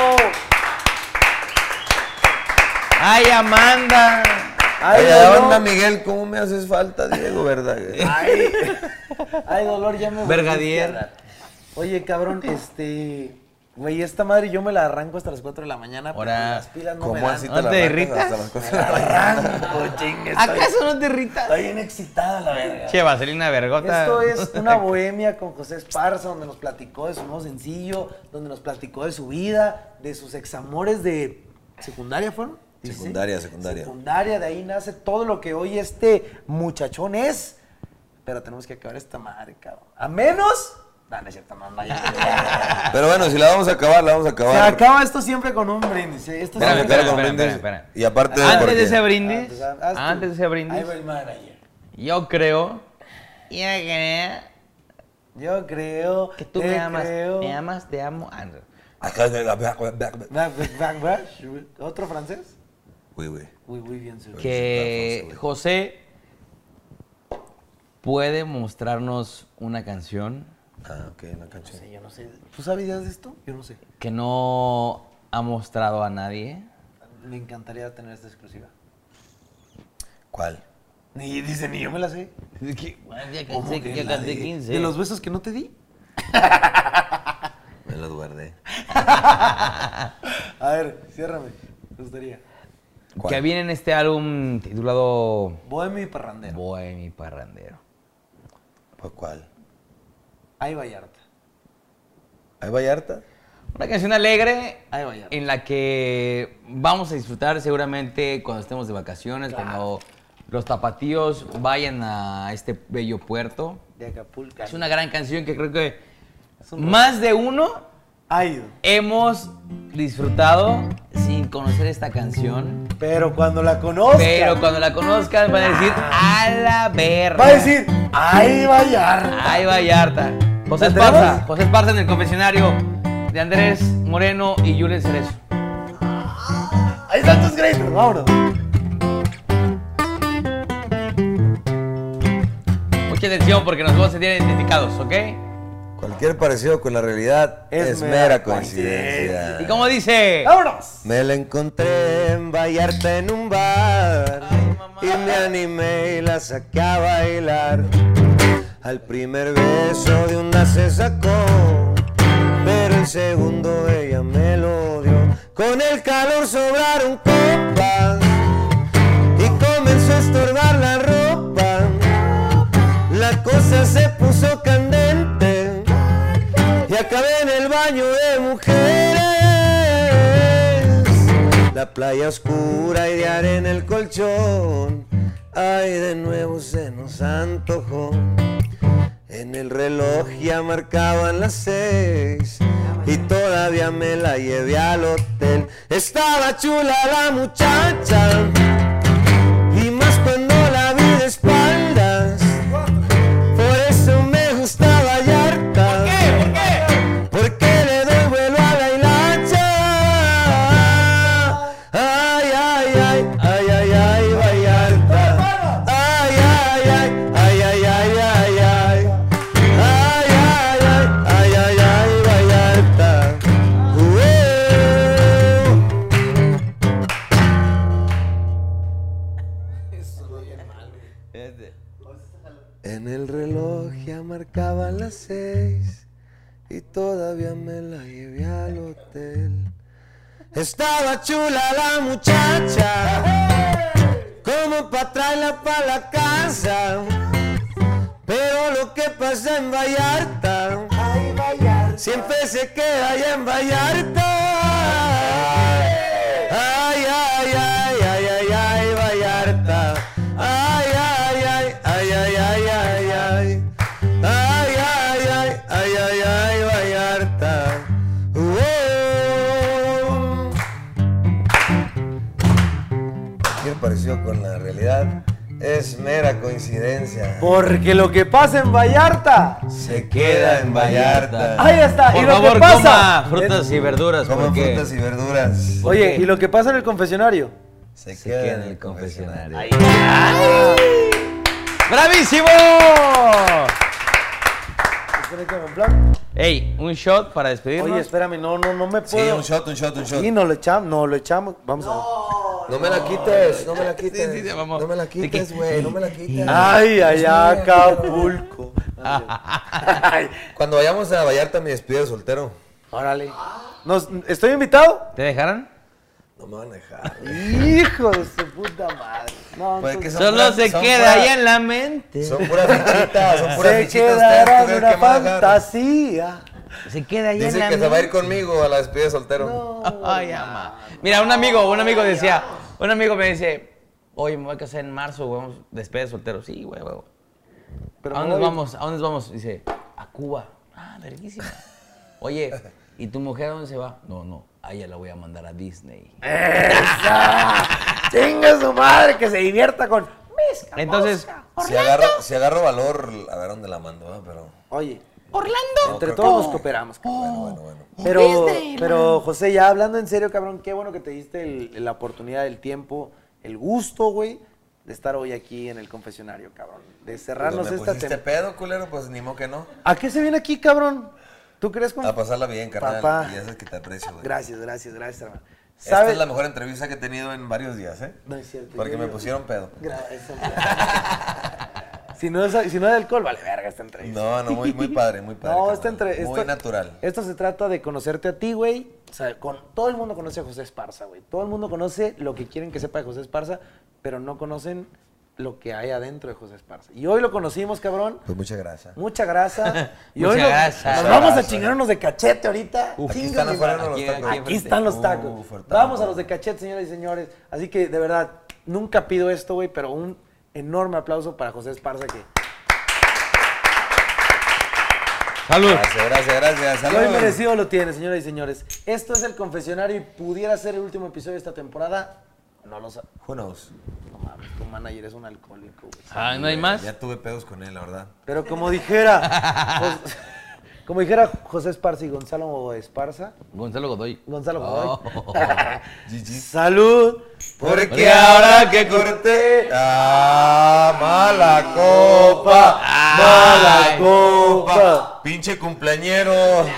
Speaker 2: ¡Ay, Amanda!
Speaker 6: Ay,
Speaker 1: Ay,
Speaker 6: onda,
Speaker 1: dolor.
Speaker 6: Miguel? ¿Cómo me haces falta, Diego, [laughs] verdad?
Speaker 2: [laughs]
Speaker 1: Ay, ay, dolor, ya me
Speaker 2: Vergadier.
Speaker 1: volviste a dar. Oye, cabrón, este. Güey, esta madre yo me la arranco hasta las 4 de la mañana. porque
Speaker 2: Ahora,
Speaker 1: las pilas no me
Speaker 6: ¿Cómo
Speaker 1: dan.
Speaker 6: así te
Speaker 2: ¿No
Speaker 6: la
Speaker 2: te
Speaker 6: arrancas
Speaker 2: irritas?
Speaker 6: hasta las
Speaker 1: [laughs]
Speaker 6: cosas?
Speaker 2: [laughs]
Speaker 1: Arranco, chingue, estoy-
Speaker 2: ¿Acaso no te irritas?
Speaker 1: Estoy bien excitada, la verga.
Speaker 2: Che, vaselina vergota.
Speaker 1: Esto es una bohemia con José Esparza, donde nos platicó de su nuevo sencillo, donde nos platicó de su vida, de sus examores de secundaria, ¿fueron? Sí, sí.
Speaker 6: Secundaria, secundaria.
Speaker 1: Secundaria, de ahí nace todo lo que hoy este muchachón es. Pero tenemos que acabar esta madre, cabrón. A menos... No, no es cierto, no, no, ya.
Speaker 6: Pero bueno, si la vamos a acabar, la vamos a
Speaker 1: Se
Speaker 6: acabar.
Speaker 1: acaba esto siempre con un brindis. ¿eh? Esto
Speaker 6: Vamos a
Speaker 2: Espérame,
Speaker 1: siempre-
Speaker 6: acabar con
Speaker 2: espérame,
Speaker 6: brindis.
Speaker 2: espérame, espérame.
Speaker 6: Y aparte,
Speaker 2: Antes
Speaker 6: porque-
Speaker 2: de ese
Speaker 1: Ah,
Speaker 2: brindis,
Speaker 1: pues, haz- haz tú.
Speaker 2: antes de ese
Speaker 1: Ahí
Speaker 2: brindis,
Speaker 1: va el manager.
Speaker 2: yo creo. Yo creo
Speaker 1: Yo creo
Speaker 2: que tú
Speaker 1: te
Speaker 2: me amas.
Speaker 1: creo.
Speaker 2: Me amas, te amo. Ah, no.
Speaker 1: Back- back- back- back- ¿Otro francés?
Speaker 6: Uy, uy.
Speaker 1: Uy, muy bien, señor.
Speaker 2: Que José puede mostrarnos una canción
Speaker 6: Ah, ok, una canción.
Speaker 1: Yo no sé. ¿Tú sabías de esto? Yo no sé.
Speaker 2: que no ha mostrado a nadie.
Speaker 1: Me encantaría tener esta exclusiva.
Speaker 6: ¿Cuál?
Speaker 1: Ni dice, ni yo me la sé.
Speaker 2: Ya
Speaker 1: ¿Cómo
Speaker 2: canté-
Speaker 1: que
Speaker 2: ya
Speaker 1: la
Speaker 2: canté
Speaker 1: de-
Speaker 2: 15.
Speaker 1: De los besos que no te di.
Speaker 6: Me los guardé.
Speaker 1: A ver, ciérrame. Me gustaría.
Speaker 6: ¿Cuál?
Speaker 2: que viene en este álbum titulado
Speaker 1: Bohemio y parrandero.
Speaker 2: Bohemi Parrandero.
Speaker 6: ¿Pues cuál?
Speaker 1: Ahí Vallarta.
Speaker 6: ¿Hay Vallarta?
Speaker 2: Una canción alegre eh,
Speaker 1: Ahí Vallarta.
Speaker 2: en la que vamos a disfrutar seguramente cuando estemos de vacaciones, cuando los tapatíos vayan a este bello puerto.
Speaker 1: De Acapulco.
Speaker 2: Es una gran canción que creo que más de uno
Speaker 1: Ha ido.
Speaker 2: hemos disfrutado sin conocer esta canción.
Speaker 1: Pero cuando la conozca.
Speaker 2: Pero cuando la conozcan van a decir a la verga.
Speaker 1: Ah. Va a decir, ahí Vallarta.
Speaker 2: Ahí Vallarta. José
Speaker 1: ¿La tenemos?
Speaker 2: Esparza, José Esparza en el confesionario de Andrés Moreno y Julen Cerezo.
Speaker 1: Ahí están tus graders. Vámonos.
Speaker 2: Mucha atención porque nos vamos a sentir identificados, ¿ok?
Speaker 6: Cualquier parecido con la realidad es,
Speaker 1: Es
Speaker 6: mera,
Speaker 1: mera
Speaker 6: coincidencia.
Speaker 2: ¿Y cómo dice?
Speaker 1: Ah, Vámonos.
Speaker 6: Me la encontré en Vallarta en un bar y me animé y la saqué a bailar. Al primer beso de una se sacó, pero el segundo ella me lo dio. Con el calor sobraron copas y comenzó a estorbar la ropa. La cosa se puso candente y acabé en el baño de mujeres. La playa oscura y de arena el colchón. Ay, de nuevo se nos antojó. En el reloj ya marcaban las seis y todavía me la llevé al hotel. Estaba chula la muchacha y más cuando la vi de espaldas. Por eso me gusta Vallarta. Porque le doy vuelo a la hilacha. Ay, ay, ay, ay, ay, ay, Vallarta. Ay, ay, ay, ay, ay, ay, ay, ay. Ay, ay, ay, ay, ay, ay, Vallarta. Uh, En el reloj ya marcaban las seis y todavía me la llevé al hotel. Estaba chula la muchacha, como para traerla para la casa. Pero lo que pasa en Vallarta, siempre se queda allá en Vallarta. Ay, ay, ay, ay, ay, ay, Vallarta. Ay, ay, ay, ay, ay, ay, ay, ay. Ay, ay, ay, ay, ay, ay, Vallarta. Wow.
Speaker 3: ¿Qué pareció con la realidad? Es mera coincidencia.
Speaker 1: Porque lo que pasa en Vallarta,
Speaker 3: Se queda en Vallarta.
Speaker 1: ahí está. y
Speaker 13: Por
Speaker 1: lo
Speaker 13: favor,
Speaker 1: que pasa.
Speaker 13: coma frutas y verduras
Speaker 3: Coman
Speaker 13: porque
Speaker 3: frutas y verduras.
Speaker 1: Oye, y lo que pasa en el confesionario.
Speaker 3: Se,
Speaker 13: se queda en el confesionario.
Speaker 2: ¡Bravísimo! Ey, un shot para despedirnos.
Speaker 1: Oye, espérame, no, no, no me
Speaker 3: Sí,
Speaker 1: puedo.
Speaker 3: un shot, un shot, un shot.
Speaker 1: Sí, no lo echamos, no lo echamos. Vamos a ver.
Speaker 3: No me la quites, no me [laughs] la
Speaker 2: Sí, sí, sí, vamos. De que-
Speaker 3: güey, no me [laughs] la quites.
Speaker 1: Ay, allá Acapulco.
Speaker 3: Ah. Cuando vayamos a Vallarta, me despido de soltero.
Speaker 1: Órale. Nos- ¿Estoy invitado?
Speaker 2: ¿Te dejaron?
Speaker 3: No me van a dejar.
Speaker 1: Hijo de su puta madre. No,
Speaker 3: Pues que son
Speaker 2: Solo
Speaker 3: puras-
Speaker 2: se
Speaker 3: son
Speaker 2: queda
Speaker 3: puras-
Speaker 2: ahí en la mente.
Speaker 1: [laughs]
Speaker 3: Son puras fichitas, son puras
Speaker 1: se
Speaker 3: fichitas.
Speaker 1: quedará
Speaker 3: ustedes, ¿tú
Speaker 1: en
Speaker 3: crees
Speaker 1: una
Speaker 3: que me van a dejar?
Speaker 1: fantasía.
Speaker 2: Se queda ahí en
Speaker 3: Dicen
Speaker 2: la
Speaker 3: que se va a ir
Speaker 2: mente.
Speaker 3: conmigo a la despedida de soltero.
Speaker 2: Ay, ama. Mira, un amigo, un amigo decía, un amigo me dice, oye, me voy a casar en marzo, güey, vamos, despedida de soltero. Sí, güey, güey.
Speaker 1: Pero
Speaker 2: ¿A
Speaker 1: me
Speaker 2: dónde
Speaker 1: voy.
Speaker 2: vamos? ¿A dónde vamos? Dice, a Cuba. Ah, verguísima. Oye, ¿y tu mujer a dónde se va? No, no, a ella la voy a mandar a Disney.
Speaker 1: Chinga su madre, que se divierta con.
Speaker 2: Entonces,
Speaker 3: Si agarro, si agarro valor, a ver dónde la mando, ¿eh? pero.
Speaker 1: Oye,
Speaker 3: no,
Speaker 1: entre
Speaker 3: creo que
Speaker 1: todos
Speaker 3: no.
Speaker 1: cooperamos. cabrón.
Speaker 3: Bueno, bueno, bueno.
Speaker 1: Pero, pero José, ya hablando en serio, cabrón, qué bueno que te diste el- la oportunidad, el tiempo, el gusto, güey, de estar hoy aquí en el confesionario, cabrón. De cerrarnos
Speaker 3: Pues me
Speaker 1: esta
Speaker 3: pusiste
Speaker 1: temporada.
Speaker 3: pedo, culero, pues ni modo que no.
Speaker 1: ¿A qué se viene aquí, cabrón? ¿Tú crees con.?
Speaker 3: A pasarla bien, carnal.
Speaker 1: Papá.
Speaker 3: Y eso es que te aprecio, güey.
Speaker 1: Gracias, gracias, gracias, hermano.
Speaker 3: Esta
Speaker 1: ¿Sabes?
Speaker 3: es la mejor entrevista que he tenido en varios días, ¿eh?
Speaker 1: No es cierto.
Speaker 3: Porque
Speaker 1: yo-
Speaker 3: me
Speaker 1: yo-
Speaker 3: pusieron pedo.
Speaker 1: Gra- eso, güey. [laughs] si, no es, si no es de alcohol, vale verga esta entrevista.
Speaker 3: No, no, muy, muy padre, muy
Speaker 1: [laughs]
Speaker 3: padre.
Speaker 1: no,
Speaker 3: carnal.
Speaker 1: esta entre,
Speaker 3: Muy
Speaker 1: esto-
Speaker 3: natural.
Speaker 1: Esto se trata de conocerte a ti, güey. O sea, con, todo el mundo conoce a José Esparza, güey. Todo el mundo conoce lo que quieren que sepa de José Esparza, pero no conocen lo que hay adentro de José Esparza. Y hoy lo conocimos, cabrón.
Speaker 3: Pues muchas gracias.
Speaker 1: Mucha
Speaker 3: [laughs]
Speaker 1: grasa. Y
Speaker 2: Mucha
Speaker 1: hoy nos-
Speaker 2: grasa.
Speaker 1: Nos
Speaker 3: Mucha
Speaker 1: vamos a
Speaker 3: grasa.
Speaker 1: chingarnos de cachete ahorita.
Speaker 3: Aquí
Speaker 1: Chinga
Speaker 3: están
Speaker 1: mi
Speaker 3: afuera
Speaker 1: madre.
Speaker 3: los
Speaker 1: aquí,
Speaker 3: tacos.
Speaker 1: aquí están los tacos.
Speaker 3: Uh, fuerte.
Speaker 1: vamos a los de cachete, señoras y señores. Así que, de verdad, nunca pido esto, güey, pero un enorme aplauso para José Esparza que
Speaker 2: salud.
Speaker 3: Gracias, gracias, gracias.
Speaker 1: que
Speaker 3: Saludos.
Speaker 1: hoy merecido lo tiene, señoras y señores. Esto es El Confesionario y pudiera ser el último episodio de esta temporada. No lo sabes.
Speaker 3: Who knows?
Speaker 1: No mames, tu manager es un alcohólico, güey.
Speaker 2: Ah, ¿No hay más?
Speaker 3: Ya tuve pedos con él, la verdad.
Speaker 1: Pero como dijera... Jos- [laughs] como dijera José Esparza y Gonzalo Esparza...
Speaker 13: Gonzalo Godoy.
Speaker 1: Gonzalo
Speaker 2: Oh.
Speaker 1: Godoy. [laughs]
Speaker 3: GG.
Speaker 1: Salud.
Speaker 3: Porque ahora que corté, ah, mala copa, mala
Speaker 1: Ay.
Speaker 3: copa, pinche cumpleañero.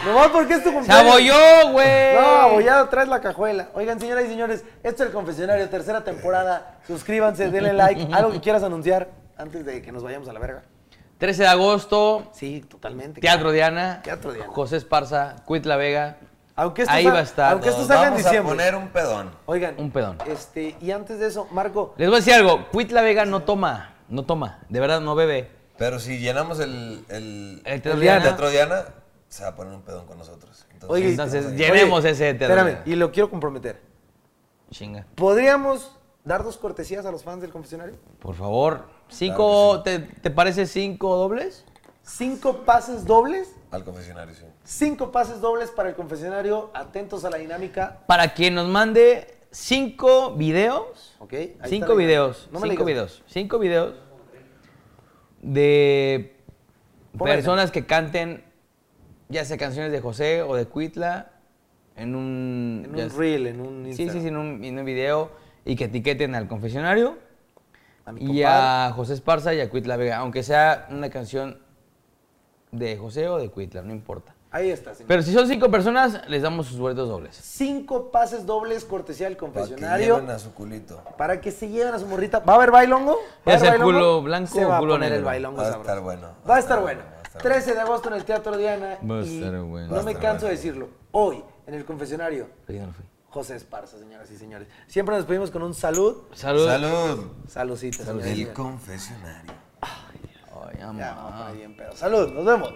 Speaker 1: Nomás porque es tu
Speaker 2: ¡Se
Speaker 1: cumpleaños.
Speaker 2: abolló, güey!
Speaker 1: No, abollado, traes la cajuela. Oigan, señoras y señores, esto es el confesionario, tercera temporada. Suscríbanse, denle like. ¿Algo que quieras anunciar antes de que nos vayamos a la verga?
Speaker 2: 13 de agosto,
Speaker 1: Sí, totalmente.
Speaker 2: Teatro Diana.
Speaker 1: Teatro Diana.
Speaker 2: José Esparza, Cuit La Vega.
Speaker 1: Aunque esto
Speaker 2: Ahí
Speaker 1: sal-
Speaker 2: va a estar.
Speaker 1: Aunque esto
Speaker 3: Nos
Speaker 1: salga en
Speaker 3: vamos a
Speaker 1: diciembre.
Speaker 3: poner un pedón.
Speaker 1: Oigan.
Speaker 2: Un pedón.
Speaker 1: Este, y antes de eso, Marco,
Speaker 2: Les voy a decir algo. Cuit La Vega no toma. No toma. De verdad, no bebe.
Speaker 3: Pero si llenamos el, el,
Speaker 2: El Teatro Diana.
Speaker 3: Teatro Diana, se va a poner un pedón con nosotros. Entonces,
Speaker 1: Oye,
Speaker 2: Entonces,
Speaker 3: estamos ahí.
Speaker 2: llenemos ese Teatro
Speaker 1: espérame, y
Speaker 2: Diana.
Speaker 1: lo quiero comprometer.
Speaker 2: Chinga.
Speaker 1: ¿Podríamos dar dos cortesías a los fans del confesionario?
Speaker 2: Por favor. Cinco, ¿te, ¿te parece cinco dobles?
Speaker 1: ¿Cinco pases dobles?
Speaker 3: Al confesionario, sí.
Speaker 1: Cinco pases dobles para el confesionario. Atentos a la dinámica.
Speaker 2: Para quien nos mande cinco videos.
Speaker 1: ¿Ok? ahí está la
Speaker 2: cinco
Speaker 1: dinámica.
Speaker 2: videos.
Speaker 1: No me la
Speaker 2: cinco
Speaker 1: digas.
Speaker 2: videos. Cinco videos de
Speaker 1: Pon la
Speaker 2: personas que canten ya sea canciones de José o de Cuitla en un...
Speaker 1: En
Speaker 2: ya
Speaker 1: un
Speaker 2: sea-
Speaker 1: reel, en un
Speaker 2: Sí,
Speaker 1: Instagram.
Speaker 2: sí, sí, en un, en un video y que etiqueten al confesionario
Speaker 1: A mi
Speaker 2: y
Speaker 1: compadre.
Speaker 2: a José Esparza y a Cuitla Vega, aunque sea una canción de José o de Cuitla, no importa.
Speaker 1: Ahí está, señor.
Speaker 2: Pero si son cinco personas, les damos sus boletos dobles.
Speaker 1: Cinco pases dobles cortesía del
Speaker 3: Para que
Speaker 1: confesionario.
Speaker 3: lleven a su culito.
Speaker 1: Para que se lleven a su morrita. ¿Va a haber bailongo? ¿Va a
Speaker 2: Ya
Speaker 1: haber
Speaker 2: sea
Speaker 1: bailongo?
Speaker 2: culo blanco
Speaker 1: Se
Speaker 2: o
Speaker 1: va a
Speaker 2: culo
Speaker 1: poner el
Speaker 2: negro.
Speaker 1: bailongo
Speaker 3: Va a
Speaker 1: sabroso.
Speaker 3: estar bueno.
Speaker 1: Va a estar bueno.
Speaker 3: va a estar
Speaker 1: 13 de agosto en el Teatro Diana.
Speaker 13: Va a
Speaker 1: y
Speaker 13: estar bueno.
Speaker 1: No
Speaker 13: Va a
Speaker 1: me
Speaker 13: estar
Speaker 1: canso de decirlo. Hoy, en el confesionario,
Speaker 13: Pero yo no fui.
Speaker 1: José Esparza, señoras y señores. Siempre nos pedimos con un salud.
Speaker 2: Salud.
Speaker 3: Salud.
Speaker 1: Saludcita, señoras y
Speaker 3: El
Speaker 1: señores.
Speaker 3: confesionario.
Speaker 2: Ay, amor.
Speaker 1: Ya, vamos a poner bien pedo. Salud, nos vemos.